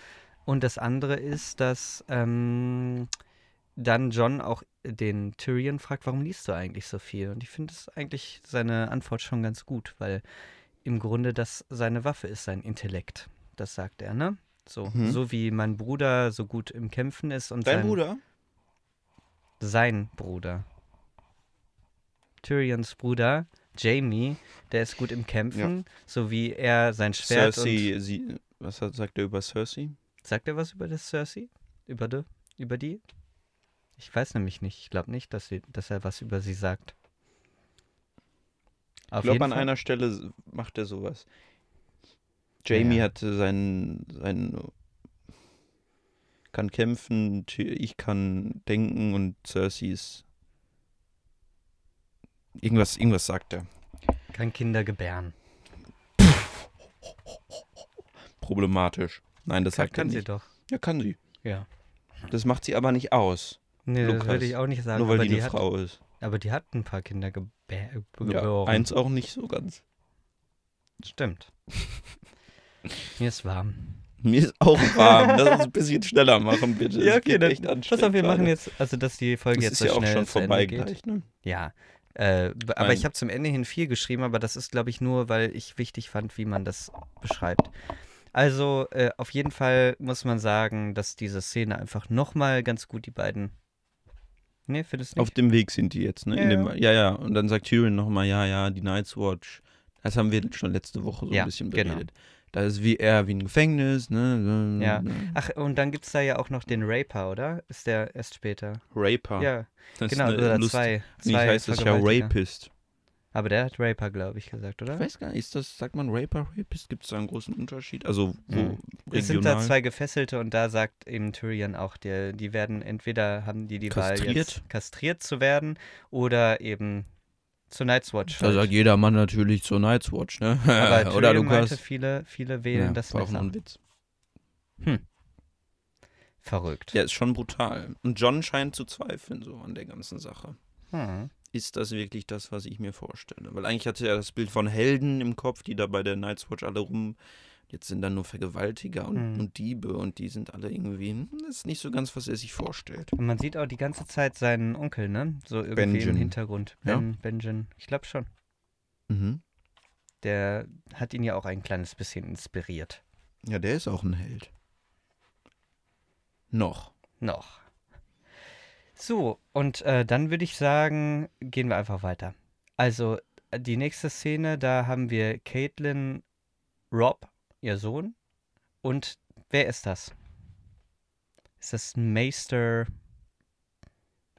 Speaker 2: Und das andere ist, dass ähm, dann John auch den Tyrion fragt, warum liest du eigentlich so viel? Und ich finde es eigentlich seine Antwort schon ganz gut, weil im Grunde das seine Waffe ist, sein Intellekt. Das sagt er, ne? So,
Speaker 1: Mhm.
Speaker 2: so wie mein Bruder so gut im Kämpfen ist und
Speaker 1: Dein
Speaker 2: sein,
Speaker 1: Bruder?
Speaker 2: sein Bruder. Tyrions Bruder, Jamie, der ist gut im Kämpfen, so wie er sein Schwert und.
Speaker 1: Cersei, sie, was hat, sagt er über Cersei?
Speaker 2: Sagt er was über das Cersei? Über die? Über die? Ich weiß nämlich nicht. Ich glaube nicht, dass, sie, dass er was über sie sagt. Auf
Speaker 1: Ich glaube,
Speaker 2: jeden
Speaker 1: an
Speaker 2: Fall-
Speaker 1: einer Stelle s- macht er sowas. Jamie
Speaker 2: Ja.
Speaker 1: hatte seinen, seinen kann kämpfen, Ty- ich kann denken und Cersei ist irgendwas, irgendwas sagt er.
Speaker 2: kann Kinder gebären.
Speaker 1: Problematisch. Nein, das
Speaker 2: Kann,
Speaker 1: sagt er
Speaker 2: kann sie
Speaker 1: nicht.
Speaker 2: doch.
Speaker 1: Ja, kann sie.
Speaker 2: Ja.
Speaker 1: Das macht sie aber nicht aus,
Speaker 2: Nee, das
Speaker 1: Lukas,
Speaker 2: würde ich auch nicht sagen.
Speaker 1: nur weil
Speaker 2: aber
Speaker 1: die eine
Speaker 2: hat,
Speaker 1: Frau ist.
Speaker 2: Aber die hat ein paar Kinder gebär,
Speaker 1: Ja,
Speaker 2: geboren.
Speaker 1: eins auch nicht so ganz.
Speaker 2: Stimmt. Mir ist warm.
Speaker 1: Mir ist auch warm. Lass uns ein bisschen schneller machen, bitte.
Speaker 2: Ja,
Speaker 1: Es
Speaker 2: okay,
Speaker 1: geht
Speaker 2: dann-
Speaker 1: echt
Speaker 2: Pass auf, wir
Speaker 1: anstrengend
Speaker 2: machen
Speaker 1: gerade.
Speaker 2: jetzt, also dass die Folge
Speaker 1: Es
Speaker 2: jetzt
Speaker 1: ist
Speaker 2: so
Speaker 1: ja auch
Speaker 2: schnell
Speaker 1: schon
Speaker 2: zu Ende
Speaker 1: vorbei
Speaker 2: geht.
Speaker 1: gleich, ne?
Speaker 2: Ja. Äh, b- aber
Speaker 1: Nein.
Speaker 2: ich habe zum Ende hin viel geschrieben, aber das ist, glaube ich, nur, weil ich wichtig fand, wie man das beschreibt. Also, äh, auf jeden Fall muss man sagen, dass diese Szene einfach nochmal ganz gut die beiden. Nee, findest du
Speaker 1: Auf
Speaker 2: nicht?
Speaker 1: dem Weg sind die jetzt, ne? Ja, In
Speaker 2: Ja,
Speaker 1: dem, ja, ja. Und dann sagt Tyrion nochmal, ja, ja, die Night's Watch. Das haben wir schon letzte Woche so
Speaker 2: Ja,
Speaker 1: ein bisschen
Speaker 2: genau.
Speaker 1: beredet. Da ist wie er wie ein Gefängnis, ne?
Speaker 2: Ja. Ach, und dann gibt es da ja auch noch den Raper, oder? Ist der erst später?
Speaker 1: Raper.
Speaker 2: Ja,
Speaker 1: das
Speaker 2: genau.
Speaker 1: ist
Speaker 2: Oder
Speaker 1: eine Lust.
Speaker 2: zwei.
Speaker 1: Nee,
Speaker 2: zwei
Speaker 1: heißt das ja
Speaker 2: Vergewaltiger.
Speaker 1: Rapist.
Speaker 2: Aber der hat Raper, glaube ich, gesagt,
Speaker 1: Ich
Speaker 2: oder?
Speaker 1: weiß gar nicht, ist das, sagt man Raper, Rapist? Gibt es da einen großen Unterschied? Also wo
Speaker 2: Mhm.
Speaker 1: regional?
Speaker 2: Es sind da zwei Gefesselte und da sagt eben Tyrion auch, die, die werden entweder haben die die Wahl
Speaker 1: Kastriert.
Speaker 2: jetzt kastriert zu werden oder eben zur Night's Watch.
Speaker 1: da
Speaker 2: halt.
Speaker 1: sagt jeder Mann natürlich zur Night's Watch, ne?
Speaker 2: Aber Tyrion
Speaker 1: Oder
Speaker 2: meinte,
Speaker 1: Lukas?
Speaker 2: viele, viele wählen
Speaker 1: ja,
Speaker 2: das
Speaker 1: war auch
Speaker 2: Messer.
Speaker 1: nur ein Witz.
Speaker 2: Verrückt.
Speaker 1: Ja, ist schon brutal. Und John scheint zu zweifeln so an der ganzen Sache.
Speaker 2: Hm.
Speaker 1: ist das wirklich das, was ich mir vorstelle? Weil eigentlich hatte er das Bild von Helden im Kopf, die da bei der Night's Watch alle rum. Jetzt sind dann nur Vergewaltiger und,
Speaker 2: Mhm.
Speaker 1: und Diebe und die sind alle irgendwie. hm, Das ist nicht so ganz, was er sich vorstellt.
Speaker 2: Und man sieht auch die ganze Zeit seinen Onkel, ne? So irgendwie im
Speaker 1: Benjen.
Speaker 2: Hintergrund.
Speaker 1: Ja.
Speaker 2: Ben, Benjen. Ich glaube schon.
Speaker 1: Mhm.
Speaker 2: Der hat ihn ja auch ein kleines bisschen inspiriert.
Speaker 1: Ja, der ist auch ein Held. Noch.
Speaker 2: Noch. So, und äh, dann würde ich sagen, gehen wir einfach weiter. Also, äh, die nächste Szene, da haben wir Caitlin, Rob, ihr Sohn. Und wer ist das? Ist das Meister.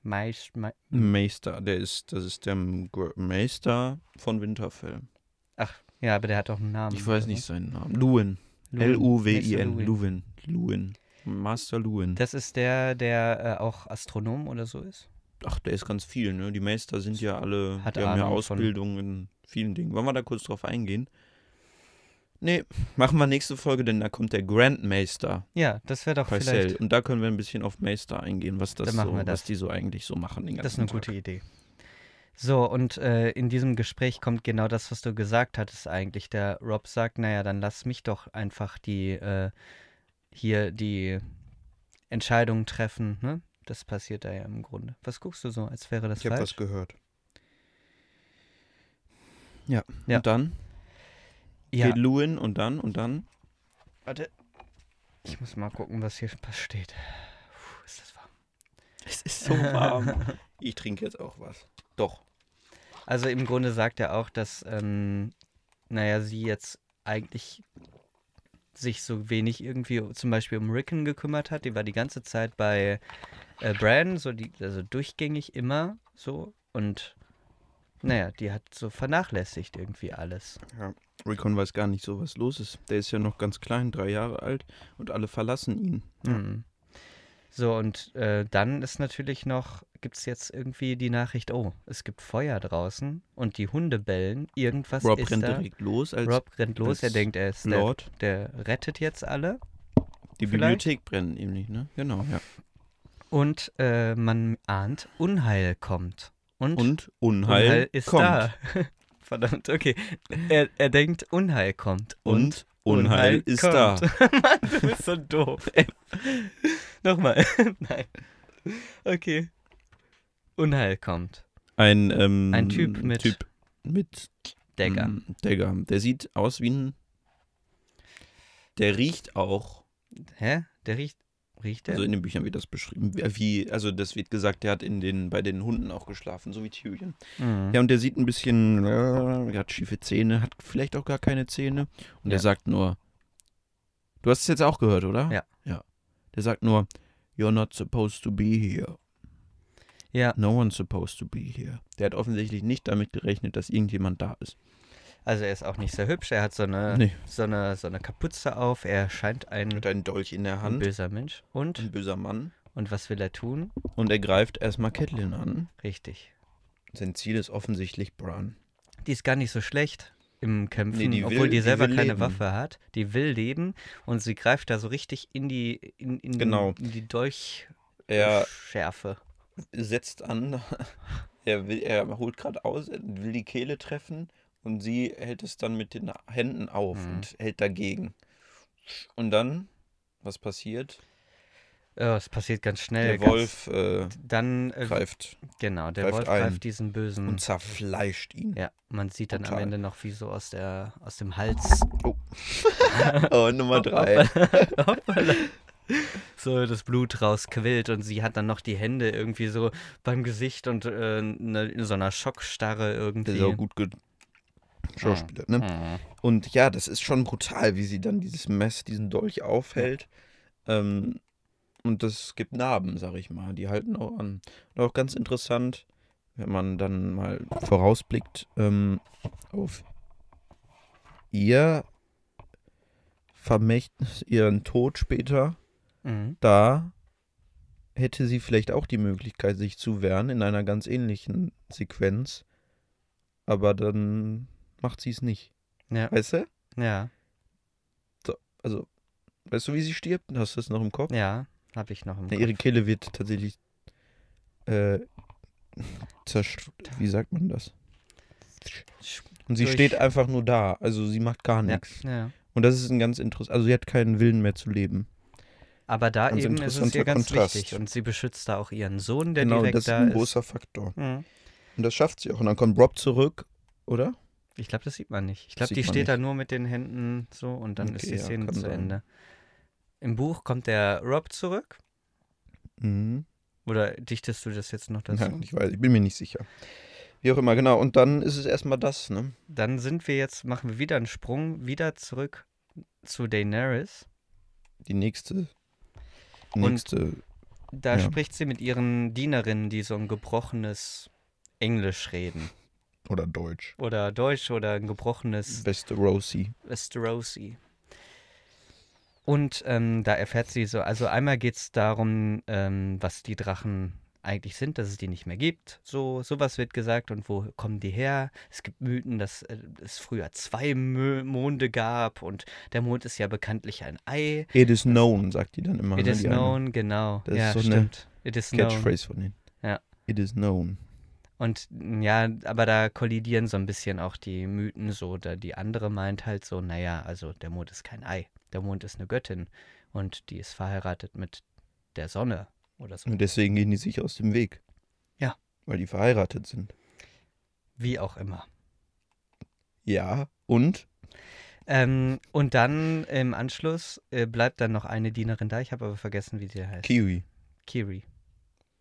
Speaker 2: Meister. Mei-
Speaker 1: Meister, der ist, das ist der Gr- Meister von Winterfell.
Speaker 2: Ach, ja, aber der hat doch einen Namen.
Speaker 1: Ich weiß
Speaker 2: oder?
Speaker 1: nicht seinen Namen. Luwin.
Speaker 2: Luwin.
Speaker 1: L-U-W-I-N.
Speaker 2: ne? Meister Luwin.
Speaker 1: Luwin. Luwin. Master Luwin.
Speaker 2: Das ist der, der äh, auch Astronom oder so ist.
Speaker 1: Ach, der ist ganz viel, ne? Die Meister sind ja alle,
Speaker 2: Hat
Speaker 1: die haben ja
Speaker 2: Ahnung von-
Speaker 1: Ausbildung in vielen Dingen. Wollen wir da kurz drauf eingehen? Nee, machen wir nächste Folge, denn da kommt der Grandmeister
Speaker 2: Ja, das wäre doch
Speaker 1: Parcell.
Speaker 2: vielleicht.
Speaker 1: Und da können wir ein bisschen auf Meister eingehen, was das
Speaker 2: Dann machen
Speaker 1: so,
Speaker 2: wir das.
Speaker 1: was die so eigentlich so machen. Den
Speaker 2: Das ist
Speaker 1: ganzen
Speaker 2: eine
Speaker 1: Tag.
Speaker 2: gute Idee. So, und äh, in diesem Gespräch kommt genau das, was du gesagt hattest eigentlich. Der Rob sagt, naja, dann lass mich doch einfach die äh, hier die Entscheidung treffen. Ne? Das passiert da ja im Grunde. Was guckst du so, als wäre das
Speaker 1: Ich habe
Speaker 2: falsch?
Speaker 1: was gehört. Ja,
Speaker 2: Ja.
Speaker 1: und dann
Speaker 2: Ja,
Speaker 1: geht Luin und dann und dann.
Speaker 2: warte. Ich muss mal gucken, was hier was steht. Puh, ist das warm.
Speaker 1: Es ist so warm. ich trinke jetzt auch was. Doch.
Speaker 2: Also im Grunde sagt er auch, dass, ähm, naja, sie jetzt eigentlich sich so wenig irgendwie zum Beispiel um Rickon gekümmert hat. Die war die ganze Zeit bei äh, Bran, so die, also durchgängig immer so. Und naja, die hat so vernachlässigt irgendwie alles.
Speaker 1: Recon weiß gar nicht so, was los ist. Der ist ja noch ganz klein, drei Jahre alt und alle verlassen ihn.
Speaker 2: Mhm. So, und äh, dann ist natürlich noch, gibt es jetzt irgendwie die Nachricht, oh, es gibt Feuer draußen und die Hunde bellen, irgendwas
Speaker 1: Rob
Speaker 2: ist
Speaker 1: rennt
Speaker 2: da.
Speaker 1: direkt los als
Speaker 2: Rob rennt los, er
Speaker 1: als
Speaker 2: denkt, er ist der
Speaker 1: Lord.
Speaker 2: der rettet jetzt alle.
Speaker 1: Die
Speaker 2: vielleicht?
Speaker 1: Bibliothek brennt ihm nicht, ne? Genau, ja.
Speaker 2: Und äh, man ahnt, Unheil kommt. Und,
Speaker 1: Und Unheil,
Speaker 2: Unheil, ist
Speaker 1: kommt.
Speaker 2: da. Verdammt, okay. Er, er denkt, Unheil kommt.
Speaker 1: Und Unheil, ist da.
Speaker 2: Mann, du bist so doof. ey. Nochmal. Nein. Okay. Unheil kommt.
Speaker 1: Ein, ähm,
Speaker 2: Ein Typ mit
Speaker 1: typ mit
Speaker 2: Dagger.
Speaker 1: mm, Dagger. Der sieht aus wie ein. Der riecht auch.
Speaker 2: Hä? Der riecht. Riecht der?
Speaker 1: Also in den Büchern wird das beschrieben. Wie, also das wird gesagt, der hat in den, bei den Hunden auch geschlafen, so wie Tyrion.
Speaker 2: Mhm.
Speaker 1: Ja, und der sieht ein bisschen, äh, hat schiefe Zähne, hat vielleicht auch gar keine Zähne. Und der
Speaker 2: Ja.
Speaker 1: sagt nur, du hast es jetzt auch gehört, oder?
Speaker 2: Ja.
Speaker 1: Ja. Der sagt nur, you're not supposed to be here.
Speaker 2: ja.
Speaker 1: No one's supposed to be here. Der hat offensichtlich nicht damit gerechnet, dass irgendjemand da ist.
Speaker 2: Also er ist auch nicht sehr hübsch. Er hat so eine,
Speaker 1: Nee.
Speaker 2: so eine, so eine Kapuze auf. Er scheint ein
Speaker 1: Mit einem Dolch in der
Speaker 2: Ein
Speaker 1: Hand,
Speaker 2: böser Mensch. Und?
Speaker 1: ein böser Mann.
Speaker 2: Und was will er tun?
Speaker 1: Und er greift erstmal Catelyn an.
Speaker 2: Richtig.
Speaker 1: Sein Ziel ist offensichtlich Bran.
Speaker 2: Die ist gar nicht so schlecht im Kämpfen,
Speaker 1: Nee, die
Speaker 2: obwohl
Speaker 1: will-
Speaker 2: die
Speaker 1: die
Speaker 2: selber
Speaker 1: will
Speaker 2: keine
Speaker 1: leben.
Speaker 2: Waffe hat. Die will leben und sie greift da so richtig in die, in, in,
Speaker 1: Genau.
Speaker 2: in die
Speaker 1: Er
Speaker 2: Dolchschärfe.
Speaker 1: setzt an, er, will, er holt gerade aus, er will die Kehle treffen und sie hält es dann mit den Händen auf
Speaker 2: Mhm.
Speaker 1: und hält dagegen. Und dann, was passiert?
Speaker 2: Ja, es passiert ganz schnell.
Speaker 1: Der Wolf äh,
Speaker 2: Ganz, dann, äh,
Speaker 1: greift
Speaker 2: genau, der
Speaker 1: greift
Speaker 2: Wolf
Speaker 1: ein.
Speaker 2: greift diesen bösen.
Speaker 1: und zerfleischt ihn.
Speaker 2: mhm. ja, man sieht dann am
Speaker 1: Brutal.
Speaker 2: Ende noch, wie so aus, der, aus dem Hals
Speaker 1: Oh, Nummer drei.
Speaker 2: Hoppala. so das Blut rausquillt und sie hat dann noch die Hände irgendwie so beim Gesicht und äh, ne, in so einer Schockstarre
Speaker 1: Der
Speaker 2: irgendwie.
Speaker 1: ist auch gut ge Schauspieler, ne?
Speaker 2: Mhm.
Speaker 1: Und ja, das ist schon brutal, wie sie dann dieses Mess, diesen Dolch aufhält. Ähm, und das gibt Narben, sag ich mal. Die halten auch an. Und auch ganz interessant, wenn man dann mal vorausblickt ähm, auf ihr Vermächtnis, ihren Tod später.
Speaker 2: Mhm.
Speaker 1: Da hätte sie vielleicht auch die Möglichkeit, sich zu wehren in einer ganz ähnlichen Sequenz. Aber dann macht sie es nicht.
Speaker 2: Ja,
Speaker 1: Weißt du?
Speaker 2: ja,
Speaker 1: Also, weißt du, wie sie stirbt? Hast du das noch im Kopf?
Speaker 2: Oh ja, habe ich noch im
Speaker 1: Nee,
Speaker 2: Kopf.
Speaker 1: ihre Kehle wird tatsächlich äh, zersch- wie sagt man das?
Speaker 2: Sch-
Speaker 1: Und sie
Speaker 2: durch-
Speaker 1: steht einfach nur da. Also sie macht gar
Speaker 2: Ja,
Speaker 1: nichts.
Speaker 2: ja.
Speaker 1: Und das ist ein ganz interessant. Also sie hat keinen Willen mehr zu leben.
Speaker 2: Aber da
Speaker 1: Ganz
Speaker 2: eben ist es
Speaker 1: interessanter
Speaker 2: ihr ganz
Speaker 1: Kontrast.
Speaker 2: wichtig und sie beschützt da auch ihren Sohn, der
Speaker 1: genau,
Speaker 2: direkt
Speaker 1: das ist
Speaker 2: da
Speaker 1: ein
Speaker 2: ist.
Speaker 1: großer Faktor.
Speaker 2: Mhm.
Speaker 1: Und das schafft sie auch. Und dann kommt Rob zurück, oder?
Speaker 2: Ich glaube, das sieht man nicht. Ich glaube,
Speaker 1: Sieht
Speaker 2: die
Speaker 1: man
Speaker 2: steht da nur mit den Händen so und dann ist
Speaker 1: Okay,
Speaker 2: die
Speaker 1: ja,
Speaker 2: Szene
Speaker 1: kann
Speaker 2: zu
Speaker 1: sein.
Speaker 2: Ende. Im Buch kommt der Rob zurück.
Speaker 1: Mhm.
Speaker 2: Oder dichtest du das jetzt noch dazu?
Speaker 1: Ja, ich weiß, ich bin mir nicht sicher. Wie auch immer, genau. Und dann ist es erstmal das, ne?
Speaker 2: Dann sind wir jetzt, machen wir wieder einen Sprung, wieder zurück zu Daenerys.
Speaker 1: Die nächste.
Speaker 2: Und-
Speaker 1: Nächste.
Speaker 2: Da
Speaker 1: Ja.
Speaker 2: spricht sie mit ihren Dienerinnen, die so ein gebrochenes Englisch reden.
Speaker 1: Oder Deutsch.
Speaker 2: Oder Deutsch oder ein gebrochenes
Speaker 1: Beste Rosie.
Speaker 2: Westerosi. Und ähm, da erfährt sie so, also einmal geht es darum, ähm, was die Drachen eigentlich sind, dass es die nicht mehr gibt. So, sowas wird gesagt und wo kommen die her? Es gibt Mythen, dass äh, es früher zwei Mö Monde gab und der Mond ist ja bekanntlich ein Ei.
Speaker 1: It is known, sagt die dann immer.
Speaker 2: It
Speaker 1: ne,
Speaker 2: is
Speaker 1: die eine
Speaker 2: known, genau.
Speaker 1: Das ist
Speaker 2: ja,
Speaker 1: so eine
Speaker 2: stimmt. It is known.
Speaker 1: Catchphrase von denen.
Speaker 2: Ja.
Speaker 1: It is known.
Speaker 2: Und n- ja, aber da kollidieren so ein bisschen auch die Mythen so. Da die andere meint halt so, naja, also der Mond ist kein Ei. Der Mond ist eine Göttin und die ist verheiratet mit der Sonne oder so.
Speaker 1: Und deswegen gehen die sich aus dem Weg.
Speaker 2: Ja.
Speaker 1: Weil die verheiratet sind.
Speaker 2: Wie auch immer.
Speaker 1: Ja. Und?
Speaker 2: Ähm, und dann im Anschluss äh, bleibt dann noch eine Dienerin da. Ich habe aber vergessen, wie die heißt.
Speaker 1: Kiwi,
Speaker 2: Kiri.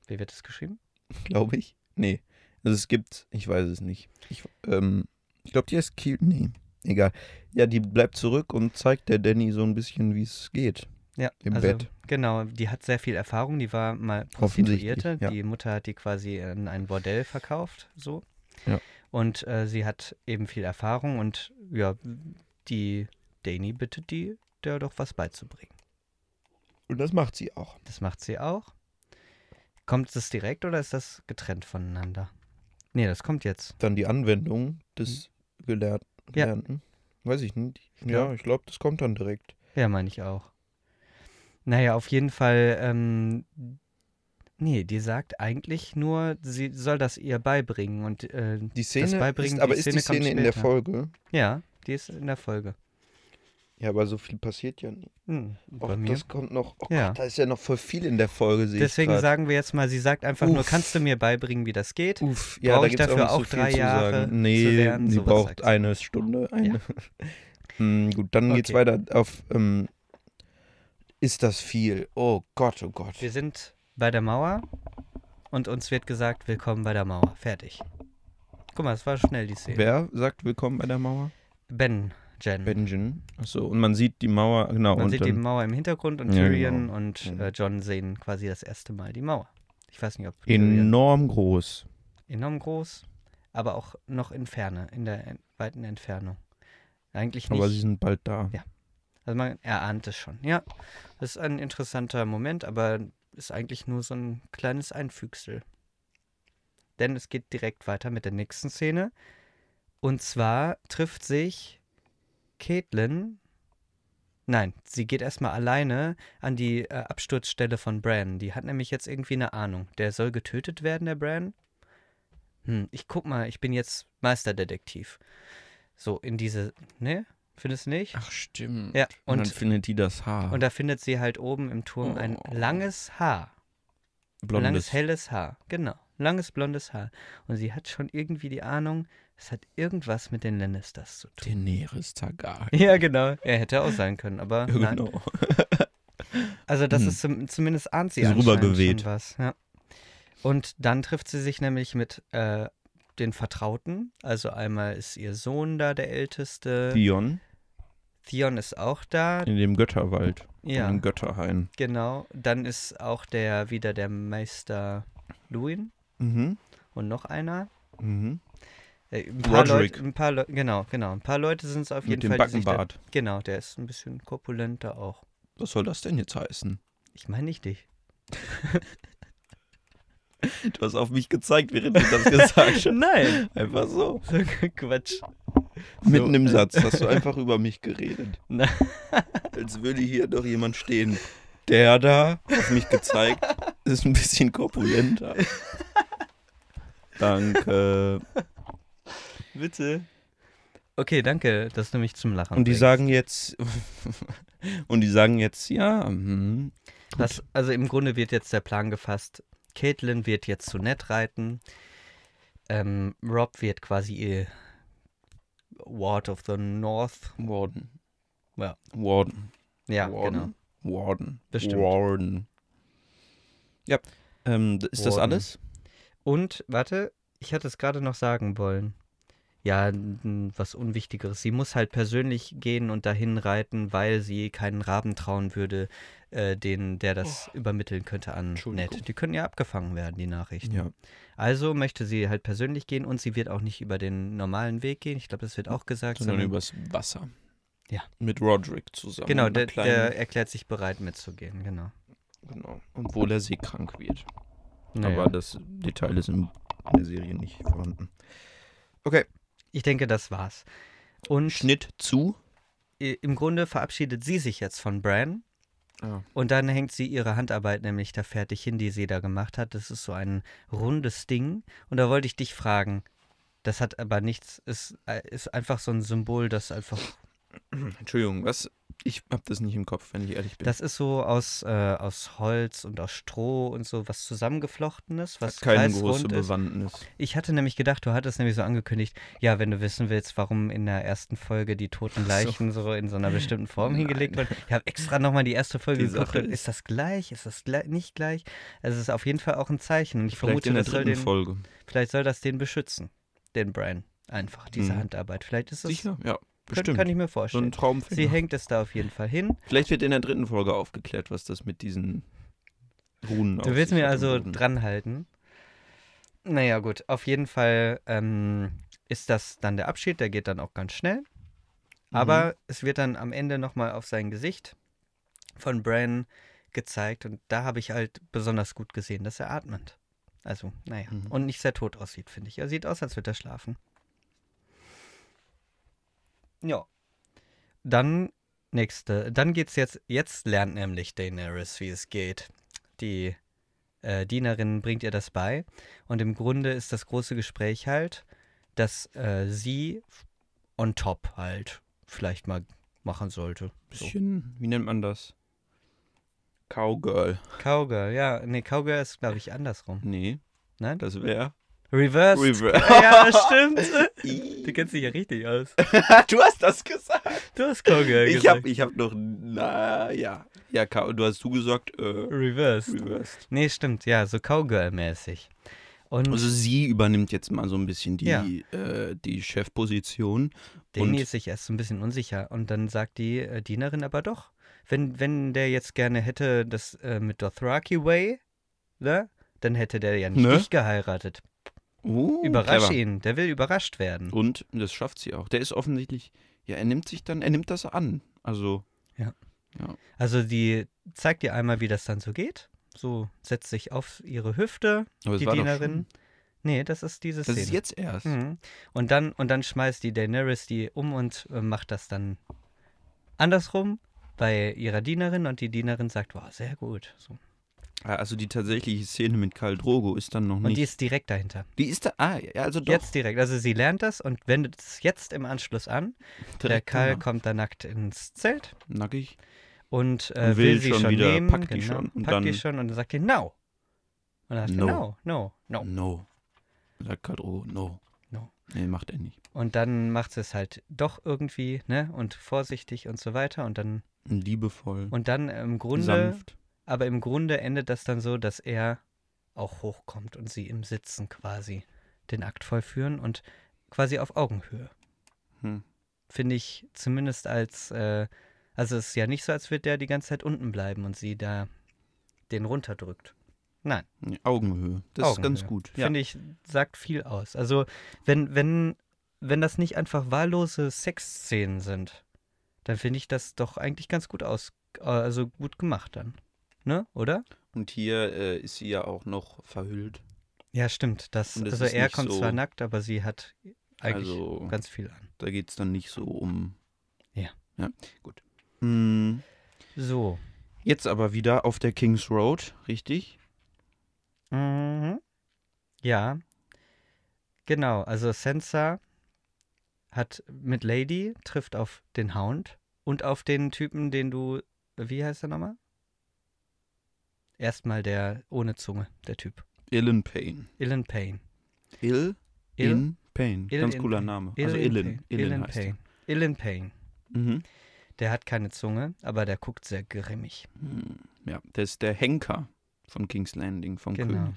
Speaker 2: Wie wird das geschrieben?
Speaker 1: glaube ich. Nee. Also es gibt, ich weiß es nicht. Ich, ähm, ich glaube, die heißt Kiwi. Nee. Egal. Ja, die bleibt zurück und zeigt der Danny so ein bisschen, wie es geht.
Speaker 2: Ja,
Speaker 1: Im
Speaker 2: also,
Speaker 1: Bett.
Speaker 2: Genau, die hat sehr viel Erfahrung. Die war mal
Speaker 1: Offensichtlich,
Speaker 2: Prostituierte.
Speaker 1: ja.
Speaker 2: Die Mutter hat die quasi in ein Bordell verkauft, so.
Speaker 1: Ja.
Speaker 2: Und äh, sie hat eben viel Erfahrung und ja, die Dani bittet die, der doch was beizubringen.
Speaker 1: Und das macht sie auch.
Speaker 2: Das macht sie auch. Kommt das direkt oder ist das getrennt voneinander? Nee, das kommt jetzt.
Speaker 1: Dann die Anwendung des Gelernt Gelernten. Weiß ich nicht. Mhm. Ja,
Speaker 2: glaub-
Speaker 1: ich glaube, das kommt dann direkt.
Speaker 2: Ja, meine ich auch. Naja, auf jeden Fall, ähm, nee, die sagt eigentlich nur, sie soll das ihr beibringen und äh,
Speaker 1: Die Szene,
Speaker 2: Beibringen,
Speaker 1: ist,
Speaker 2: die
Speaker 1: aber ist die
Speaker 2: Szene kommt
Speaker 1: Szene in der
Speaker 2: später.
Speaker 1: Folge?
Speaker 2: Ja, die ist in der Folge.
Speaker 1: Ja, aber so viel passiert ja nicht.
Speaker 2: Hm,
Speaker 1: Och,
Speaker 2: bei mir.
Speaker 1: Das kommt noch. Oh
Speaker 2: Ja.
Speaker 1: Gott, da ist ja noch voll viel in der Folge. sehe ich
Speaker 2: Deswegen
Speaker 1: grad.
Speaker 2: sagen wir jetzt mal, sie sagt einfach nur,
Speaker 1: Uff.
Speaker 2: kannst du mir beibringen, wie das geht?
Speaker 1: Uff,
Speaker 2: brauche
Speaker 1: da
Speaker 2: ich
Speaker 1: gibt's
Speaker 2: dafür
Speaker 1: nicht
Speaker 2: auch drei Jahre zu
Speaker 1: Nee,
Speaker 2: lernen?
Speaker 1: sie
Speaker 2: Sowas sagt
Speaker 1: braucht
Speaker 2: sie.
Speaker 1: eine Stunde. Eine. Hm, gut, dann geht's
Speaker 2: Okay.
Speaker 1: weiter auf. Ähm, ist das viel? Oh Gott, oh Gott.
Speaker 2: Wir sind bei der Mauer und uns wird gesagt, willkommen bei der Mauer. Fertig. Guck mal, es war schnell die Szene.
Speaker 1: Wer sagt Willkommen bei der Mauer?
Speaker 2: Ben, Jen.
Speaker 1: Benjen. Achso, Mhm. und man sieht die Mauer, genau.
Speaker 2: Man
Speaker 1: und
Speaker 2: sieht die
Speaker 1: dann
Speaker 2: Mauer im Hintergrund und
Speaker 1: Ja,
Speaker 2: Tyrion
Speaker 1: genau.
Speaker 2: und
Speaker 1: Mhm.
Speaker 2: äh, John sehen quasi das erste Mal die Mauer. Ich weiß nicht, ob Tyrion
Speaker 1: enorm groß.
Speaker 2: enorm groß, aber auch noch in Ferne, in der en- weiten Entfernung. Eigentlich nicht.
Speaker 1: Aber sie sind bald da.
Speaker 2: Ja. Also man erahnt es schon. Ja, das ist ein interessanter Moment, aber ist eigentlich nur so ein kleines Einfügsel. Denn es geht direkt weiter mit der nächsten Szene. Und zwar trifft sich Caitlin. Nein, sie geht erstmal alleine an die äh, Absturzstelle von Bran. Die hat nämlich jetzt irgendwie eine Ahnung. Der soll getötet werden, der Bran. Hm, ich guck mal, ich bin jetzt Meisterdetektiv. So, in diese. Ne? Findest du nicht?
Speaker 1: Ach, stimmt.
Speaker 2: Ja,
Speaker 1: Und,
Speaker 2: und-
Speaker 1: dann findet die das Haar.
Speaker 2: Und da findet sie halt oben im Turm ein
Speaker 1: Ah. Oh.
Speaker 2: langes Haar.
Speaker 1: Blondes.
Speaker 2: Langes, helles Haar. Genau. Langes, blondes Haar. Und sie hat schon irgendwie die Ahnung, es hat irgendwas mit den Lannisters zu tun.
Speaker 1: Daenerys Targaryen.
Speaker 2: Ja, genau. Er hätte auch sein können, aber
Speaker 1: Ja,
Speaker 2: nein.
Speaker 1: genau.
Speaker 2: Also das
Speaker 1: Hm.
Speaker 2: ist zum, zumindest ahnt sie
Speaker 1: Ist
Speaker 2: anscheinend
Speaker 1: rübergeweht.
Speaker 2: schon was. Ja. Und dann trifft sie sich nämlich mit äh, den Vertrauten. Also einmal ist ihr Sohn da, der
Speaker 1: äh,
Speaker 2: Älteste.
Speaker 1: Dion
Speaker 2: Theon ist auch da.
Speaker 1: in dem Götterwald.
Speaker 2: Ja.
Speaker 1: In dem Götterhain.
Speaker 2: Genau. Dann ist auch der wieder der Meister Luin
Speaker 1: Mhm.
Speaker 2: und noch einer.
Speaker 1: Mhm.
Speaker 2: Äh, Ein paar
Speaker 1: Roderick.
Speaker 2: Leute, ein paar Leu genau, genau. Ein paar Leute sind es auf jeden
Speaker 1: Mit dem
Speaker 2: Fall. die sich da-
Speaker 1: Backenbart.
Speaker 2: Genau, der ist ein bisschen korpulenter auch.
Speaker 1: Was soll das denn jetzt heißen?
Speaker 2: Ich meine nicht dich.
Speaker 1: Du hast auf mich gezeigt, während ich das gesagt habe.
Speaker 2: Nein.
Speaker 1: Einfach so.
Speaker 2: So Quatsch.
Speaker 1: Mitten im
Speaker 2: äh,
Speaker 1: Satz hast du einfach über mich geredet.
Speaker 2: Na,
Speaker 1: Als würde hier doch jemand stehen. Der da hat mich gezeigt, ist ein bisschen korpulenter. Danke.
Speaker 2: Bitte. Okay, danke. Das ist nämlich zum Lachen.
Speaker 1: Und die
Speaker 2: bringt.
Speaker 1: sagen jetzt, und die sagen jetzt, ja, mhm.
Speaker 2: Das, also im Grunde wird jetzt der Plan gefasst. Caitlin wird jetzt zu Ned reiten. Ähm, Rob wird quasi ihr Ward of the North.
Speaker 1: Warden.
Speaker 2: Ja.
Speaker 1: Warden.
Speaker 2: Ja,
Speaker 1: Warden.
Speaker 2: genau.
Speaker 1: Warden.
Speaker 2: Bestimmt.
Speaker 1: Warden. Ja. Ähm, d- ist das
Speaker 2: Warden.
Speaker 1: alles?
Speaker 2: Und, warte, ich hatte es gerade noch sagen wollen. Ja, n- was Unwichtigeres. Sie muss halt persönlich gehen und dahin reiten, weil sie keinen Raben trauen würde, äh, den, der das übermitteln könnte an
Speaker 1: Entschuldigung.
Speaker 2: Ned. Die können ja abgefangen werden, die Nachrichten.
Speaker 1: Ja.
Speaker 2: Also möchte sie halt persönlich gehen und sie wird auch nicht über den normalen Weg gehen. Ich glaube, das wird auch gesagt.
Speaker 1: Sondern
Speaker 2: sondern-
Speaker 1: übers Wasser.
Speaker 2: Ja.
Speaker 1: Mit Roderick zusammen.
Speaker 2: Genau,
Speaker 1: einer
Speaker 2: der,
Speaker 1: kleinen-
Speaker 2: der erklärt sich bereit mitzugehen, genau.
Speaker 1: genau. Obwohl er seekrank wird.
Speaker 2: Naja.
Speaker 1: Aber das Detail ist in der Serie nicht vorhanden. Okay.
Speaker 2: ich denke, das war's. Und
Speaker 1: Schnitt zu.
Speaker 2: i- im Grunde verabschiedet sie sich jetzt von Bran.
Speaker 1: Ah.
Speaker 2: Und dann hängt sie ihre Handarbeit nämlich da fertig hin, die sie da gemacht hat. Das ist so ein rundes Ding. Und da wollte ich dich fragen, das hat aber nichts, ist, äh, ist einfach so ein Symbol, das einfach
Speaker 1: Entschuldigung, was? Ich hab das nicht im Kopf, wenn ich ehrlich bin.
Speaker 2: Das ist so aus, äh, aus Holz und aus Stroh und so was zusammengeflochtenes, was
Speaker 1: Hat keine
Speaker 2: kreisrund
Speaker 1: große
Speaker 2: ist.
Speaker 1: Bewandtnis.
Speaker 2: Ich hatte nämlich gedacht, du hattest nämlich so angekündigt, ja, wenn du wissen willst, warum in der ersten Folge die toten Leichen so, in so einer bestimmten Form hingelegt wurden. Ich habe extra nochmal die erste Folge
Speaker 1: Die
Speaker 2: geguckt.
Speaker 1: Sache
Speaker 2: Und
Speaker 1: ist-
Speaker 2: ist das gleich? Ist das gleich, nicht gleich? Also, Es ist auf jeden Fall auch ein Zeichen. Und ich
Speaker 1: Vielleicht
Speaker 2: vermute,
Speaker 1: in der
Speaker 2: das soll
Speaker 1: dritten
Speaker 2: den,
Speaker 1: Folge.
Speaker 2: vielleicht soll das den beschützen, den Brian. Einfach diese
Speaker 1: Mhm.
Speaker 2: Handarbeit. Vielleicht ist es.
Speaker 1: Sicher? Ja,
Speaker 2: Kann,
Speaker 1: bestimmt.
Speaker 2: kann ich mir
Speaker 1: so ein
Speaker 2: vorstellen.
Speaker 1: Traumfinger.
Speaker 2: Sie hängt es da auf jeden Fall hin.
Speaker 1: Vielleicht wird in der dritten Folge aufgeklärt, was das mit diesen Runen
Speaker 2: Du
Speaker 1: auf
Speaker 2: willst
Speaker 1: sich
Speaker 2: mir
Speaker 1: hat im
Speaker 2: also
Speaker 1: Boden.
Speaker 2: dranhalten. Naja, gut. Auf jeden Fall ähm, ist das dann der Abschied. Der geht dann auch ganz schnell. Aber
Speaker 1: Mhm.
Speaker 2: es wird dann am Ende nochmal auf sein Gesicht von Bran gezeigt. Und da habe ich halt besonders gut gesehen, dass er atmet. Also, naja.
Speaker 1: Mhm.
Speaker 2: Und nicht sehr tot aussieht, finde ich. Er sieht aus, als würde er schlafen. Ja. Dann nächste. Dann geht's jetzt. Jetzt lernt nämlich Daenerys, wie es geht. Die äh, Dienerin bringt ihr das bei. Und im Grunde ist das große Gespräch halt, dass äh, sie on top halt vielleicht mal machen sollte. So.
Speaker 1: Bisschen, wie nennt man das? Cowgirl.
Speaker 2: Cowgirl, ja. Nee, Cowgirl ist, glaube ich, andersrum.
Speaker 1: Nee,
Speaker 2: Nein?
Speaker 1: das wäre.
Speaker 2: Reverse.
Speaker 1: Reverse.
Speaker 2: Ah, Ja, stimmt. du kennst dich ja richtig aus.
Speaker 1: du hast das gesagt.
Speaker 2: Du hast Cowgirl
Speaker 1: Ich
Speaker 2: gesagt.
Speaker 1: hab, ich hab noch. Na ja. Ja, Cow- du hast zugesagt, äh,
Speaker 2: Reverse.
Speaker 1: reversed.
Speaker 2: Nee, stimmt, ja, so Cowgirl-mäßig. Und
Speaker 1: Also sie übernimmt jetzt mal so ein bisschen die,
Speaker 2: Ja.
Speaker 1: äh, die Chefposition.
Speaker 2: Danny
Speaker 1: Und-
Speaker 2: ist sich erst so ein bisschen unsicher und dann sagt die äh, Dienerin aber doch, wenn, wenn der jetzt gerne hätte das äh, mit Dothraki Way, ne, dann hätte der ja nicht
Speaker 1: Ne?
Speaker 2: dich geheiratet.
Speaker 1: Oh,
Speaker 2: Überrasch
Speaker 1: clever. Oh.
Speaker 2: ihn, der will überrascht werden.
Speaker 1: Und das schafft sie auch. Der ist offensichtlich, ja, er nimmt sich dann, er nimmt das an. Also,
Speaker 2: Also die zeigt dir einmal, wie das dann so geht. So setzt sich auf ihre Hüfte,
Speaker 1: aber es
Speaker 2: die
Speaker 1: war doch
Speaker 2: Dienerin. Nee, das ist diese
Speaker 1: schon- Das
Speaker 2: Szene.
Speaker 1: ist jetzt erst.
Speaker 2: Mhm. Und dann und dann schmeißt die Daenerys die um und äh, macht das dann andersrum bei ihrer Dienerin und die Dienerin sagt, wow, sehr gut. So.
Speaker 1: Ah, Also die tatsächliche Szene mit Karl Drogo ist dann noch
Speaker 2: Und
Speaker 1: nicht.
Speaker 2: die ist direkt dahinter.
Speaker 1: die ist da. Ah, ja, also doch.
Speaker 2: Jetzt direkt. Also sie lernt das und wendet es jetzt im Anschluss an. Der
Speaker 1: direkt
Speaker 2: Karl
Speaker 1: danach.
Speaker 2: kommt da nackt ins Zelt
Speaker 1: Nackig.
Speaker 2: und, äh,
Speaker 1: Und
Speaker 2: will,
Speaker 1: will
Speaker 2: sie
Speaker 1: schon
Speaker 2: schon
Speaker 1: wieder,
Speaker 2: nehmen. Genau,
Speaker 1: packt die schon. Und
Speaker 2: packt die
Speaker 1: dann-
Speaker 2: schon und dann sagt die, no. Und dann sagt no.
Speaker 1: No.
Speaker 2: no, no, no.
Speaker 1: No. Sagt Karl Drogo, no.
Speaker 2: No.
Speaker 1: Nee, macht er nicht.
Speaker 2: Und dann macht sie es halt doch irgendwie, ne? Und vorsichtig und so weiter. Und dann,
Speaker 1: Liebevoll.
Speaker 2: und dann im Grunde,
Speaker 1: sanft.
Speaker 2: aber im Grunde endet das dann so, dass er auch hochkommt und sie im Sitzen quasi den Akt vollführen und quasi auf Augenhöhe.
Speaker 1: Hm.
Speaker 2: finde ich zumindest als, äh, also es ist ja nicht so, als würde der die ganze Zeit unten bleiben und sie da den runterdrückt. Nein,
Speaker 1: Nee, Augenhöhe. Das ist ganz
Speaker 2: Augenhöhe.
Speaker 1: gut.
Speaker 2: Finde ich, sagt viel aus. Also wenn, wenn, wenn das nicht einfach wahllose Sexszenen sind, dann finde ich das doch eigentlich ganz gut aus, äh, also gut gemacht dann. Ne, oder?
Speaker 1: Und hier äh, ist sie ja auch noch verhüllt.
Speaker 2: Ja, stimmt. Das,
Speaker 1: Und das
Speaker 2: also
Speaker 1: ist
Speaker 2: er
Speaker 1: nicht
Speaker 2: kommt
Speaker 1: so-
Speaker 2: zwar nackt, aber sie hat eigentlich
Speaker 1: Also-
Speaker 2: ganz viel an.
Speaker 1: Da geht es dann nicht so um.
Speaker 2: Ja.
Speaker 1: Ja, gut. Mm,
Speaker 2: So.
Speaker 1: Jetzt aber wieder auf der Kings Road, richtig?
Speaker 2: Mhm. Ja. Genau, also Sansa hat mit Lady, trifft auf den Hound und auf den Typen, den du, wie heißt er nochmal? Erstmal der ohne Zunge, der Typ.
Speaker 1: Ill in Pain.
Speaker 2: Illan Payne.
Speaker 1: Ill,
Speaker 2: Ill-
Speaker 1: in Pain.
Speaker 2: Ill
Speaker 1: Ganz
Speaker 2: in
Speaker 1: cooler
Speaker 2: Pain.
Speaker 1: Name. also Illen.
Speaker 2: Payne. Illan
Speaker 1: Illen heißt er.
Speaker 2: Payne. Illan Payne.
Speaker 1: Mhm.
Speaker 2: Der hat keine Zunge, aber der guckt sehr grimmig.
Speaker 1: Hm, Ja, der ist der Henker von King's Landing, vom
Speaker 2: Genau.
Speaker 1: König.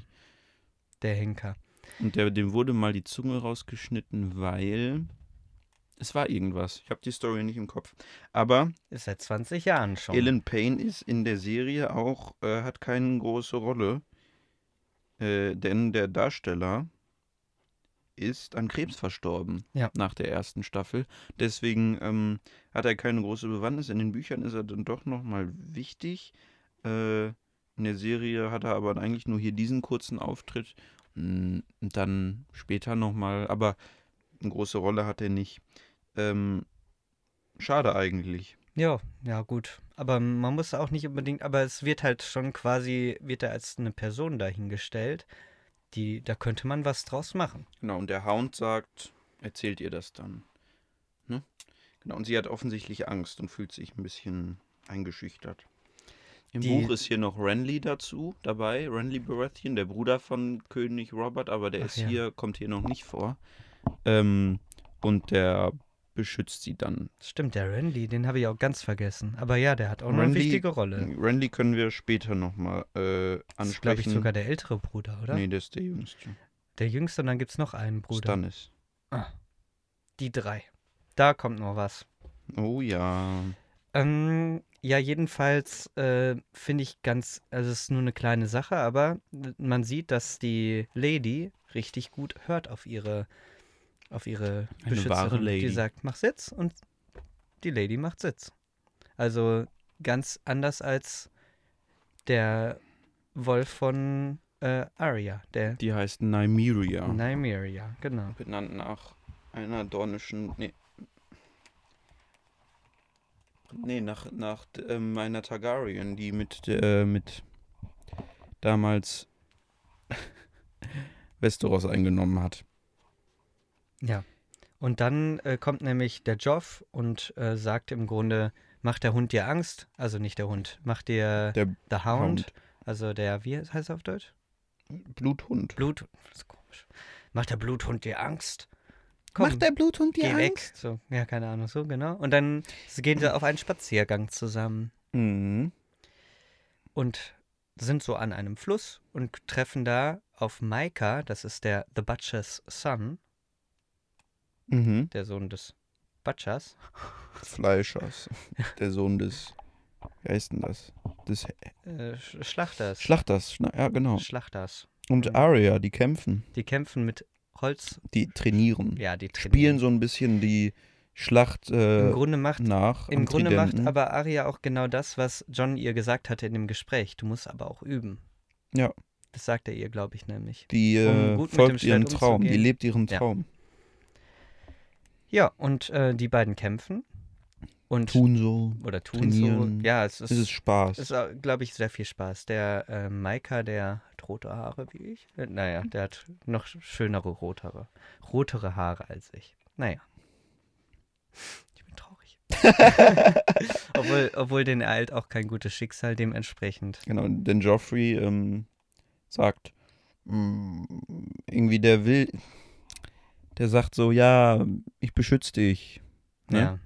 Speaker 2: Der Henker.
Speaker 1: Und der, dem wurde mal die Zunge rausgeschnitten, weil es war irgendwas. Ich habe die Story nicht im Kopf. Aber
Speaker 2: Ist seit 20 Jahren schon.
Speaker 1: Ellen Payne ist in der Serie auch, äh, hat keine große Rolle. Äh, denn der Darsteller ist an Krebs verstorben
Speaker 2: Ja.
Speaker 1: nach der ersten Staffel. Deswegen ähm, hat er keine große Bewandtnis. In den Büchern ist er dann doch nochmal wichtig. Äh, in der Serie hat er aber eigentlich nur hier diesen kurzen Auftritt. Mm, Und dann später nochmal. Aber eine große Rolle hat er nicht. Ähm, schade eigentlich.
Speaker 2: Ja, ja, gut. Aber man muss auch nicht unbedingt, aber es wird halt schon quasi, wird er als eine Person dahingestellt, die, da könnte man was draus machen.
Speaker 1: Genau, und der Hound sagt, erzählt ihr das dann. Ne? Genau, und sie hat offensichtlich Angst und fühlt sich ein bisschen eingeschüchtert. Im
Speaker 2: Die-
Speaker 1: Buch ist hier noch Renly dazu dabei, Renly Baratheon, der Bruder von König Robert, aber der
Speaker 2: Ach
Speaker 1: ist
Speaker 2: ja.
Speaker 1: hier, kommt hier noch nicht vor. Ähm, und der beschützt sie dann.
Speaker 2: Stimmt, der Randy, den habe ich auch ganz vergessen. Aber ja, der hat auch noch eine
Speaker 1: Renly-
Speaker 2: wichtige Rolle.
Speaker 1: Renly können wir später nochmal äh,
Speaker 2: Das
Speaker 1: ansprechen.
Speaker 2: ist, glaube ich, sogar der ältere Bruder, oder?
Speaker 1: Nee, der ist der jüngste.
Speaker 2: Der jüngste und dann gibt es noch einen Bruder.
Speaker 1: Stannis.
Speaker 2: Die drei. Da kommt noch was.
Speaker 1: Oh ja.
Speaker 2: Ähm, ja, jedenfalls äh, finde ich ganz, also es ist nur eine kleine Sache, aber man sieht, dass die Lady richtig gut hört auf ihre, auf ihre
Speaker 1: Eine
Speaker 2: Beschützerin.
Speaker 1: wahre Lady.
Speaker 2: Die sagt, mach Sitz und die Lady macht Sitz. Also ganz anders als der Wolf von äh, Arya, der
Speaker 1: Die heißt Nymeria.
Speaker 2: Nymeria, genau.
Speaker 1: benannt nach einer dornischen. Nee. Nee, nach, nach ähm, einer Targaryen, die mit, äh, mit damals Westeros eingenommen hat.
Speaker 2: Ja. Und dann äh, kommt nämlich der Joff und äh, sagt im Grunde, macht der Hund dir Angst? Also nicht der Hund, macht dir
Speaker 1: Der
Speaker 2: der Hound, also der, wie heißt er auf Deutsch?
Speaker 1: Hound. Bluthund.
Speaker 2: Blut, das ist komisch. Macht der Bluthund dir Angst? Komm,
Speaker 1: Bluthund
Speaker 2: geh weg. So, ja, keine Ahnung, so genau. Und dann s- gehen sie auf einen Spaziergang zusammen
Speaker 1: Mhm.
Speaker 2: und sind so an einem Fluss und treffen da auf Micah, das ist der The Butcher's Son,
Speaker 1: Mhm.
Speaker 2: der Sohn des Butchers.
Speaker 1: Fleischers. Der Sohn des. Wie heißt denn das? Des
Speaker 2: Äh, Sch- Schlachters.
Speaker 1: Schlachters. Schna- Ja, genau.
Speaker 2: Schlachters.
Speaker 1: Und Arya, die kämpfen.
Speaker 2: Die kämpfen mit Holz.
Speaker 1: Die trainieren.
Speaker 2: Ja, die trainieren.
Speaker 1: Spielen so ein bisschen die Schlacht. Äh,
Speaker 2: Im Grunde macht,
Speaker 1: nach. ne?
Speaker 2: im
Speaker 1: am
Speaker 2: Grunde macht
Speaker 1: Tridenten.
Speaker 2: aber Aria auch genau das, was John ihr gesagt hatte in dem Gespräch. Du musst aber auch üben.
Speaker 1: Ja.
Speaker 2: Das sagt er ihr, glaube ich, nämlich.
Speaker 1: die
Speaker 2: um
Speaker 1: äh,
Speaker 2: gut mit dem
Speaker 1: folgt
Speaker 2: Schwert
Speaker 1: ihren Traum, die
Speaker 2: umzugehen.
Speaker 1: lebt ihren
Speaker 2: Ja.
Speaker 1: Traum.
Speaker 2: Ja, und äh, die beiden kämpfen und
Speaker 1: Tun so,
Speaker 2: oder tun so.
Speaker 1: trainieren.
Speaker 2: Ja, es ist,
Speaker 1: es ist Spaß.
Speaker 2: ist glaube ich, sehr viel Spaß. Der äh, Maika, der hat rote Haare wie ich. Äh, naja, der hat noch schönere rotere, rotere Haare als ich. Naja. Ich bin traurig. obwohl, obwohl den ereilt auch kein gutes Schicksal, dementsprechend.
Speaker 1: genau, denn Joffrey ähm, sagt, mm, irgendwie der will, der sagt so, ja, ich beschütze dich. Ne?
Speaker 2: Ja.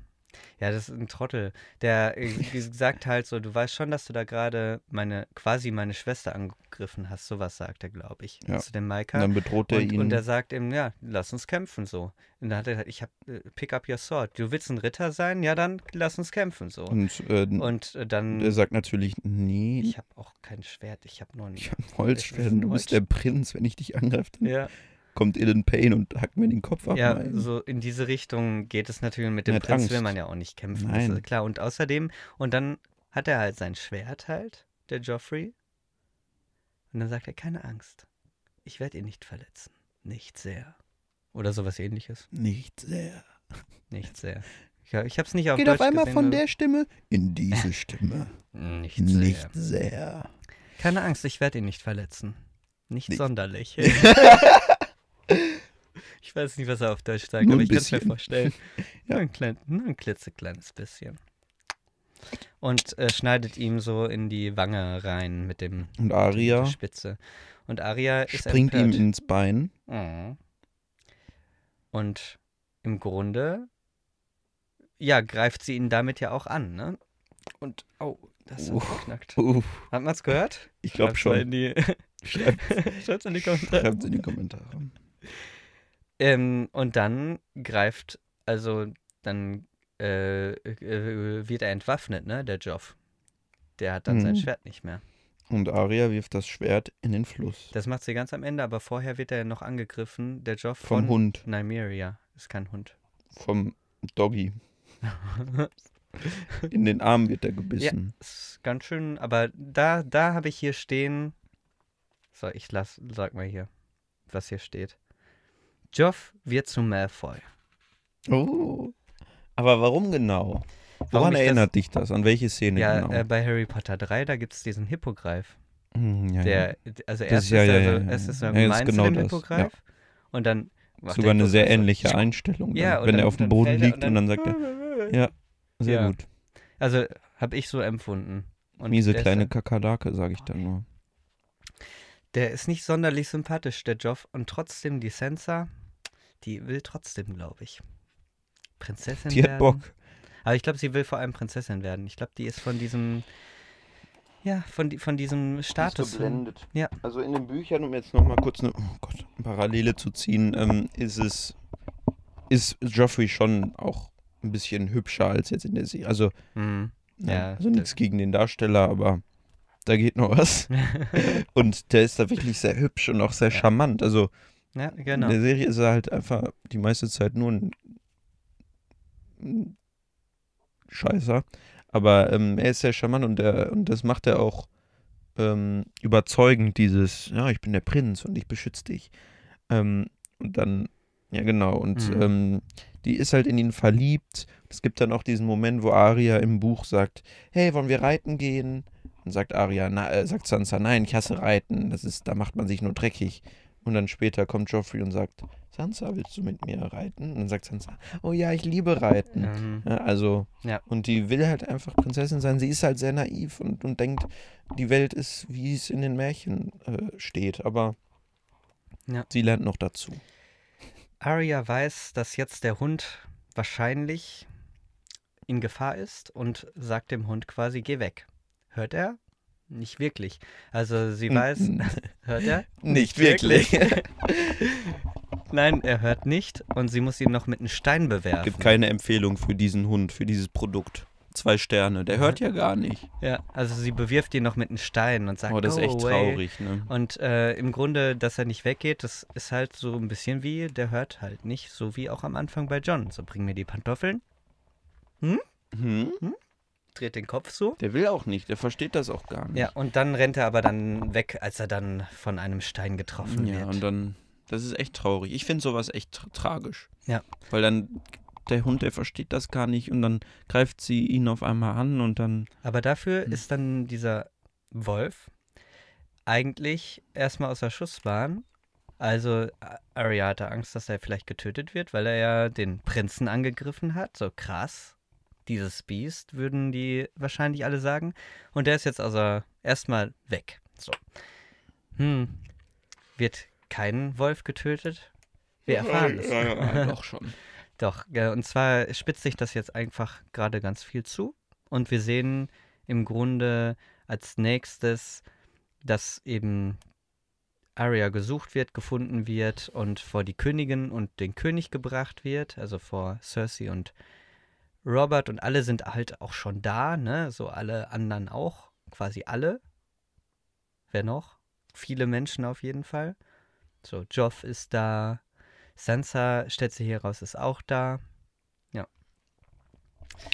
Speaker 2: Ja, das ist ein Trottel. Der äh, g- sagt halt so, du weißt schon, dass du da gerade meine, quasi meine Schwester angegriffen hast. Sowas sagt er, glaube ich,
Speaker 1: Ja.
Speaker 2: zu dem Maika.
Speaker 1: Und dann bedroht er
Speaker 2: und,
Speaker 1: ihn.
Speaker 2: und er sagt ihm, ja, lass uns kämpfen so. Und dann hat er gesagt, ich hab, äh, pick up your sword. Du willst ein Ritter sein? Ja, dann lass uns kämpfen so.
Speaker 1: und, äh,
Speaker 2: Und äh,
Speaker 1: er
Speaker 2: dann,
Speaker 1: sagt natürlich, nee,
Speaker 2: ich habe auch kein Schwert, ich habe nur ein...
Speaker 1: ich habe ein Holzschwert und du bist der
Speaker 2: Holz-
Speaker 1: Prinz, wenn ich dich angreife, dann
Speaker 2: Ja,
Speaker 1: kommt Illen Payne und hackt mir den Kopf ab.
Speaker 2: ja
Speaker 1: Nein.
Speaker 2: so in diese Richtung geht es natürlich mit dem
Speaker 1: Er hat
Speaker 2: Prinz, will
Speaker 1: Angst.
Speaker 2: man ja auch nicht kämpfen. Das
Speaker 1: Nein.
Speaker 2: ist klar. Und außerdem, und dann hat er halt sein Schwert halt, der Joffrey. Und dann sagt er, keine Angst, ich werde ihn nicht verletzen. Nicht sehr. Oder sowas ähnliches.
Speaker 1: Nicht sehr.
Speaker 2: Nicht sehr. Ich, hab- ich habe es nicht auf
Speaker 1: Geht
Speaker 2: Deutsch
Speaker 1: auf einmal
Speaker 2: gesehen,
Speaker 1: von
Speaker 2: aber-
Speaker 1: der Stimme in diese Stimme.
Speaker 2: Nicht sehr.
Speaker 1: Nicht sehr.
Speaker 2: Keine Angst, ich werde ihn nicht verletzen. Nicht,
Speaker 1: Nicht.
Speaker 2: sonderlich. Ich weiß nicht, was er auf Deutsch sagt,
Speaker 1: Nur
Speaker 2: aber
Speaker 1: ein
Speaker 2: ich kann es mir
Speaker 1: bisschen.
Speaker 2: vorstellen. nur, ein klein, nur ein klitzekleines bisschen. Und äh, schneidet ihm so in die Wange rein mit dem
Speaker 1: Und
Speaker 2: mit der
Speaker 1: Aria
Speaker 2: Spitze. Und Aria ist
Speaker 1: springt ihm
Speaker 2: empört.
Speaker 1: ins Bein.
Speaker 2: Mhm. Und im Grunde, ja, greift sie ihn damit ja auch an, ne? Und, oh, das hat
Speaker 1: Uff.
Speaker 2: geknackt.
Speaker 1: Uff,
Speaker 2: Hat man's gehört?
Speaker 1: ich glaube
Speaker 2: Schreibt's mal In
Speaker 1: schon.
Speaker 2: die,
Speaker 1: Schreibt
Speaker 2: schreibt's in die Kommentare.
Speaker 1: es in die Kommentare.
Speaker 2: Ähm, und dann greift, also, dann äh, äh, wird er entwaffnet, ne, der Joff. Der hat dann sein
Speaker 1: Mhm.
Speaker 2: Schwert nicht mehr.
Speaker 1: Und Aria wirft das Schwert in den Fluss.
Speaker 2: Das macht sie ganz am Ende, aber vorher wird er noch angegriffen, der Joff
Speaker 1: Vom
Speaker 2: von
Speaker 1: Hund,
Speaker 2: Nymeria. Ist kein Hund.
Speaker 1: vom Doggy. In den Arm wird er gebissen.
Speaker 2: Ist ganz schön, aber da, da habe ich hier stehen. So, ich lass, sag mal hier, was hier steht. Joff wird zu Malfoy.
Speaker 1: Oh. Aber warum genau?
Speaker 2: Warum
Speaker 1: Woran
Speaker 2: ich das-
Speaker 1: erinnert dich das? An welche Szene
Speaker 2: Ja,
Speaker 1: genau?
Speaker 2: äh, bei Harry Potter 3, da gibt es diesen Hippogreif.
Speaker 1: Hm, ja, ja.
Speaker 2: Der, also erst
Speaker 1: ist- ja,
Speaker 2: ist
Speaker 1: ja,
Speaker 2: er
Speaker 1: ja,
Speaker 2: so-
Speaker 1: ja,
Speaker 2: erst ist er
Speaker 1: ja. Ja, ist
Speaker 2: gemein
Speaker 1: genau
Speaker 2: zu dem
Speaker 1: das,
Speaker 2: Hippogreif und dann macht
Speaker 1: Sogar
Speaker 2: der
Speaker 1: eine sehr
Speaker 2: Hippogreif so-
Speaker 1: ähnliche Einstellung. Dann,
Speaker 2: Ja, und
Speaker 1: wenn
Speaker 2: dann-
Speaker 1: er auf dem
Speaker 2: dann
Speaker 1: Boden
Speaker 2: fällt er
Speaker 1: liegt und dann, sagt er, ja, sehr
Speaker 2: Ja.
Speaker 1: gut.
Speaker 2: also habe ich so empfunden. Und
Speaker 1: Miese
Speaker 2: der ist
Speaker 1: kleine
Speaker 2: dann-
Speaker 1: Kakadake, sage ich dann nur.
Speaker 2: Der ist nicht sonderlich sympathisch, der Joff. Und trotzdem, die Sansa, die will trotzdem, glaube ich, Prinzessin
Speaker 1: Die
Speaker 2: werden.
Speaker 1: hat Bock.
Speaker 2: Aber ich glaube, sie will vor allem Prinzessin werden. Ich glaube, die ist von diesem, ja, von, di- von diesem Status. hin- Ja.
Speaker 1: Also in den Büchern, um jetzt nochmal kurz eine oh Gott, Parallele zu ziehen, ähm, ist es, ist Joffrey schon auch ein bisschen hübscher als jetzt in der Serie. Also,
Speaker 2: Mhm.
Speaker 1: ja,
Speaker 2: Ja,
Speaker 1: also
Speaker 2: das-
Speaker 1: nichts gegen den Darsteller, aber da geht noch was. und der ist da wirklich sehr hübsch und auch sehr
Speaker 2: Ja.
Speaker 1: charmant. Also
Speaker 2: ja, genau.
Speaker 1: in der Serie ist er halt einfach die meiste Zeit nur ein, ein Scheißer. Aber ähm, er ist sehr charmant und, er, und das macht er auch ähm, überzeugend, dieses, ja, ich bin der Prinz und ich beschütze dich. Ähm, und dann, ja genau, und
Speaker 2: Mhm.
Speaker 1: ähm, die ist halt in ihn verliebt. Es gibt dann auch diesen Moment, wo Aria im Buch sagt, hey, wollen wir reiten gehen? Und sagt Aria, na, äh, sagt Sansa, nein, ich hasse Reiten, das ist, da macht man sich nur dreckig. Und dann später kommt Joffrey und sagt, Sansa, willst du mit mir reiten? Und dann sagt Sansa, oh ja, ich liebe Reiten.
Speaker 2: Ähm,
Speaker 1: Ja, also,
Speaker 2: Ja.
Speaker 1: und die will halt einfach Prinzessin sein. Sie ist halt sehr naiv und, und denkt, die Welt ist, wie es in den Märchen äh, steht. Aber
Speaker 2: Ja.
Speaker 1: sie lernt noch dazu.
Speaker 2: Arya weiß, dass jetzt der Hund wahrscheinlich in Gefahr ist und sagt dem Hund quasi, geh weg. Hört er? Nicht wirklich. Also sie weiß,
Speaker 1: Mm, mm.
Speaker 2: hört er?
Speaker 1: Nicht
Speaker 2: Nein, er hört nicht und sie muss ihn noch mit einem Stein bewerfen.
Speaker 1: Gibt keine Empfehlung für diesen Hund, für dieses Produkt. Zwei Sterne. Der hört ja gar nicht.
Speaker 2: ja, also sie bewirft ihn noch mit einem Stein und sagt,
Speaker 1: Oh, das ist
Speaker 2: "Go
Speaker 1: echt
Speaker 2: away."
Speaker 1: traurig, ne?
Speaker 2: Und äh, im Grunde, dass er nicht weggeht, das ist halt so ein bisschen wie, der hört halt nicht, so wie auch am Anfang bei John. So, bring mir die Pantoffeln,
Speaker 1: Hm?
Speaker 2: dreht den Kopf so.
Speaker 1: Der will auch nicht. Der versteht das auch gar nicht.
Speaker 2: Ja, und dann rennt er aber dann weg, als er dann von einem Stein getroffen
Speaker 1: Ja,
Speaker 2: wird.
Speaker 1: und dann, das ist echt traurig. Ich finde sowas echt tra tragisch.
Speaker 2: Ja.
Speaker 1: Weil dann der Hund, der versteht das gar nicht und dann greift sie ihn auf einmal an und dann.
Speaker 2: Aber dafür
Speaker 1: Hm.
Speaker 2: ist dann dieser Wolf eigentlich erstmal außer Schussbahn. Also A- Arya hatte Angst, dass er vielleicht getötet wird, weil er ja den Prinzen angegriffen hat. So krass. Dieses Biest würden die wahrscheinlich alle sagen. Und der ist jetzt also erstmal weg. So. Hm. Wird kein Wolf getötet? Wir erfahren es.
Speaker 1: doch schon.
Speaker 2: Doch, ja, und zwar spitzt sich das jetzt einfach gerade ganz viel zu. Und wir sehen im Grunde als nächstes, dass eben Arya gesucht wird, gefunden wird und vor die Königin und den König gebracht wird, also vor Cersei und Robert und alle sind halt auch schon da, ne? So alle anderen auch, quasi alle. Wer noch? Viele Menschen auf jeden Fall. So, Joff ist da, Sansa, stellt sich hier raus, ist auch da.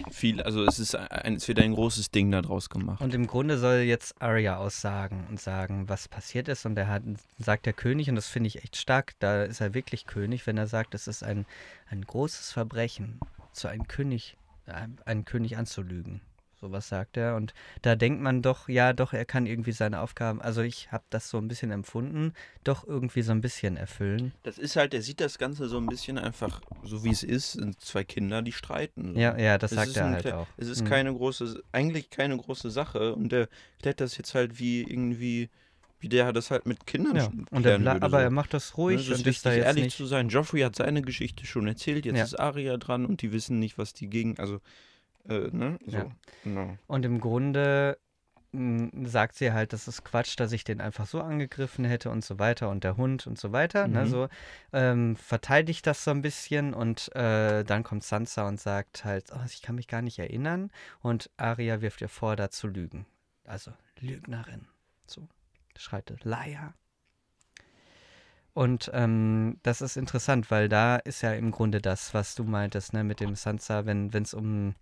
Speaker 1: Viel, also es ist ein, es wird ein großes Ding daraus gemacht.
Speaker 2: Und im Grunde soll jetzt Arya aussagen und sagen, was passiert ist. Und er hat, sagt der König, und das finde ich echt stark, da ist er wirklich König, wenn er sagt, es ist ein, ein großes Verbrechen, zu einem König, einem, einen König äh, anzulügen. Sowas sagt er. Und da denkt man doch, ja, doch, er kann irgendwie seine Aufgaben, also ich habe das so ein bisschen empfunden, doch irgendwie so ein bisschen erfüllen.
Speaker 1: Das ist halt, der sieht das Ganze so ein bisschen einfach, so wie es ist, sind zwei Kinder, die streiten. So.
Speaker 2: Ja, ja, das
Speaker 1: Es
Speaker 2: sagt
Speaker 1: ist
Speaker 2: er
Speaker 1: ein
Speaker 2: halt
Speaker 1: kle-
Speaker 2: auch.
Speaker 1: Es ist
Speaker 2: Mhm.
Speaker 1: keine große, eigentlich keine große Sache und der klärt das jetzt halt wie irgendwie, wie der das halt mit Kindern
Speaker 2: Ja.
Speaker 1: schon
Speaker 2: Und er,
Speaker 1: klären
Speaker 2: bla-
Speaker 1: würde,
Speaker 2: aber
Speaker 1: so.
Speaker 2: er macht das
Speaker 1: Ne,
Speaker 2: ruhig
Speaker 1: Es ist
Speaker 2: und ist da
Speaker 1: wichtig,
Speaker 2: jetzt
Speaker 1: ehrlich
Speaker 2: nicht.
Speaker 1: zu sein. Joffrey hat seine Geschichte schon erzählt, jetzt
Speaker 2: Ja.
Speaker 1: ist Arya dran und die wissen nicht, was die gegen, also, äh, ne? So,
Speaker 2: Ja.
Speaker 1: genau.
Speaker 2: Und im Grunde m, sagt sie halt, das ist Quatsch, dass ich den einfach so angegriffen hätte und so weiter und der Hund und so weiter. Ne,
Speaker 1: Mhm.
Speaker 2: so ähm, verteidigt das so ein bisschen und äh, dann kommt Sansa und sagt halt, oh, ich kann mich gar nicht erinnern. Und Arya wirft ihr vor, da zu lügen. Also Lügnerin. So schreit er, Liar. Und ähm, das ist interessant, weil da ist ja im Grunde das, was du meintest, ne, mit dem Sansa, wenn es um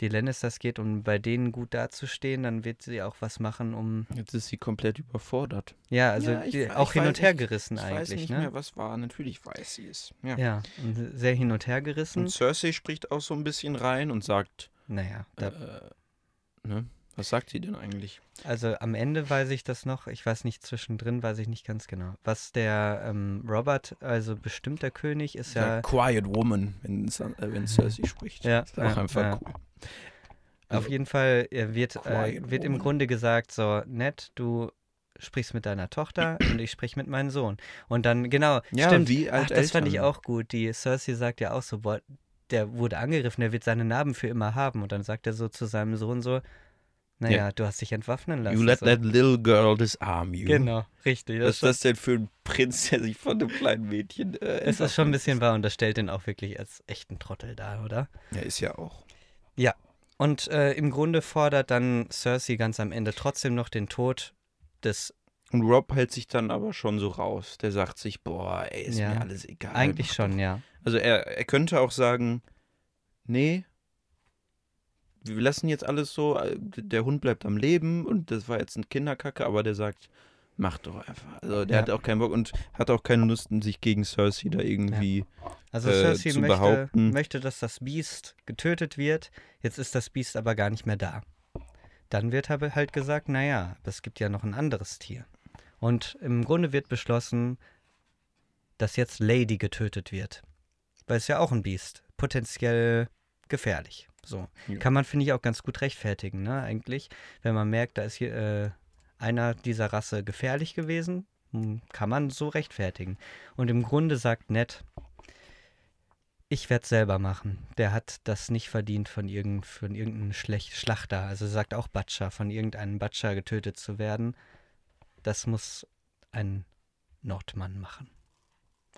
Speaker 2: die Lannisters geht, um bei denen gut dazustehen, dann wird sie auch was machen, um
Speaker 1: Jetzt ist sie komplett überfordert.
Speaker 2: ja, also
Speaker 1: Ja, ich
Speaker 2: die-
Speaker 1: we-
Speaker 2: auch
Speaker 1: ich
Speaker 2: hin
Speaker 1: weiß
Speaker 2: und her
Speaker 1: nicht-
Speaker 2: gerissen
Speaker 1: ich weiß
Speaker 2: eigentlich,
Speaker 1: nicht
Speaker 2: ne?
Speaker 1: mehr, was war. Natürlich weiß sie es. Ja.
Speaker 2: ja, und sehr hin und her gerissen.
Speaker 1: Und Cersei spricht auch so ein bisschen rein und sagt,
Speaker 2: naja, da,
Speaker 1: äh, ne? Was sagt sie denn eigentlich?
Speaker 2: Also am Ende weiß ich das noch. Ich weiß nicht, zwischendrin weiß ich nicht ganz genau. Was der ähm, Robert, also bestimmt der König, ist ja.
Speaker 1: Sagt Quiet Woman, wenn, Sa- äh, wenn Cersei spricht.
Speaker 2: Ja,
Speaker 1: Ist auch
Speaker 2: ja,
Speaker 1: einfach
Speaker 2: ja.
Speaker 1: cool.
Speaker 2: Auf jeden Fall äh, wird, äh,
Speaker 1: Quiet
Speaker 2: wird im
Speaker 1: Woman.
Speaker 2: Grunde gesagt, so, nett, du sprichst mit deiner Tochter und ich sprich mit meinem Sohn. Und dann, genau,
Speaker 1: Ja,
Speaker 2: stimmt.
Speaker 1: wie
Speaker 2: Ach,
Speaker 1: als
Speaker 2: das fand ich
Speaker 1: Eltern.
Speaker 2: auch gut. Die Cersei sagt ja auch so, boah, der wurde angegriffen, der wird seine Narben für immer haben. Und dann sagt er so zu seinem Sohn so, naja, du hast dich entwaffnen lassen.
Speaker 1: You let
Speaker 2: so.
Speaker 1: that little girl disarm you.
Speaker 2: also. Genau, richtig.
Speaker 1: Was ist das denn für ein Prinz, der sich von einem kleinen Mädchen äh,
Speaker 2: Es
Speaker 1: etwas-
Speaker 2: ist schon ein bisschen wahr und das stellt den auch wirklich als echten Trottel dar, oder?
Speaker 1: Ja, ist ja auch.
Speaker 2: Und äh, im Grunde fordert dann Cersei ganz am Ende trotzdem noch den Tod des.
Speaker 1: Und Rob hält sich dann aber schon so raus. Der sagt sich, boah, ey, ist
Speaker 2: Ja.
Speaker 1: mir alles egal.
Speaker 2: Eigentlich schon, ja.
Speaker 1: Also er, er könnte auch sagen, nee, wir lassen jetzt alles so, äh, der Hund bleibt am Leben und das war jetzt ein Kinderkacke, aber der sagt, macht doch einfach. Also der
Speaker 2: Ja.
Speaker 1: hat auch keinen Bock und hat auch keine Lust, sich gegen Cersei da irgendwie.
Speaker 2: Also
Speaker 1: Äh,
Speaker 2: Cersei
Speaker 1: zu
Speaker 2: möchte,
Speaker 1: behaupten-
Speaker 2: möchte, dass das Biest getötet wird. Jetzt ist das Biest aber gar nicht mehr da. Dann wird aber halt gesagt, naja, es gibt ja noch ein anderes Tier. Und im Grunde wird beschlossen, dass jetzt Lady getötet wird. Weil es ja auch ein Biest. Potenziell gefährlich. So.
Speaker 1: Ja.
Speaker 2: Kann man, finde ich, auch ganz gut rechtfertigen, ne, eigentlich. Wenn man merkt, da ist hier äh, einer dieser Rasse gefährlich gewesen, hm, kann man so rechtfertigen. Und im Grunde sagt Ned, ich werde selber machen. Der hat das nicht verdient, von, irgend, von irgendeinem Schlech, Schlachter, also sagt auch Butcher, von irgendeinem Butcher getötet zu werden. Das muss ein Nordmann machen.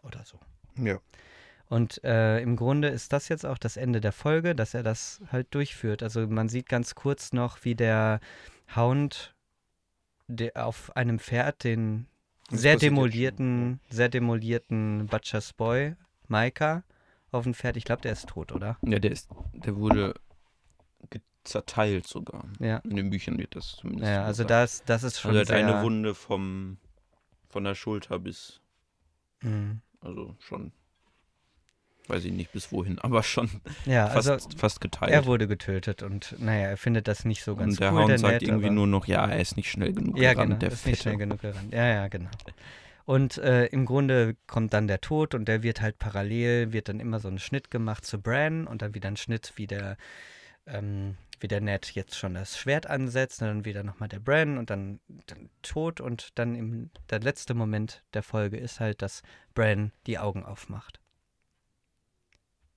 Speaker 2: Oder so.
Speaker 1: Ja.
Speaker 2: Und äh, im Grunde ist das jetzt auch das Ende der Folge, dass er das halt durchführt. Also man sieht ganz kurz noch, wie der Hound der auf einem Pferd den
Speaker 1: Das
Speaker 2: sehr
Speaker 1: passiert jetzt schon,
Speaker 2: demolierten, sehr demolierten Butchers Boy, Maika, auf dem Pferd. Ich glaube, der ist tot, oder?
Speaker 1: Ja, der ist, der wurde ge- zerteilt sogar.
Speaker 2: Ja.
Speaker 1: In den Büchern wird das zumindest.
Speaker 2: Ja,
Speaker 1: so
Speaker 2: also
Speaker 1: gesagt.
Speaker 2: das, das ist schon
Speaker 1: Also er hat
Speaker 2: sehr,
Speaker 1: eine Wunde vom, von der Schulter bis,
Speaker 2: Mm.
Speaker 1: also schon, weiß ich nicht bis wohin, aber schon
Speaker 2: Ja,
Speaker 1: fast,
Speaker 2: also
Speaker 1: fast geteilt.
Speaker 2: er wurde getötet und naja, er findet das nicht so ganz
Speaker 1: und der
Speaker 2: cool.
Speaker 1: Hound
Speaker 2: der
Speaker 1: sagt
Speaker 2: Ned,
Speaker 1: irgendwie
Speaker 2: aber-
Speaker 1: nur noch, ja, er ist nicht schnell genug
Speaker 2: Ja,
Speaker 1: gerannt,
Speaker 2: genau,
Speaker 1: der
Speaker 2: ist nicht schnell
Speaker 1: Fette.
Speaker 2: genug gerannt. Ja, ja, genau. Und äh, im Grunde kommt dann der Tod und der wird halt parallel, wird dann immer so ein Schnitt gemacht zu Bran und dann wieder ein Schnitt, wie der, ähm, wie der Ned jetzt schon das Schwert ansetzt und dann wieder nochmal der Bran und dann, dann Tod und dann im, der letzte Moment der Folge ist halt, dass Bran die Augen aufmacht.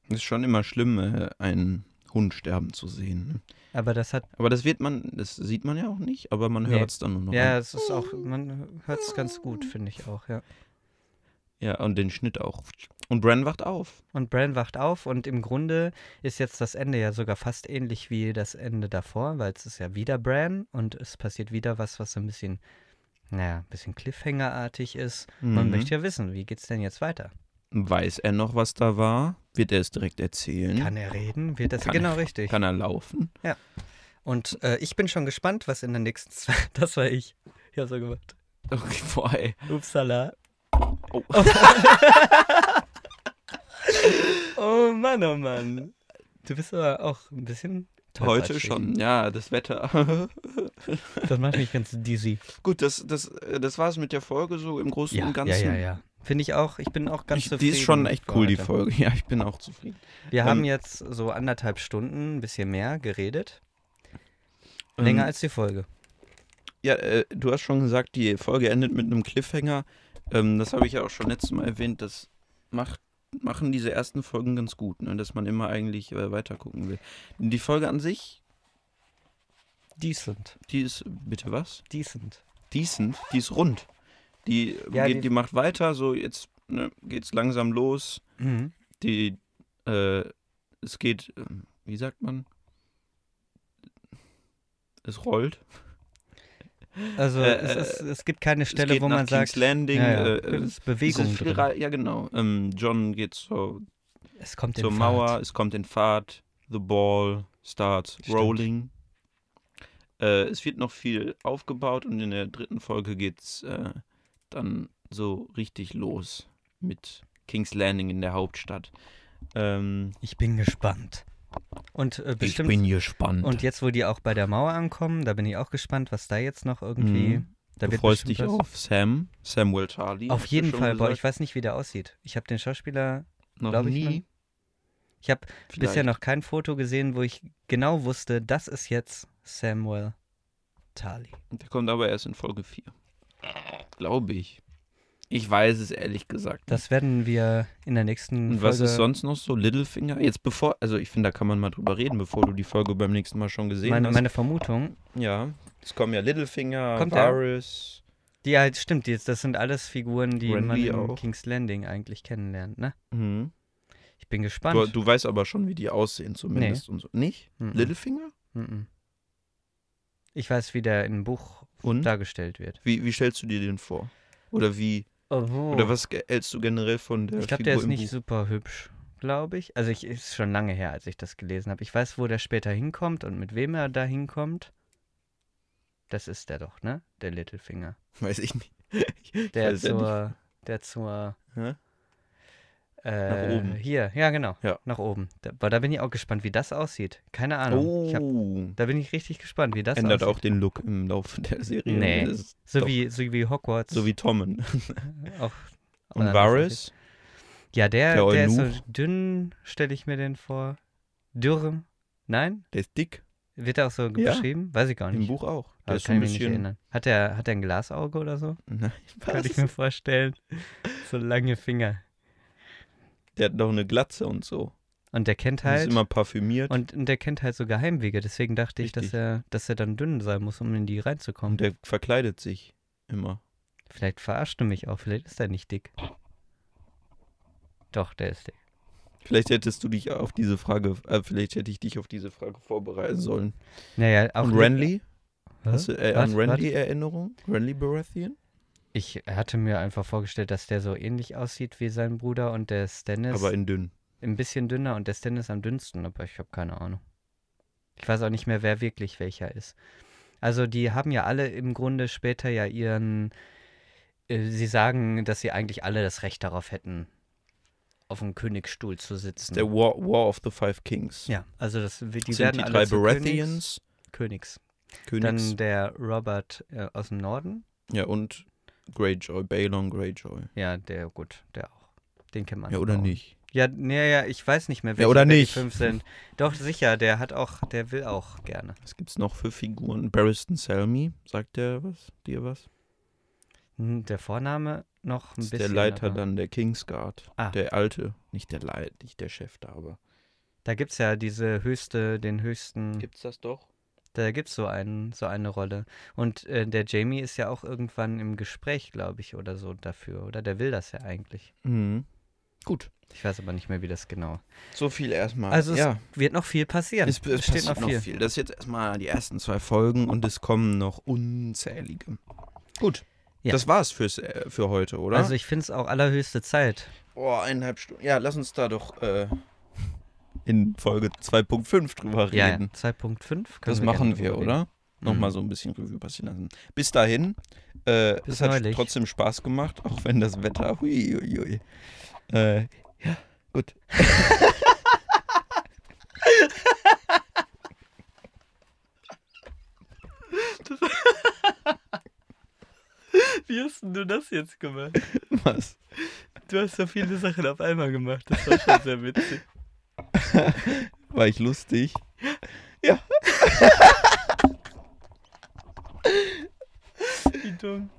Speaker 1: Ist schon immer schlimm, äh, einen Hund sterben zu sehen. ne?
Speaker 2: Aber das hat,
Speaker 1: Aber das wird man, das sieht man ja auch nicht, aber man
Speaker 2: Nee.
Speaker 1: hört es dann nur noch.
Speaker 2: ja,
Speaker 1: an.
Speaker 2: es ist auch, man hört es ganz gut, finde ich auch, ja.
Speaker 1: ja, und den Schnitt auch. Und Bran wacht auf.
Speaker 2: Und Bran wacht auf und im Grunde ist jetzt das Ende ja sogar fast ähnlich wie das Ende davor, weil es ist ja wieder Bran und es passiert wieder was, was so ein bisschen, naja, ein bisschen Cliffhanger-artig ist. Man
Speaker 1: Mhm.
Speaker 2: möchte ja wissen, wie geht's denn jetzt weiter?
Speaker 1: Weiß er noch, was da war? Wird er es direkt erzählen?
Speaker 2: Kann er reden? Wird das
Speaker 1: Hm? Kann
Speaker 2: genau
Speaker 1: er-
Speaker 2: richtig?
Speaker 1: Kann er laufen?
Speaker 2: Und äh, ich bin schon gespannt, was in der nächsten zwei. Das war ich. Ja, so gemacht.
Speaker 1: Okay, boah, ey.
Speaker 2: Upsala.
Speaker 1: Oh.
Speaker 2: Oh Mann, oh Mann. Du bist aber auch ein bisschen toll
Speaker 1: Heute
Speaker 2: matschig.
Speaker 1: schon, ja, das Wetter.
Speaker 2: Das macht mich ganz dizzy.
Speaker 1: Gut, das, das, äh, das war es mit der Folge so im Großen
Speaker 2: Ja,
Speaker 1: und
Speaker 2: ja,
Speaker 1: Ganzen.
Speaker 2: ja, ja. Finde ich auch. Ich bin auch ganz
Speaker 1: Ich,
Speaker 2: zufrieden.
Speaker 1: die ist schon echt
Speaker 2: für
Speaker 1: cool, die
Speaker 2: heute.
Speaker 1: Folge. Ja, ich bin auch zufrieden.
Speaker 2: Wir
Speaker 1: Ähm,
Speaker 2: haben jetzt so anderthalb Stunden, ein bisschen mehr geredet. Länger
Speaker 1: Ähm,
Speaker 2: als die Folge.
Speaker 1: Ja, äh, du hast schon gesagt, die Folge endet mit einem Cliffhanger. Ähm, das habe ich ja auch schon letztes Mal erwähnt. Das macht, machen diese ersten Folgen ganz gut, ne? dass man immer eigentlich äh, weitergucken will. Die Folge an sich,
Speaker 2: Decent.
Speaker 1: die ist, bitte was?
Speaker 2: Decent.
Speaker 1: Decent, die ist rund. Die,
Speaker 2: Ja,
Speaker 1: geht,
Speaker 2: die-
Speaker 1: die, macht weiter, so jetzt ne, geht's langsam los.
Speaker 2: Mhm.
Speaker 1: Die, äh, es geht, ähm, wie sagt man? Es rollt.
Speaker 2: Also
Speaker 1: Äh,
Speaker 2: es,
Speaker 1: äh,
Speaker 2: ist, es gibt keine
Speaker 1: es
Speaker 2: Stelle,
Speaker 1: geht
Speaker 2: wo
Speaker 1: nach
Speaker 2: man
Speaker 1: King's
Speaker 2: sagt,
Speaker 1: Landing,
Speaker 2: ja, ja,
Speaker 1: äh,
Speaker 2: es
Speaker 1: äh,
Speaker 2: ist Bewegung
Speaker 1: es ist viel
Speaker 2: drin.
Speaker 1: Rei- ja, genau. Ähm, John geht zur,
Speaker 2: Es kommt in
Speaker 1: zur
Speaker 2: Fahrt.
Speaker 1: Mauer, es kommt in Fahrt. The ball starts
Speaker 2: Stimmt.
Speaker 1: rolling. Äh, es wird noch viel aufgebaut und in der dritten Folge geht's äh, dann so richtig los mit King's Landing in der Hauptstadt. Ähm,
Speaker 2: Ich bin gespannt. Und äh, bestimmt.
Speaker 1: gespannt.
Speaker 2: und jetzt, wo die auch bei der Mauer ankommen, da bin ich auch gespannt, was da jetzt noch irgendwie.
Speaker 1: Mhm.
Speaker 2: Da
Speaker 1: du
Speaker 2: wird
Speaker 1: freust dich
Speaker 2: bestimmt was-
Speaker 1: auf Sam, Samuel Tarly.
Speaker 2: Auf
Speaker 1: hast du
Speaker 2: jeden
Speaker 1: schon
Speaker 2: Fall, boah, ich
Speaker 1: gesagt.
Speaker 2: weiß nicht, wie der aussieht. Ich habe den Schauspieler
Speaker 1: noch
Speaker 2: glaub ich,
Speaker 1: nie.
Speaker 2: man- Ich habe bisher
Speaker 1: Vielleicht.
Speaker 2: noch kein Foto gesehen, wo ich genau wusste, das ist jetzt Samuel Tali.
Speaker 1: Der kommt aber erst in Folge 4. Glaube ich. Ich weiß es ehrlich gesagt. nicht.
Speaker 2: Das werden wir in der nächsten
Speaker 1: Hm. Und
Speaker 2: Folge.
Speaker 1: was ist sonst noch so? Littlefinger? Jetzt bevor, also ich finde, da kann man mal drüber reden, bevor du die Folge beim nächsten Mal schon gesehen
Speaker 2: Meine,
Speaker 1: hast.
Speaker 2: meine Vermutung,
Speaker 1: ja. Es kommen ja Littlefinger,
Speaker 2: Kommt er?
Speaker 1: Varys.
Speaker 2: die halt stimmt, die, das sind alles Figuren, die man
Speaker 1: Renly
Speaker 2: in
Speaker 1: auch.
Speaker 2: King's Landing eigentlich kennenlernt, ne?
Speaker 1: Mhm.
Speaker 2: Ich bin
Speaker 1: Du,
Speaker 2: gespannt.
Speaker 1: du weißt aber schon, wie die aussehen zumindest und so. Nicht?
Speaker 2: Mhm.
Speaker 1: Littlefinger?
Speaker 2: Mhm. Ich weiß, wie der im Buch
Speaker 1: Und?
Speaker 2: dargestellt wird.
Speaker 1: Wie, wie stellst du dir den vor? Oder wie? Oder was ge- hältst du generell von der
Speaker 2: Oh. Ich glaube,
Speaker 1: Äh, Figur
Speaker 2: der ist
Speaker 1: im
Speaker 2: nicht
Speaker 1: Buch?
Speaker 2: super hübsch, glaube ich. Also ich ist schon lange her, als ich das gelesen habe. Ich weiß, wo der später hinkommt und mit wem er da hinkommt. Das ist der doch, ne? Der Littlefinger.
Speaker 1: Weiß ich nicht. Ich
Speaker 2: Der
Speaker 1: weiß ja nicht.
Speaker 2: zur, der zur.
Speaker 1: Hä?
Speaker 2: Äh,
Speaker 1: Nach oben.
Speaker 2: Hier, ja genau.
Speaker 1: Ja.
Speaker 2: Nach oben. Da, aber da bin ich auch gespannt, wie das aussieht. Keine Ahnung. Ich hab,
Speaker 1: Oh.
Speaker 2: da bin ich richtig gespannt, wie das
Speaker 1: ändert auch
Speaker 2: aussieht.
Speaker 1: den Look im Laufe der Serie.
Speaker 2: Nee.
Speaker 1: Das ist
Speaker 2: so
Speaker 1: doch-
Speaker 2: wie so wie Hogwarts. äh,
Speaker 1: so wie Tommen.
Speaker 2: auch
Speaker 1: Und
Speaker 2: anders
Speaker 1: Varys?
Speaker 2: aussieht. Ja, der,
Speaker 1: Der
Speaker 2: der ist so
Speaker 1: Eunuch?
Speaker 2: dünn, stelle ich mir den vor. Dürr. Nein?
Speaker 1: Der ist dick.
Speaker 2: Wird er auch so
Speaker 1: Ja.
Speaker 2: beschrieben? Weiß ich gar nicht.
Speaker 1: Im Buch auch. Der
Speaker 2: Aber
Speaker 1: ist so
Speaker 2: kann
Speaker 1: ein
Speaker 2: ich mich nicht
Speaker 1: bisschen.
Speaker 2: erinnern. Hat er hat er ein Glasauge oder so?
Speaker 1: Nein,
Speaker 2: Könnte ich
Speaker 1: was?
Speaker 2: mir vorstellen. So lange Finger.
Speaker 1: Der hat doch eine Glatze und so.
Speaker 2: Und der kennt
Speaker 1: Der
Speaker 2: halt
Speaker 1: ist immer parfümiert.
Speaker 2: und, und der kennt halt so Geheimwege. Deswegen dachte ich, dass
Speaker 1: Richtig.
Speaker 2: er, dass er dann dünn sein muss, um in die reinzukommen.
Speaker 1: Und der verkleidet sich immer.
Speaker 2: Vielleicht verarscht er mich auch. Vielleicht ist er nicht dick. Doch, der ist dick.
Speaker 1: Vielleicht hättest du dich auf diese Frage, äh, vielleicht hätte ich dich auf diese Frage vorbereiten sollen.
Speaker 2: Naja, auch
Speaker 1: und Renly?
Speaker 2: Hä?
Speaker 1: Hast du äh,
Speaker 2: Was?
Speaker 1: an Renly Erinnerung? Renly Baratheon?
Speaker 2: Ich hatte mir einfach vorgestellt, dass der so ähnlich aussieht wie sein Bruder und der Stannis
Speaker 1: Aber in dünn.
Speaker 2: ein bisschen dünner und der Stannis am dünnsten, aber ich habe keine Ahnung. Ich weiß auch nicht mehr, wer wirklich welcher ist. Also die haben ja alle im Grunde später ja ihren, äh, sie sagen, dass sie eigentlich alle das Recht darauf hätten, auf dem Königsstuhl zu sitzen.
Speaker 1: Der War, War of the Five Kings.
Speaker 2: ja, also das, die
Speaker 1: Sind
Speaker 2: werden
Speaker 1: die
Speaker 2: alle
Speaker 1: drei
Speaker 2: zu Königs,
Speaker 1: Baratheons,
Speaker 2: Königs.
Speaker 1: Königs.
Speaker 2: Dann der Robert äh, aus dem Norden.
Speaker 1: ja, und Greyjoy, Balon Greyjoy.
Speaker 2: Ja, der, gut, der auch. Den kennt man.
Speaker 1: Ja, oder
Speaker 2: auch.
Speaker 1: nicht?
Speaker 2: Ja, nee, ja, ich weiß nicht mehr, welche
Speaker 1: Ja, oder
Speaker 2: wer die
Speaker 1: nicht.
Speaker 2: fünf sind. Doch, sicher, der hat auch, der will auch gerne.
Speaker 1: Was gibt's noch für Figuren? Barristan Selmy, sagt der was? Dir was?
Speaker 2: Hm, Der Vorname noch ein
Speaker 1: Das ist
Speaker 2: bisschen.
Speaker 1: der Leiter
Speaker 2: aber-
Speaker 1: dann, der Kingsguard.
Speaker 2: Ah.
Speaker 1: Der alte. Nicht der Leiter, nicht der Chef da, aber.
Speaker 2: Da gibt es ja diese höchste, den höchsten.
Speaker 1: Gibt's das doch?
Speaker 2: Da gibt es so, einen, so eine Rolle. Und äh, der Jamie ist ja auch irgendwann im Gespräch, glaube ich, oder so dafür. Oder der will das ja eigentlich.
Speaker 1: Mhm. Gut.
Speaker 2: Ich weiß aber nicht mehr, wie das genau.
Speaker 1: So viel erstmal.
Speaker 2: Also es
Speaker 1: Ah, ja.
Speaker 2: wird noch viel passieren.
Speaker 1: Es, es
Speaker 2: steht noch
Speaker 1: passiert
Speaker 2: viel.
Speaker 1: Das ist jetzt erstmal die ersten zwei Folgen und es kommen noch unzählige. Gut.
Speaker 2: Ja.
Speaker 1: Das war's fürs, äh, für heute, oder?
Speaker 2: Also ich finde es auch allerhöchste Zeit.
Speaker 1: Boah, eineinhalb Stunden. Ja, lass uns da doch äh, in Folge 2.5 drüber
Speaker 2: Ja, ja.
Speaker 1: reden.
Speaker 2: 2.5 können
Speaker 1: Das
Speaker 2: wir gerne
Speaker 1: machen
Speaker 2: drüber
Speaker 1: wir,
Speaker 2: reden.
Speaker 1: oder? Nochmal
Speaker 2: Mhm.
Speaker 1: so ein bisschen Revue passieren lassen. Bis dahin, äh,
Speaker 2: Bis
Speaker 1: es hat
Speaker 2: neulich.
Speaker 1: trotzdem Spaß gemacht, auch wenn das Wetter. Hui, hui, hui. Äh, ja, gut.
Speaker 2: das Wie hast denn du das jetzt gemacht?
Speaker 1: Was?
Speaker 2: Du hast so viele Sachen auf einmal gemacht. Das war schon sehr witzig.
Speaker 1: War ich lustig?
Speaker 2: Wie dumm.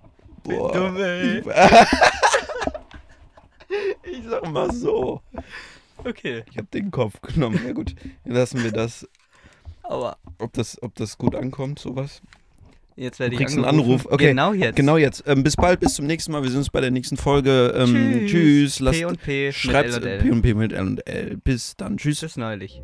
Speaker 1: Boah.
Speaker 2: Dumm, ey.
Speaker 1: Ich sag mal so.
Speaker 2: Okay.
Speaker 1: Ich hab den Kopf genommen. Ja gut, lassen wir das.
Speaker 2: Aua.
Speaker 1: Ob das, ob das gut ankommt, sowas.
Speaker 2: Jetzt werde
Speaker 1: Du
Speaker 2: ich
Speaker 1: kriegst einen
Speaker 2: angerufen.
Speaker 1: Anruf. Okay.
Speaker 2: Genau jetzt.
Speaker 1: Genau jetzt. Ähm, bis bald, bis zum nächsten Mal. Wir sehen uns bei der nächsten Folge. Ähm, tschüss.
Speaker 2: P und P.
Speaker 1: schreibt
Speaker 2: mit L und L.
Speaker 1: P&P mit L und L. Bis dann. Tschüss.
Speaker 2: Bis neulich.